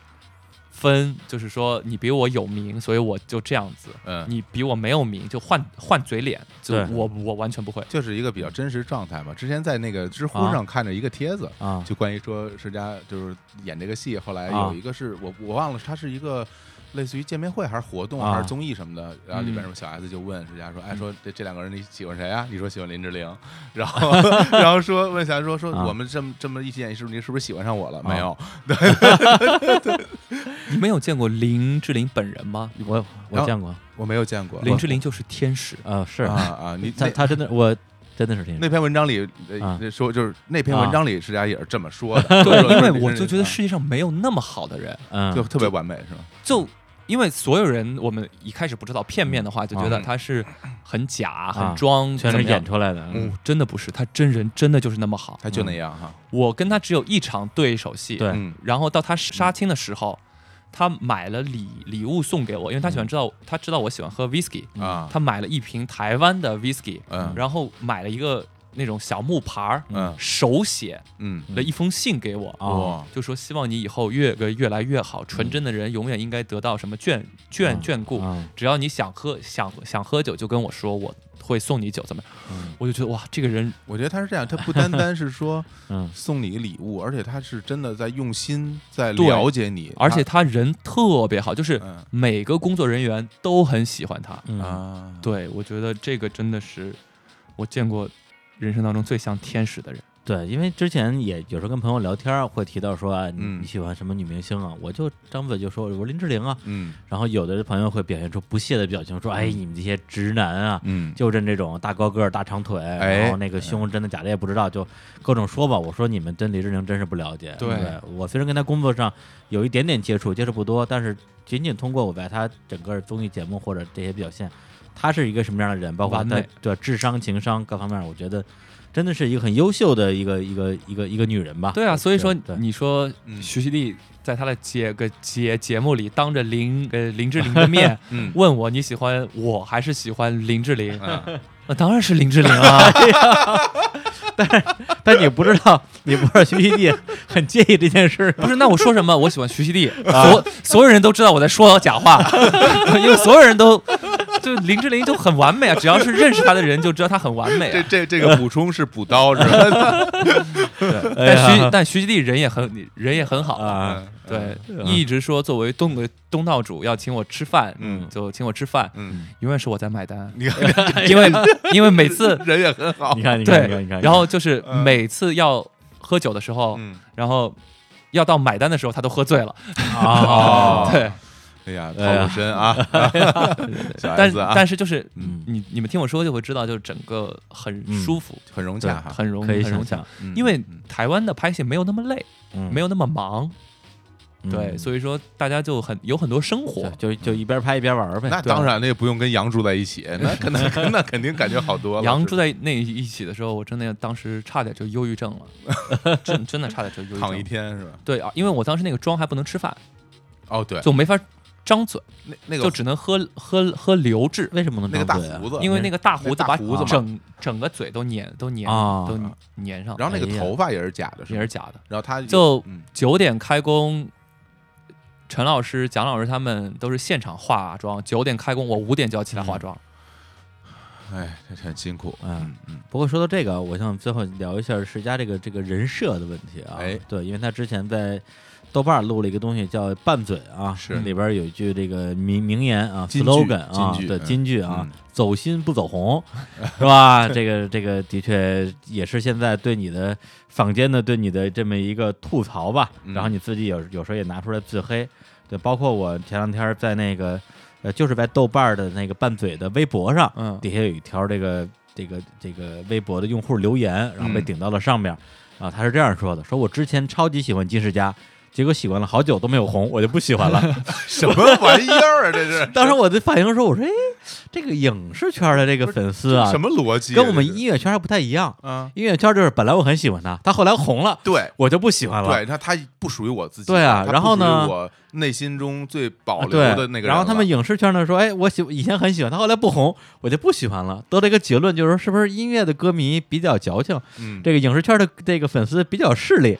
Speaker 3: 分，就是说你比我有名，所以我就这样子。
Speaker 2: 嗯，
Speaker 3: 你比我没有名，就换换嘴脸，就
Speaker 1: 对
Speaker 3: 我我完全不会。
Speaker 2: 就是一个比较真实状态嘛。之前在那个知乎
Speaker 1: 啊
Speaker 2: 上看着一个帖子，
Speaker 1: 啊
Speaker 2: 就关于说石家就是演这个戏，后来
Speaker 1: 啊
Speaker 2: 有一个是我我忘了，他是一个类似于见面会还是活动
Speaker 1: 啊
Speaker 2: 还是综艺什么的，然后里边
Speaker 3: 嗯
Speaker 2: 什么小 S 就问石家说，哎，说这这两个人你喜欢谁啊？你说喜欢林志玲，然后然后说问小 S 说说
Speaker 1: 啊
Speaker 2: 我们这么这么一起演，是不是你是不是喜欢上我了？
Speaker 1: 啊
Speaker 2: 没有，
Speaker 3: 你没有见过林志玲本人吗？
Speaker 1: 我我见过，
Speaker 2: 我没有见过。
Speaker 3: 林志玲就是天使，
Speaker 1: 呃，是
Speaker 2: 啊啊，你
Speaker 1: 他
Speaker 2: 那
Speaker 1: 他真的 我真的是天
Speaker 2: 那篇文章里
Speaker 1: 啊
Speaker 2: 呃说就是那篇
Speaker 1: 啊
Speaker 2: 文章里石家也是这么说的，
Speaker 3: 对，
Speaker 2: 说
Speaker 3: 因为
Speaker 2: 说林
Speaker 3: 我
Speaker 2: 志
Speaker 3: 就觉得
Speaker 2: 玲
Speaker 3: 世界上没有那么好的人，
Speaker 1: 嗯
Speaker 2: 啊就特别完美是吗？
Speaker 3: 就因为所有人我们一开始不知道，片面的话就觉得
Speaker 2: 嗯
Speaker 3: 他是很假、
Speaker 1: 啊
Speaker 3: 很装，
Speaker 1: 全是
Speaker 3: 怎么样
Speaker 1: 演。出来的，嗯
Speaker 3: 哦，真的不是，他真人真的就是那么好。
Speaker 2: 他就那样哈，
Speaker 3: 我跟他只有一场对手戏，
Speaker 1: 对
Speaker 2: 嗯
Speaker 3: 然后到他杀青的时候，他买了礼礼物送给我，因为他喜欢知道、他知道我喜欢喝 whisky，
Speaker 1: 嗯
Speaker 2: 啊，
Speaker 3: 他买了一瓶台湾的 whisky，、
Speaker 2: 嗯
Speaker 3: 然后买了一个那种小木牌儿，
Speaker 2: 嗯
Speaker 3: 手写
Speaker 2: 嗯
Speaker 3: 了一封信给我。啊
Speaker 1: 哦，
Speaker 2: 哇
Speaker 3: 就说希望你以后越个越来越好，纯真的人永远应该得到什么眷眷
Speaker 1: 嗯
Speaker 3: 眷顾。
Speaker 1: 啊
Speaker 3: 只要你想喝想想喝酒，就跟我说，我会送你酒，怎么样？
Speaker 1: 嗯
Speaker 3: 我就觉得哇，这个人
Speaker 2: 我觉得他是这样，他不单单是说
Speaker 1: 嗯
Speaker 2: 送你礼物，而且他是真的在用心在
Speaker 3: 对
Speaker 2: 了解你，
Speaker 3: 而且他人特别好，就是
Speaker 2: 嗯
Speaker 3: 每个工作人员都很喜欢他。
Speaker 1: 嗯
Speaker 2: 他啊，
Speaker 3: 对，我觉得这个真的是我见过人生当中最像天使的人。
Speaker 1: 对，因为之前也有时候跟朋友聊天儿会提到说，哎，你
Speaker 2: 嗯
Speaker 1: 你喜欢什么女明星啊？我就张嘴就说，我说林志玲啊。
Speaker 2: 嗯
Speaker 1: 然后有的朋友会表现出不屑的表情，说，哎，
Speaker 3: 嗯
Speaker 1: 你们这些直男啊，
Speaker 2: 嗯，
Speaker 1: 就认这种大高个儿、大长腿，
Speaker 2: 哎
Speaker 1: 然后那个胸真的假的也不知道，就各种说吧。我说你们对林志玲真是不了解。
Speaker 3: 对
Speaker 1: 我虽然跟她工作上有一点点接触，接触不多，但是仅仅通过我在她整个综艺节目或者这些表现，她是一个什么样的人，包括她
Speaker 3: 完美
Speaker 1: 的对智商、情商各方面，我觉得真的是一个很优秀的一个一个一个一个女人吧。
Speaker 3: 对啊，所以说
Speaker 1: 对
Speaker 3: 你说
Speaker 2: 嗯
Speaker 3: 徐熙娣在她的节个节节目里，当着林呃林志玲 的面
Speaker 2: 嗯
Speaker 3: 问我你喜欢我还是喜欢林志玲？
Speaker 2: 啊
Speaker 3: 那当然是林志 玲啊，
Speaker 1: 但你不知道，你不知道徐熙娣很介意这件事儿。
Speaker 3: 不是？那我说什么？我喜欢徐熙娣，
Speaker 2: 啊
Speaker 3: 所所有人都知道我在说假话， 因为所有人都就林志玲就很完美啊，只要是认识她的人就知道她很完美、啊。
Speaker 2: 这这这个补充是补刀是吧？
Speaker 1: 哎呀
Speaker 3: 但徐但徐熙娣人也很人也很好
Speaker 1: 啊，
Speaker 2: 嗯，
Speaker 3: 对，
Speaker 1: 嗯
Speaker 3: 一直说作为东东道主要请我吃饭，
Speaker 2: 嗯
Speaker 3: 就请我吃饭，
Speaker 2: 嗯，
Speaker 3: 永远是我在买 单，
Speaker 2: 你看
Speaker 3: 因为因为每次
Speaker 2: 人也很好
Speaker 1: 你，看，你看，你看，哦
Speaker 3: 对
Speaker 1: 你看，，
Speaker 3: 然后就是
Speaker 2: 嗯
Speaker 3: 每次要喝酒的时候，
Speaker 2: 嗯，
Speaker 3: 然后要到买单的时候，他都喝醉了，
Speaker 1: 啊，
Speaker 2: 哦
Speaker 3: 对，
Speaker 2: 哎呀，
Speaker 1: 哎呀
Speaker 2: 套路深啊， 小
Speaker 3: 但
Speaker 2: S 啊，
Speaker 3: 但是就是
Speaker 1: 嗯，
Speaker 3: 你你们听我说就会知道，就是整个很
Speaker 1: 嗯
Speaker 3: 舒服，
Speaker 2: 很融洽哈，
Speaker 3: 很融
Speaker 1: 可以
Speaker 3: 很
Speaker 1: 想
Speaker 3: 融洽
Speaker 1: 象，，
Speaker 2: 嗯
Speaker 3: 因为
Speaker 2: 嗯
Speaker 3: 台湾的拍戏没有那么累，
Speaker 1: 嗯
Speaker 3: 没有那么忙，对，
Speaker 1: 嗯
Speaker 3: 所以说大家就很有很多生活
Speaker 1: 对，就就一边拍一边玩儿呗。
Speaker 3: 啊
Speaker 2: 那
Speaker 1: 对
Speaker 2: 当，然，那也不用跟羊住在一起，那肯 定那肯定感觉好多了。
Speaker 3: 杨
Speaker 2: 是
Speaker 3: 住在那一起的时候，我真的当时差点就忧郁症 了，真真的差点就忧郁
Speaker 2: 吧躺一
Speaker 3: 症。
Speaker 2: 天是吧？
Speaker 3: 对啊，因为我当时那个妆还不能吃饭，
Speaker 2: 哦，对，
Speaker 3: 就没法张嘴，
Speaker 2: 那那个
Speaker 3: 就只能喝喝喝流质，
Speaker 1: 为什么能
Speaker 2: 那个大
Speaker 1: 张嘴啊
Speaker 2: 胡子，
Speaker 3: 因为那个大胡子
Speaker 2: 那大
Speaker 3: 把
Speaker 2: 胡子嘛
Speaker 3: 整整个嘴都粘都粘
Speaker 1: 啊
Speaker 3: 都粘上，
Speaker 2: 然后
Speaker 1: 哎
Speaker 2: 那个
Speaker 1: 呀
Speaker 2: 头发也是假的，是
Speaker 3: 也
Speaker 2: 吧
Speaker 3: 是假的。
Speaker 2: 然后他
Speaker 3: 就
Speaker 2: 嗯
Speaker 3: 九点开工，陈老师、蒋老师他们都是现场化妆，九点开工，我五点就要起来化妆。
Speaker 2: 哎，这很辛苦。
Speaker 1: 嗯，不过说到这个，我想最后聊一下世嘉这个这个人设的问题啊。
Speaker 2: 哎
Speaker 1: 对，因为他之前在豆瓣儿录了一个东西叫《拌嘴》啊，
Speaker 2: 是
Speaker 1: 里边儿有一句这个名名言啊
Speaker 2: 金句
Speaker 1: ，slogan 啊，
Speaker 2: 金句
Speaker 1: 对，
Speaker 2: 嗯
Speaker 1: 金句啊
Speaker 2: 嗯，
Speaker 1: 走心不走红，是吧？ 这个这个的确也是现在对你的坊间的对你的这么一个吐槽吧。
Speaker 2: 嗯
Speaker 1: 然后你自己有有时候也拿出来自黑，对，包括我前两天在那个呃，就是在豆瓣儿的那个拌嘴的微博上，
Speaker 3: 嗯，
Speaker 1: 底下有一条这个这个这个微博的用户留言，然后被
Speaker 2: 嗯
Speaker 1: 顶到了上面。啊，他是这样说的：说我之前超级喜欢金世佳，结果喜欢了好久都没有红，我就不喜欢了。
Speaker 2: 什么玩意儿啊？这是
Speaker 1: 当时我的反应说，我说，哎，这个影视圈的这个粉丝啊
Speaker 2: 什，么逻辑啊？
Speaker 1: 跟我们
Speaker 2: 这是
Speaker 1: 音乐圈还不太一样。
Speaker 2: 啊，
Speaker 1: 音乐圈就是本来我很喜欢他，他后来红了，
Speaker 2: 对
Speaker 1: 我就不喜欢了。
Speaker 2: 对，那他不属于我自己的，
Speaker 1: 对啊
Speaker 2: 他
Speaker 1: 然
Speaker 2: 不
Speaker 1: 后
Speaker 2: 属于
Speaker 1: 呢
Speaker 2: 我内心中最保
Speaker 1: 啊
Speaker 2: 留的那个人了，
Speaker 1: 对，然后他们影视圈呢说，哎，我喜以前很喜欢他，后来不红，我就不喜欢了。得了一个结论，就是说，是不是音乐的歌迷比较矫情，
Speaker 2: 嗯，
Speaker 1: 这个影视圈的这个粉丝比较势利，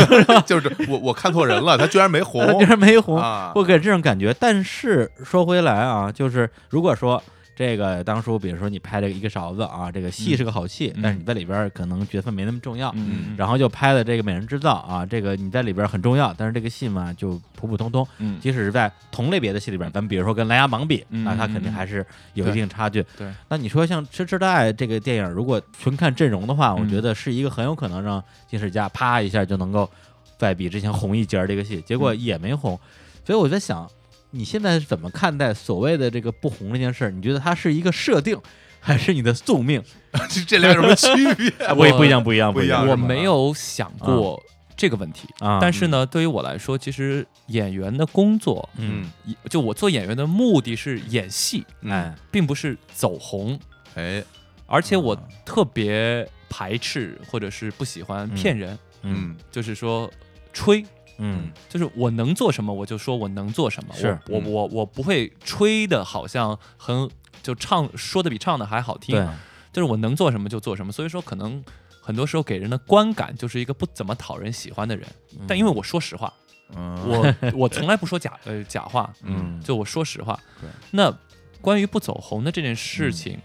Speaker 2: 就是我我看错人了，他居然没 红
Speaker 1: 他居然没红，
Speaker 2: 啊，
Speaker 1: 会给这种感觉。但是说回来啊，就是如果说这个当初，比如说你拍这个一个勺子啊，这个戏是个好戏，
Speaker 3: 嗯
Speaker 1: 但是你在里边儿可能角色没那么重要，
Speaker 3: 嗯，
Speaker 1: 然后就拍了这个《美人制造》啊，这个你在里边儿很重要，但是这个戏嘛就普普通通。
Speaker 3: 嗯
Speaker 1: 即使是在同类别的戏里边儿，咱们比如说跟《琅琊榜》比，
Speaker 3: 嗯
Speaker 1: 那它肯定还是有一定差距。
Speaker 3: 对，
Speaker 1: 那你说像《痴痴的爱》这个电影，如果纯看阵容的话，我
Speaker 3: 嗯
Speaker 1: 觉得是一个很有可能让金世佳啪一下就能够再比之前红一截儿这个戏，结果也没红。所以我在想，你现在是怎么看待所谓的这个不红这件事儿？你觉得它是一个设定，还是你的宿命？
Speaker 2: 这 这俩有什么区别？
Speaker 1: 哎不一不一样，不一样，
Speaker 2: 不一
Speaker 1: 一样
Speaker 2: 样。
Speaker 3: 我
Speaker 2: 是吗
Speaker 3: 没有想过这个问题，
Speaker 1: 啊，
Speaker 3: 但是呢，对于我来说，其实演员的工作，
Speaker 1: 嗯，
Speaker 3: 就我做演员的目的是演戏，
Speaker 2: 嗯
Speaker 1: 哎，
Speaker 3: 并不是走红，
Speaker 1: 嗯
Speaker 2: 哎，
Speaker 3: 而且我
Speaker 2: 啊
Speaker 3: 特别排斥或者是不喜欢骗人，
Speaker 1: 嗯
Speaker 2: 嗯
Speaker 3: 就是说吹。
Speaker 1: 嗯
Speaker 3: 就是我能做什么，我就说我能做什么。
Speaker 1: 是
Speaker 3: 我
Speaker 2: 嗯
Speaker 3: 我我我不会吹的，好像很就唱说的比唱的还好听。
Speaker 1: 对，
Speaker 3: 就是我能做什么就做什么。所以说，可能很多时候给人的观感就是一个不怎么讨人喜欢的人。但因为我说实话，
Speaker 2: 嗯，
Speaker 3: 我我从来不说假呃假话，
Speaker 1: 嗯
Speaker 3: 就我说实话
Speaker 2: 对。
Speaker 3: 那关于不走红的这件事情，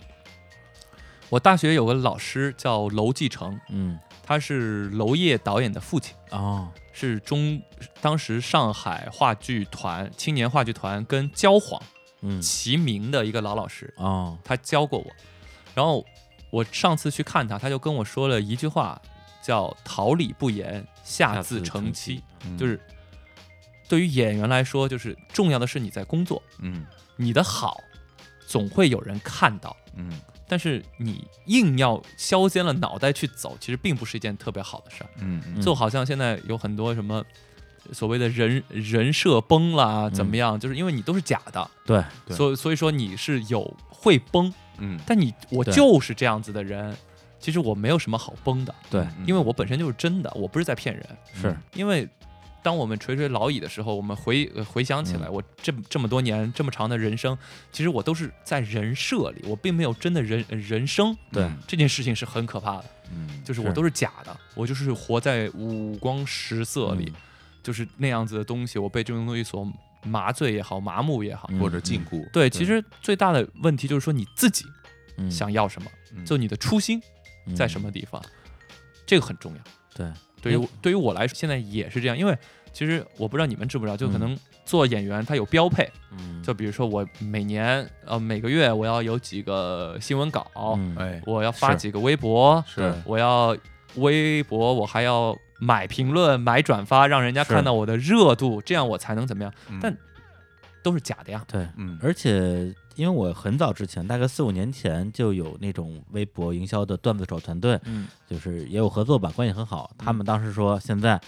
Speaker 3: 我大学有个老师叫娄继成，
Speaker 1: 嗯
Speaker 3: 他是娄烨导演的父亲。
Speaker 1: 哦
Speaker 3: 是中当时上海话剧团青年话剧团跟焦晃
Speaker 1: 嗯
Speaker 3: 齐名的一个老老师，
Speaker 1: 哦
Speaker 3: 他教过我。然后我上次去看他，他就跟我说了一句话，叫“桃李不言，下自成蹊”，
Speaker 2: 嗯
Speaker 3: 就是对于演员来说，就是重要的是你在工作，
Speaker 2: 嗯
Speaker 3: 你的好总会有人看到。
Speaker 2: 嗯
Speaker 3: 但是你硬要削尖了脑袋去走，其实并不是一件特别好的事儿。
Speaker 2: 嗯嗯
Speaker 3: 就好像现在有很多什么所谓的人人设崩啦，怎么样？就是因为你都是假的，
Speaker 1: 对，
Speaker 2: 嗯对
Speaker 3: 所以所以说你是有会崩，
Speaker 2: 嗯，
Speaker 3: 但你我
Speaker 1: 对
Speaker 3: 就是这样子的人，其实我没有什么好崩的，
Speaker 1: 对
Speaker 2: 嗯
Speaker 3: 因为我本身就是真的，我不是在骗人。
Speaker 1: 是
Speaker 3: 因为当我们垂垂老矣的时候，我们回呃回想起
Speaker 2: 嗯
Speaker 3: 来，我这这么多年这么长的人生，其实我都是在人设里，我并没有真的人呃人生。
Speaker 1: 对
Speaker 3: 这件事情是很可怕的，
Speaker 2: 嗯，
Speaker 3: 就是我
Speaker 1: 是
Speaker 3: 都是假的，我就是活在五光十色里，
Speaker 1: 嗯
Speaker 3: 就是那样子的东西，我被这种东西所麻醉也好，麻木也好。
Speaker 2: 或
Speaker 1: 嗯
Speaker 2: 者禁锢，
Speaker 3: 对，其实最大的问题就是说你自己想要什么，
Speaker 2: 嗯
Speaker 3: 就你的初心在什
Speaker 1: 么
Speaker 3: 么地方，这个很重要。
Speaker 1: 嗯对
Speaker 3: 对于
Speaker 1: 嗯
Speaker 3: 我对于我来说，现在也是这样，因为其实我不知道你们知不知道，就可能做演员他有标配，
Speaker 1: 嗯
Speaker 3: 就比如说我每年呃每个月我要有几个新闻稿，
Speaker 1: 嗯
Speaker 2: 哎，
Speaker 3: 我要发
Speaker 1: 是
Speaker 3: 几个微博，
Speaker 2: 是
Speaker 3: 我要微博，我还要买评论、买转发，让人家
Speaker 1: 是
Speaker 3: 看到我的热度，这样我才能怎么样？
Speaker 2: 嗯
Speaker 3: 但都是假的呀。
Speaker 1: 对。
Speaker 2: 嗯
Speaker 1: 而且，因为我很早之前，大概四五年前就有那种微博营销的段子手团队，
Speaker 3: 嗯
Speaker 1: 就是也有合作吧，关系很好。他们当时说，现在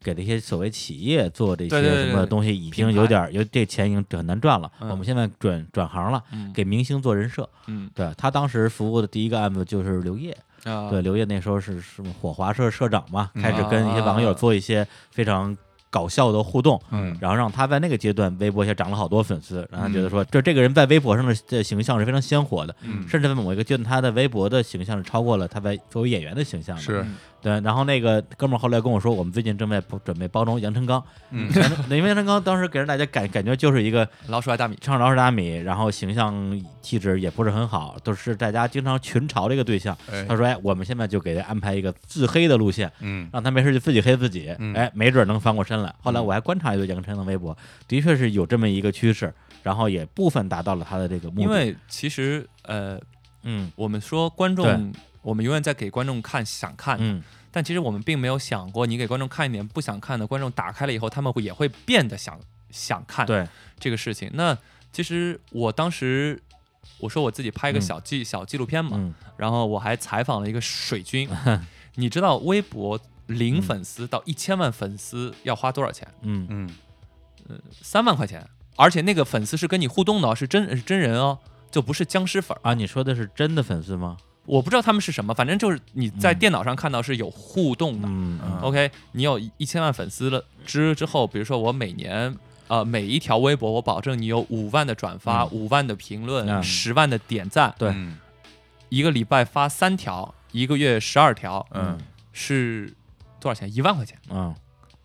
Speaker 1: 给这些所谓企业做这
Speaker 3: 对对
Speaker 1: 些
Speaker 3: 对
Speaker 1: 什
Speaker 3: 对
Speaker 1: 么
Speaker 3: 对
Speaker 1: 东西，已
Speaker 3: 品
Speaker 1: 经有
Speaker 3: 牌
Speaker 1: 点儿有这钱已经很难赚了。
Speaker 3: 嗯
Speaker 1: 我们现在转转行了，
Speaker 3: 嗯
Speaker 1: 给明星做人设。
Speaker 3: 嗯
Speaker 1: 对他当时服务的第一个案子就是刘烨，
Speaker 3: 啊
Speaker 1: 对刘烨那时候是是火华社社长嘛，
Speaker 2: 嗯
Speaker 1: 开始跟一些网友做一些非常搞笑的互动，
Speaker 2: 嗯
Speaker 1: 然后让他在那个阶段微博也涨了好多粉丝，让他觉得说，这这个人在微博上的这形象是非常鲜活的，
Speaker 2: 嗯
Speaker 1: 甚至在某一个阶段，他的微博的形象是超过了他在作为演员的形象的。
Speaker 2: 是
Speaker 3: 嗯
Speaker 1: 对，然后那个哥们儿后来跟我说，我们最近正在包准备包装杨成刚，
Speaker 2: 嗯
Speaker 1: 杨成因为杨成刚当时给人大家感感觉就是一个
Speaker 3: 老鼠爱大米，
Speaker 1: 唱老鼠大米，然后形象气质也不是很好，都是大家经常群嘲的一个对象。
Speaker 2: 哎
Speaker 1: 他说：“哎，我们现在就给他安排一个自黑的路线，
Speaker 2: 嗯
Speaker 1: 让他没事就自己黑自己，
Speaker 2: 嗯
Speaker 1: 哎，没准能翻过身来。”后来我还观察一下杨晨的微博，的确是有这么一个趋势，然后也部分达到了他的这个目的。
Speaker 3: 因为其实呃，
Speaker 1: 嗯
Speaker 3: 我们说观众
Speaker 1: 对，
Speaker 3: 我们永远在给观众看想看，
Speaker 1: 嗯，
Speaker 3: 但其实我们并没有想过，你给观众看一点不想看的，观众打开了以后，他们会也会变得想想看
Speaker 1: 对，
Speaker 3: 这个事情。那其实我当时我说我自己拍一个小纪、小纪录片嘛，
Speaker 1: 嗯
Speaker 3: 然后我还采访了一个水 军，你知道微博零
Speaker 1: 嗯
Speaker 3: 粉丝到一千万粉丝要花多少钱？
Speaker 1: 嗯
Speaker 2: 嗯，
Speaker 3: 三万块钱，而且那个粉丝是跟你互动的哦，是真是真人哦，就不是僵尸粉儿。
Speaker 1: 啊，你说的是真的粉丝吗？
Speaker 3: 我不知道他们是什么，反正就是你在
Speaker 1: 嗯
Speaker 3: 电脑上看到是有互动的。
Speaker 1: 嗯嗯
Speaker 3: OK，你有一千万粉丝了之之后，比如说我每年呃每一条微博，我保证你有五万的转发、
Speaker 1: 嗯
Speaker 3: 五、万的评论、
Speaker 1: 嗯
Speaker 3: 十、万的点赞，
Speaker 1: 对
Speaker 2: 嗯
Speaker 3: 一个礼拜发三条，一个月十二条
Speaker 2: 嗯
Speaker 3: 是多少钱？一万块钱，
Speaker 1: 嗯，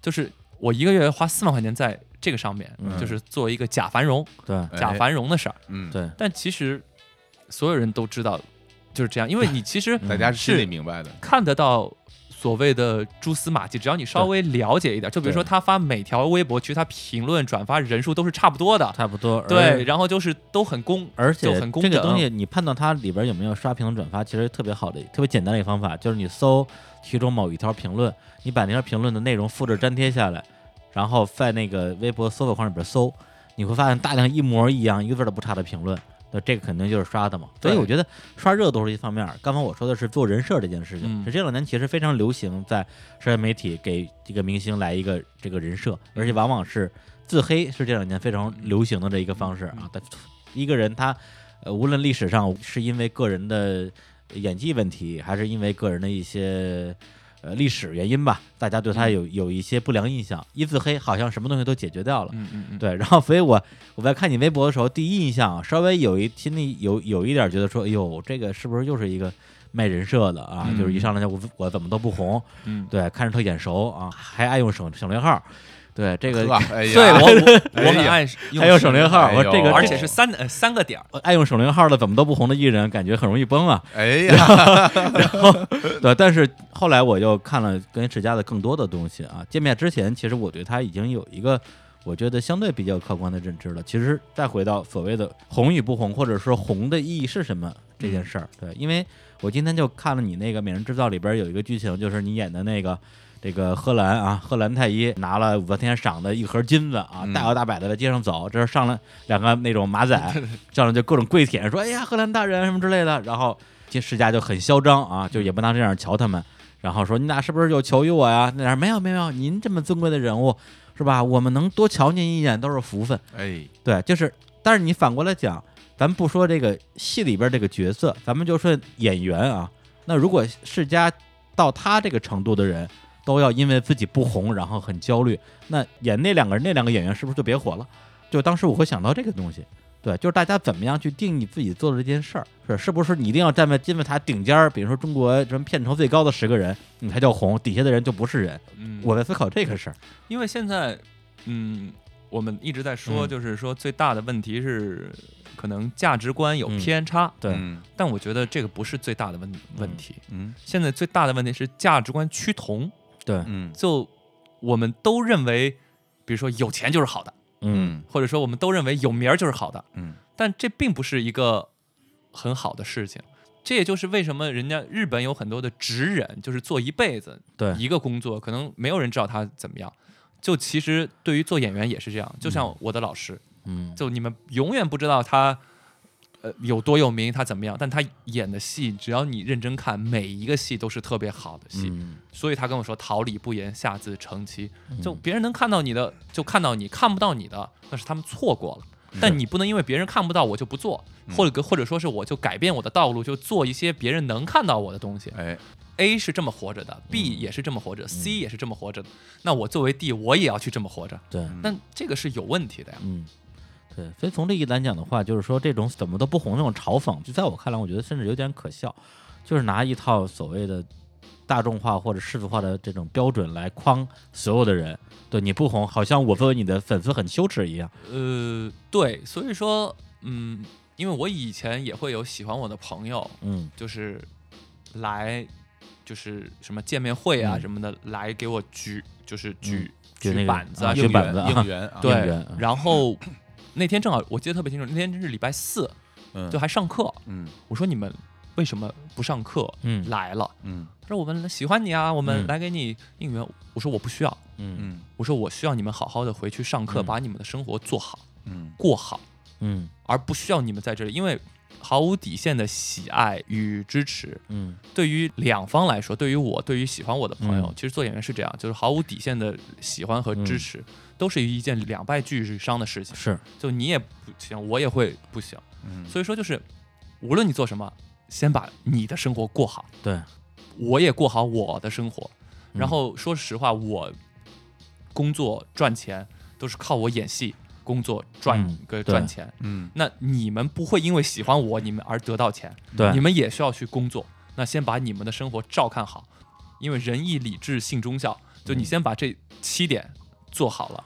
Speaker 3: 就是我一个月花四万块钱在这个上面，
Speaker 1: 嗯
Speaker 3: 就是做一个假繁荣、
Speaker 1: 对
Speaker 2: 哎
Speaker 3: 假繁荣的事儿。
Speaker 2: 嗯，
Speaker 1: 对，
Speaker 3: 但其实所有人都知道就是这样，因为你其实
Speaker 2: 大家是心里
Speaker 3: 是
Speaker 2: 明白的，
Speaker 3: 看得到所谓的蛛丝马迹，只要你稍微了解一点，就比如说他发每条微博，其实他评论转发人数都是差不多的，
Speaker 1: 差不多。而
Speaker 3: 对，，然后就是都很公，
Speaker 1: 而
Speaker 3: 就
Speaker 1: 且
Speaker 3: 很公
Speaker 1: 这
Speaker 3: 正
Speaker 1: 个东西，你判断它里边有没有刷屏转发，其实特别好的、特别简单的一个方法，就是你搜其中某一条评论，你把那条评论的内容复制粘贴下来，然后在那个微博搜索框里边搜，你会发现大量一模一样、一个字儿都不差的评论。那这个肯定就是刷的嘛，所以
Speaker 3: 对
Speaker 1: 我觉得刷热度是一方面儿。刚才我说的是做人设这件事情，
Speaker 3: 嗯
Speaker 1: 是这两年其实非常流行在社交媒体给这个明星来一个这个人设，而且往往是自黑是这两年非常流行的这一个方式
Speaker 3: 嗯
Speaker 1: 啊。但一个人他呃，无论历史上是因为个人的演技问题，还是因为个人的一些呃历史原因吧，大家对
Speaker 3: 嗯
Speaker 1: 他有有一些不良印象。一自黑好像什么东西都解决掉了，
Speaker 3: 嗯嗯嗯，，
Speaker 1: 对。然后，所以我我在看你微博的时候，第一印象稍微有一心里有有一点觉得说，哎呦，这个是不是又是一个卖人设的啊？
Speaker 3: 嗯
Speaker 1: 就是一上来就我我怎么都不红，
Speaker 3: 嗯，
Speaker 1: 对，看着特眼熟啊，还爱用省省略号，对这个
Speaker 3: 啊
Speaker 2: 呵。哎呀，
Speaker 3: 对我我
Speaker 2: 哎
Speaker 3: 我很
Speaker 2: 呀
Speaker 3: 爱
Speaker 1: 还有省略号，
Speaker 2: 哎
Speaker 1: 我
Speaker 2: 呦
Speaker 1: 这个
Speaker 3: 而且是三呃三个点儿，
Speaker 1: 爱用省略号的怎么都不红的艺人，感觉很容易崩啊。
Speaker 2: 哎呀，
Speaker 1: 对，呃但是后来我又看了跟史嘉的更多的东西啊。见面之前，其实我对他已经有一个我觉得相对比较客观的认知了。其实再回到所谓的红与不红，或者说红的意义是什么这件事儿，对，因为我今天就看了你那个《美人制造》里边有一个剧情，就是你演的那个。这个贺兰啊，贺兰太医拿了武则天赏的一盒金子啊
Speaker 2: 嗯，
Speaker 1: 大摇大摆的在街上走，这时候上来两个那种马仔，上来就各种跪舔，说：“哎呀，贺兰大人什么之类的。”然后这世家就很嚣张啊，就也不拿这样瞧他们，然后说：“你俩是不是有求于我呀？”那俩没有没有，您这么尊贵的人物是吧？我们能多瞧您一眼都是福分。
Speaker 2: 哎，
Speaker 1: 对，就是，但是你反过来讲，咱不说这个戏里边这个角色，咱们就说演员啊。那如果世家到他这个程度的人，都要因为自己不红然后很焦虑，那演那两个人那两个演员是不是就别火了？就当时我会想到这个东西，对，就是大家怎么样去定义自己做的这件事儿，是是不是你一定要站在金字塔顶尖儿？比如说中国什么片酬最高的十个人，你才叫红，底下的人就不是人。
Speaker 3: 嗯，
Speaker 1: 我在思考这个事儿，
Speaker 3: 因为现在嗯我们一直在说，
Speaker 1: 嗯
Speaker 3: 就是说最大的问题是可能价值观有偏差，
Speaker 1: 对
Speaker 2: 嗯
Speaker 3: 但我觉得这个不是最大的问问题，
Speaker 2: 嗯
Speaker 3: 现在最大的问题是价值观趋同，
Speaker 1: 对，
Speaker 2: 嗯
Speaker 3: 就我们都认为，比如说有钱就是好的，
Speaker 1: 嗯，
Speaker 3: 或者说我们都认为有名儿就是好的，
Speaker 2: 嗯
Speaker 3: 但这并不是一个很好的事情。这也就是为什么人家日本有很多的职人，就是做一辈子
Speaker 1: 对
Speaker 3: 一个工作，可能没有人知道他怎么样。就其实对于做演员也是这样，就像我的老师，
Speaker 1: 嗯，
Speaker 3: 就你们永远不知道他。呃，有多有名，他怎么样？但他演的戏，只要你认真看，每一个戏都是特别好的戏。
Speaker 1: 嗯
Speaker 3: 所以他跟我说“桃李不言，下自成蹊”，就
Speaker 1: 嗯
Speaker 3: 别人能看到你的就看到你，看不到你的那是他们错过了。但你不能因为别人看不到我就不做，或者或者说是我就改变我的道路，就做一些别人能看到我的东西。
Speaker 2: 哎
Speaker 3: A 是这么活着的，B 也是这么活着，C 也是这么活着的。那我作为 D，我也要去这么活着，
Speaker 1: 对。
Speaker 3: 但这个是有问题的呀。
Speaker 1: 嗯，对，所以从这一栏讲的话，就是说这种怎么都不红这种嘲讽，就在我看来，我觉得甚至有点可笑，就是拿一套所谓的大众化或者世俗化的这种标准来框所有的人。对，你不红，好像我作为你的粉丝很羞耻一样。
Speaker 3: 呃，对，所以说，嗯，因为我以前也会有喜欢我的朋友，
Speaker 1: 嗯
Speaker 3: 就是来就是什么见面会啊
Speaker 1: 嗯
Speaker 3: 什么的，来给我举就是举、
Speaker 1: 举那个
Speaker 3: 板子
Speaker 1: 啊
Speaker 3: 什
Speaker 1: 举
Speaker 3: 么
Speaker 1: 板
Speaker 3: 的
Speaker 1: 子啊
Speaker 2: 应援啊，
Speaker 1: 应
Speaker 3: 对
Speaker 1: 援嗯，
Speaker 3: 然后那天正好我记得特别清楚，那天是礼拜四，
Speaker 2: 嗯
Speaker 3: 就还上课。
Speaker 2: 嗯
Speaker 3: 我说你们为什么不上课
Speaker 1: 嗯
Speaker 3: 来了？
Speaker 2: 嗯
Speaker 3: 他说我们喜欢你啊，我们
Speaker 1: 嗯
Speaker 3: 来给你应援。我说我不需要，
Speaker 1: 嗯
Speaker 2: 嗯
Speaker 3: 我说我需要你们好好的回去上课，
Speaker 1: 嗯
Speaker 3: 把你们的生活做好
Speaker 2: 嗯
Speaker 3: 过好，
Speaker 1: 嗯
Speaker 3: 而不需要你们在这里，因为毫无底线的喜爱与支持，
Speaker 1: 嗯
Speaker 3: 对于两方来说，对于我，对于喜欢我的朋友，
Speaker 1: 嗯
Speaker 3: 其实做演员是这样，就是毫无底线的喜欢和支持，都是一件两败俱伤的事情。
Speaker 1: 是
Speaker 3: 就你也不行，我也会不行。
Speaker 2: 嗯，
Speaker 3: 所以说，就是无论你做什么，先把你的生活过好，
Speaker 1: 对，
Speaker 3: 我也过好我的生活。
Speaker 1: 嗯
Speaker 3: 然后说实话，我工作赚钱都是靠我演戏工作赚
Speaker 1: 嗯
Speaker 3: 个
Speaker 1: 对
Speaker 3: 赚钱。
Speaker 2: 嗯
Speaker 3: 那你们不会因为喜欢我你们而得到钱，
Speaker 1: 对
Speaker 3: 你们也需要去工作。那先把你们的生活照看好，因为仁义礼智信忠孝，就你先把这七点做好了，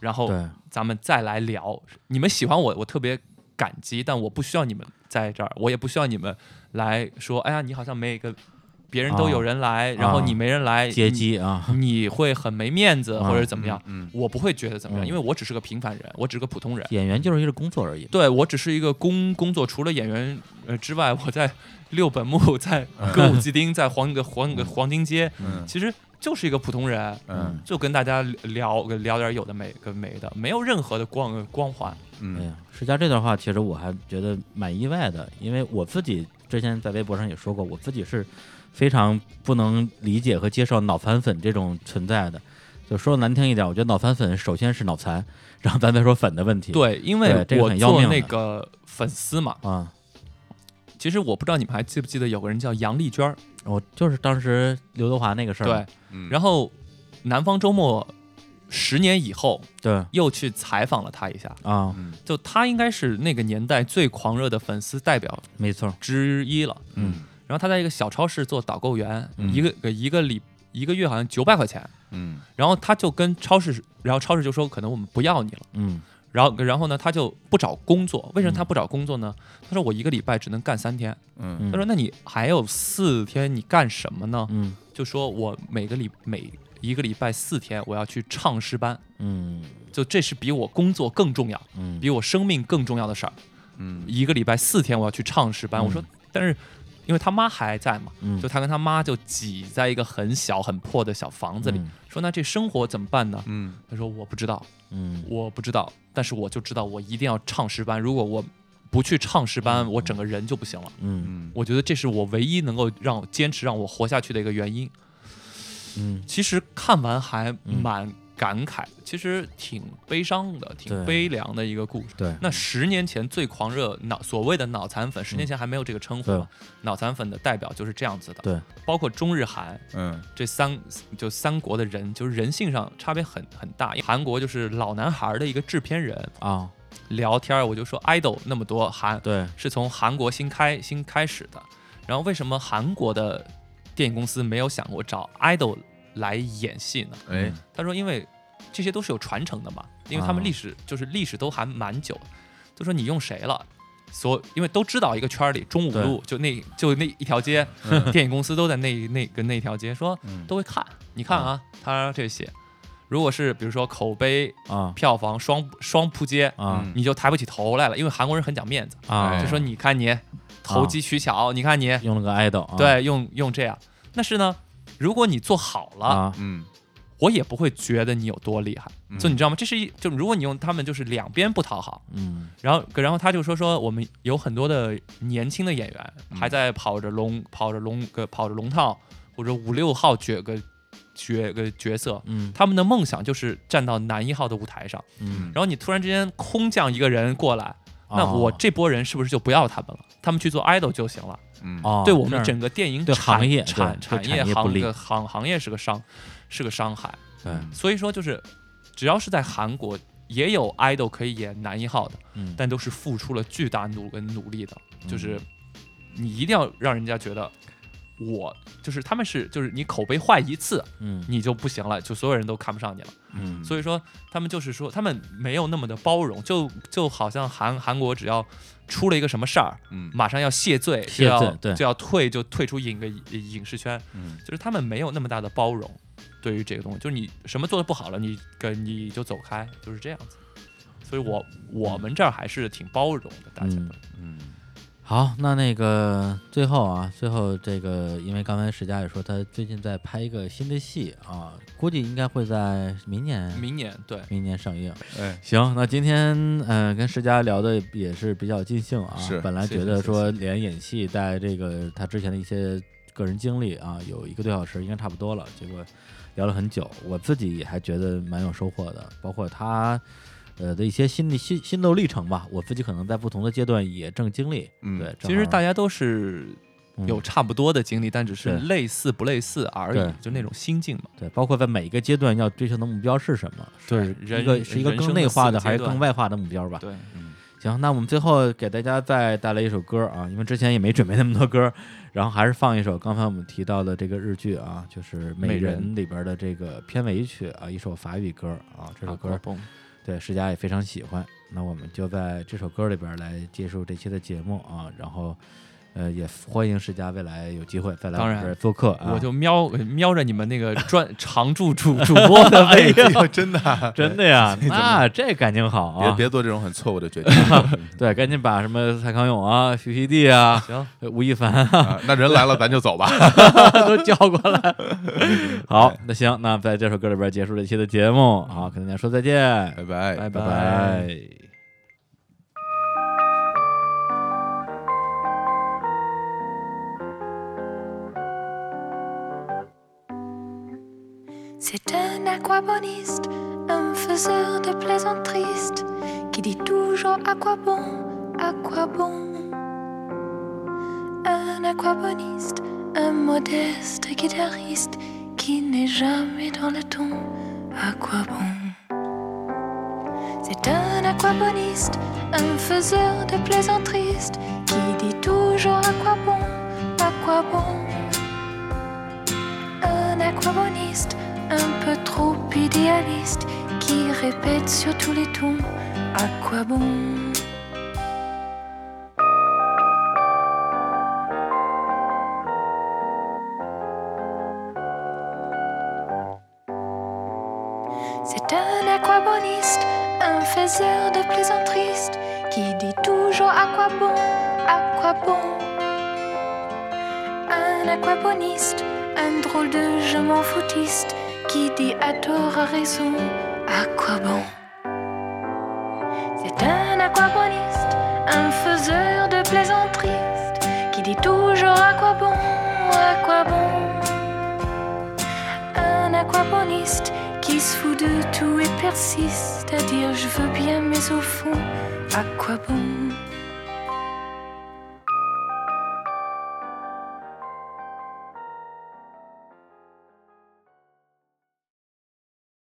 Speaker 3: 然后
Speaker 1: 对
Speaker 3: 咱们再来聊。你们喜欢我，我特别感激，但我不需要你们在这儿，我也不需要你们来说，哎呀，你好像没个，别人都有人来，然后
Speaker 1: 啊
Speaker 3: 你没人来，
Speaker 1: 接机啊，
Speaker 3: 哎你，你会很没面子
Speaker 1: 啊
Speaker 3: 或者怎么样。
Speaker 2: 嗯
Speaker 3: 我不会觉得怎么
Speaker 1: 嗯
Speaker 3: 样，因为我只是个平凡人，我只是个普通人。
Speaker 1: 演员就是一个工作而已。
Speaker 3: 对我只是一个工工作，除了演员呃之外，我在 六本木，在
Speaker 1: 嗯
Speaker 3: 歌舞伎町，在黄个黄个黄金街，
Speaker 2: 嗯
Speaker 3: 其实就是一个普通人，
Speaker 2: 嗯
Speaker 3: 就跟大家聊聊点有的没个没的，没有任何的光光环。
Speaker 1: 哎
Speaker 2: 嗯
Speaker 1: 呀，世嘉这段话其实我还觉得蛮意外的，因为我自己之前在微博上也说过，我自己是非常不能理解和接受脑残粉这种存在的。就说得难听一点，我觉得脑残粉首先是脑残，然后咱再说粉的问题。
Speaker 3: 对，因为
Speaker 1: 对这个
Speaker 3: 我
Speaker 1: 很要
Speaker 3: 做
Speaker 1: 命啊
Speaker 3: 那
Speaker 1: 的
Speaker 3: 个粉丝嘛，
Speaker 1: 啊，
Speaker 3: 其实我不知道你们还记不记得有个人叫杨丽娟儿，
Speaker 1: 我就是当时刘德华那个事儿
Speaker 3: 对
Speaker 1: 嘛。，
Speaker 2: 嗯，
Speaker 3: 然后南方周末十年以后
Speaker 1: 对
Speaker 3: 又去采访了她一下，
Speaker 1: 啊，
Speaker 2: 嗯
Speaker 3: 就她应该是那个年代最狂热的粉丝代表
Speaker 1: 没错，
Speaker 3: 之一了。
Speaker 2: 嗯
Speaker 3: 然后他在一个小超市做导购员，
Speaker 1: 嗯
Speaker 3: 一个一个礼一个月好像九百块钱，
Speaker 2: 嗯
Speaker 3: 然后他就跟超市，然后超市就说可能我们不要你了，
Speaker 1: 嗯
Speaker 3: 然后然后呢他就不找工作，为什
Speaker 1: 嗯
Speaker 3: 么他不找工作呢？他说我一个礼拜只能干三天，
Speaker 2: 嗯
Speaker 1: 嗯，
Speaker 3: 他说那你还有四天你干什么呢？
Speaker 1: 嗯
Speaker 3: 就说我每个礼每一个礼拜四天我要去唱诗班，
Speaker 1: 嗯
Speaker 3: 就这是比我工作更重要，
Speaker 1: 嗯，
Speaker 3: 比我生命更重要的事儿。
Speaker 2: 嗯
Speaker 3: 一个礼拜四天我要去唱诗班，
Speaker 1: 嗯
Speaker 3: 我说但是因为他妈还在嘛。
Speaker 1: 嗯
Speaker 3: 就他跟他妈就挤在一个很小很破的小房子里，
Speaker 1: 嗯
Speaker 3: 说那这生活怎么办呢？
Speaker 2: 嗯
Speaker 3: 他说我不知道，
Speaker 1: 嗯
Speaker 3: 我不知道，但是我就知道我一定要唱诗班，如果我不去唱诗班，我整个人就不行了。
Speaker 1: 嗯
Speaker 2: 嗯，
Speaker 3: 我觉得这是我唯一能够让坚持让我活下去的一个原因。
Speaker 1: 嗯，
Speaker 3: 其实看完还
Speaker 1: 嗯
Speaker 3: 蛮感慨，其实挺悲伤的，挺
Speaker 1: 对
Speaker 3: 悲凉的一个故事。
Speaker 1: 对，
Speaker 3: 那十年前最狂热脑所谓的脑残粉，十年前还没有这个称呼
Speaker 1: 嗯对
Speaker 3: 嘛，脑残粉的代表就是这样子的。
Speaker 1: 对，
Speaker 3: 包括中日韩，
Speaker 2: 嗯
Speaker 3: 这三就三国的人，就是人性上差别很很大。韩国就是老男孩的一个制片人
Speaker 1: 啊，
Speaker 3: 聊天儿，我就说 idol 那么多韩
Speaker 1: 对，
Speaker 3: 是从韩国新开新开始的，然后为什么韩国的电影公司没有想过找 idol 来演戏呢？
Speaker 2: 哎
Speaker 3: 他说因为这些都是有传承的嘛，因为他们
Speaker 1: 啊
Speaker 3: 历史、就是历史都还蛮久，就说你用谁了。所因为都知道一个圈儿里中五
Speaker 1: 对嗯
Speaker 3: 路就那就那一条街， 电影公司都在那那跟那条街说，
Speaker 2: 嗯
Speaker 3: 都会看。你看啊，
Speaker 1: 嗯
Speaker 3: 他这些，如果是比如说口碑、
Speaker 1: 啊
Speaker 3: 票房双双扑街，
Speaker 1: 啊
Speaker 2: 嗯
Speaker 3: 你就抬不起头来了，因为韩国人很讲面子，
Speaker 1: 啊，
Speaker 2: 哎
Speaker 3: 就说你看你投机取巧，你看你
Speaker 1: 用了个 idol 啊，
Speaker 3: 对用用这样。但是呢，如果你做好了，
Speaker 1: 啊，
Speaker 2: 嗯
Speaker 3: 我也不会觉得你有多厉害。
Speaker 2: 嗯
Speaker 3: 就你知道吗？这是一就如果你用他们就是两边不讨好，
Speaker 1: 嗯。
Speaker 3: 然后然后他就说说我们有很多的年轻的演员还在跑着龙跑着龙个跑着龙套或者五六号角个角个角色，
Speaker 1: 嗯
Speaker 3: 他们的梦想就是站到男一号的舞台上。
Speaker 1: 嗯，
Speaker 3: 然后你突然之间空降一个人过来，那
Speaker 1: 哦
Speaker 3: 我这波人是不是就不要他们了？他们去做 idol 就行了。
Speaker 2: 嗯
Speaker 1: 哦，
Speaker 3: 对我们
Speaker 1: 这
Speaker 3: 整个电影
Speaker 1: 对
Speaker 3: 产
Speaker 1: 行业
Speaker 3: 产
Speaker 1: 对对
Speaker 3: 业
Speaker 1: 产业不
Speaker 3: 行
Speaker 1: 利
Speaker 3: 个行行业是个伤是个伤害。
Speaker 1: 样
Speaker 2: 嗯
Speaker 3: 所以说就是只要是在韩国。也有 idol 可以演男一号的，
Speaker 1: 对，嗯
Speaker 3: 但都是付出了巨大努跟努力的，
Speaker 1: 嗯
Speaker 3: 就是你一定要让人家觉得我就是他们是就是你口碑坏一次
Speaker 1: 嗯
Speaker 3: 你就不行了，就所有人都看不上你了。
Speaker 1: 嗯，
Speaker 3: 所以说他们就是说他们没有那么的包容，就就好像韩韩国只要出了一个什么事儿，
Speaker 2: 嗯
Speaker 3: 马上要谢罪，
Speaker 1: 谢罪
Speaker 3: 就要
Speaker 1: 对
Speaker 3: 就要退就退出影个影视圈，
Speaker 2: 嗯
Speaker 3: 就是他们没有那么大的包容。对于这个东西，就是你什么做的不好了，你跟你就走开，就是这样子。所以我我们这儿还是挺包容的，大家都
Speaker 1: 嗯。
Speaker 2: 嗯
Speaker 1: 好，那那个最后啊，最后这个，因为刚才史佳也说他最近在拍一个新的戏啊，估计应该会在明年
Speaker 3: 明年对，
Speaker 1: 明年上映。
Speaker 2: 哎
Speaker 1: 行，那今天呃跟世佳聊的也是比较尽兴啊。
Speaker 2: 是
Speaker 1: 本来
Speaker 3: 谢
Speaker 1: 觉
Speaker 3: 谢
Speaker 1: 得
Speaker 3: 谢
Speaker 1: 说连演戏带这个他之前的一些个人经历啊，有一个多小时应该差不多了，结果聊了很久，我自己也还觉得蛮有收获的，包括他。呃的一些心理心心路历程吧，我自己可能在不同的阶段也正嗯经历。
Speaker 2: 嗯
Speaker 1: 对，
Speaker 3: 其实大
Speaker 1: 家
Speaker 3: 家都是有差不多的经历，但只是
Speaker 1: 对
Speaker 3: 类似不类似而
Speaker 1: 对
Speaker 3: 已，就那种心境嘛。
Speaker 1: 对，包括在每一个阶段要追求的目标是什么，
Speaker 3: 对
Speaker 1: 是一
Speaker 3: 人
Speaker 1: 个是一个
Speaker 3: 人
Speaker 1: 更
Speaker 3: 生
Speaker 1: 内
Speaker 3: 的四
Speaker 1: 化
Speaker 3: 个
Speaker 1: 的还是
Speaker 3: 阶段
Speaker 1: 更外化的目标吧？
Speaker 3: 对，
Speaker 2: 嗯
Speaker 1: 行，那我们最后给大家再带来一首歌啊，因为之前也没准备那么多歌，然后还是放一首刚才我们提到的这个日剧啊，就是《美
Speaker 3: 美
Speaker 1: 人
Speaker 3: 人》
Speaker 1: 里边的这个片尾曲啊，一首法语歌啊，这首歌、对世嘉也非常喜欢。那我们就在这首歌里边来结束这期的节目啊，然后呃也欢迎世嘉未来有机会再来我
Speaker 3: 当
Speaker 1: 们
Speaker 3: 然
Speaker 1: 这儿做客啊，
Speaker 3: 我就瞄瞄着你们那个专常驻主主播的位置，
Speaker 2: 哎呦， 真的啊
Speaker 1: 真的呀，
Speaker 2: 怎么
Speaker 1: 哎那这感情好
Speaker 2: 别
Speaker 1: 啊，
Speaker 2: 别做这种很错误的决定
Speaker 1: 对，赶紧把什么蔡康永啊、徐熙娣啊、
Speaker 3: 行，
Speaker 1: 呃吴亦凡啊。
Speaker 2: 啊！那人来了，咱就走吧。
Speaker 1: 都叫过 来。好，那行，那在这首歌里边结束这期的节目，好，跟大家说再见，
Speaker 2: 拜拜，
Speaker 3: 拜
Speaker 1: 拜拜
Speaker 4: C'est un aquaboniste, un faiseur de plaisanteries qui dit toujours à quoi bon, à quoi bon. Un aquaboniste, un modeste guitariste qui n'est jamais dans le ton, à quoi bon. C'est un aquaboniste, un faiseur de plaisanteries qui dit toujours à quoi bon, à quoi bon un aquaboniste un peu trop idéaliste qui répète sur tous les tons à quoi bon C'est un aquaboniste, un faiseur de plaisanteries qui dit toujours à quoi bon, à quoi bon un aquaponiste, un drôle de je m'en foutiste qui dit à tort à raison à quoi bon. C'est un aquaponiste, un faiseur de plaisanteries qui dit toujours à quoi bon, à quoi bon. Un aquaponiste qui se fout de tout et persiste à dire je veux bien mais au fond à quoi bon.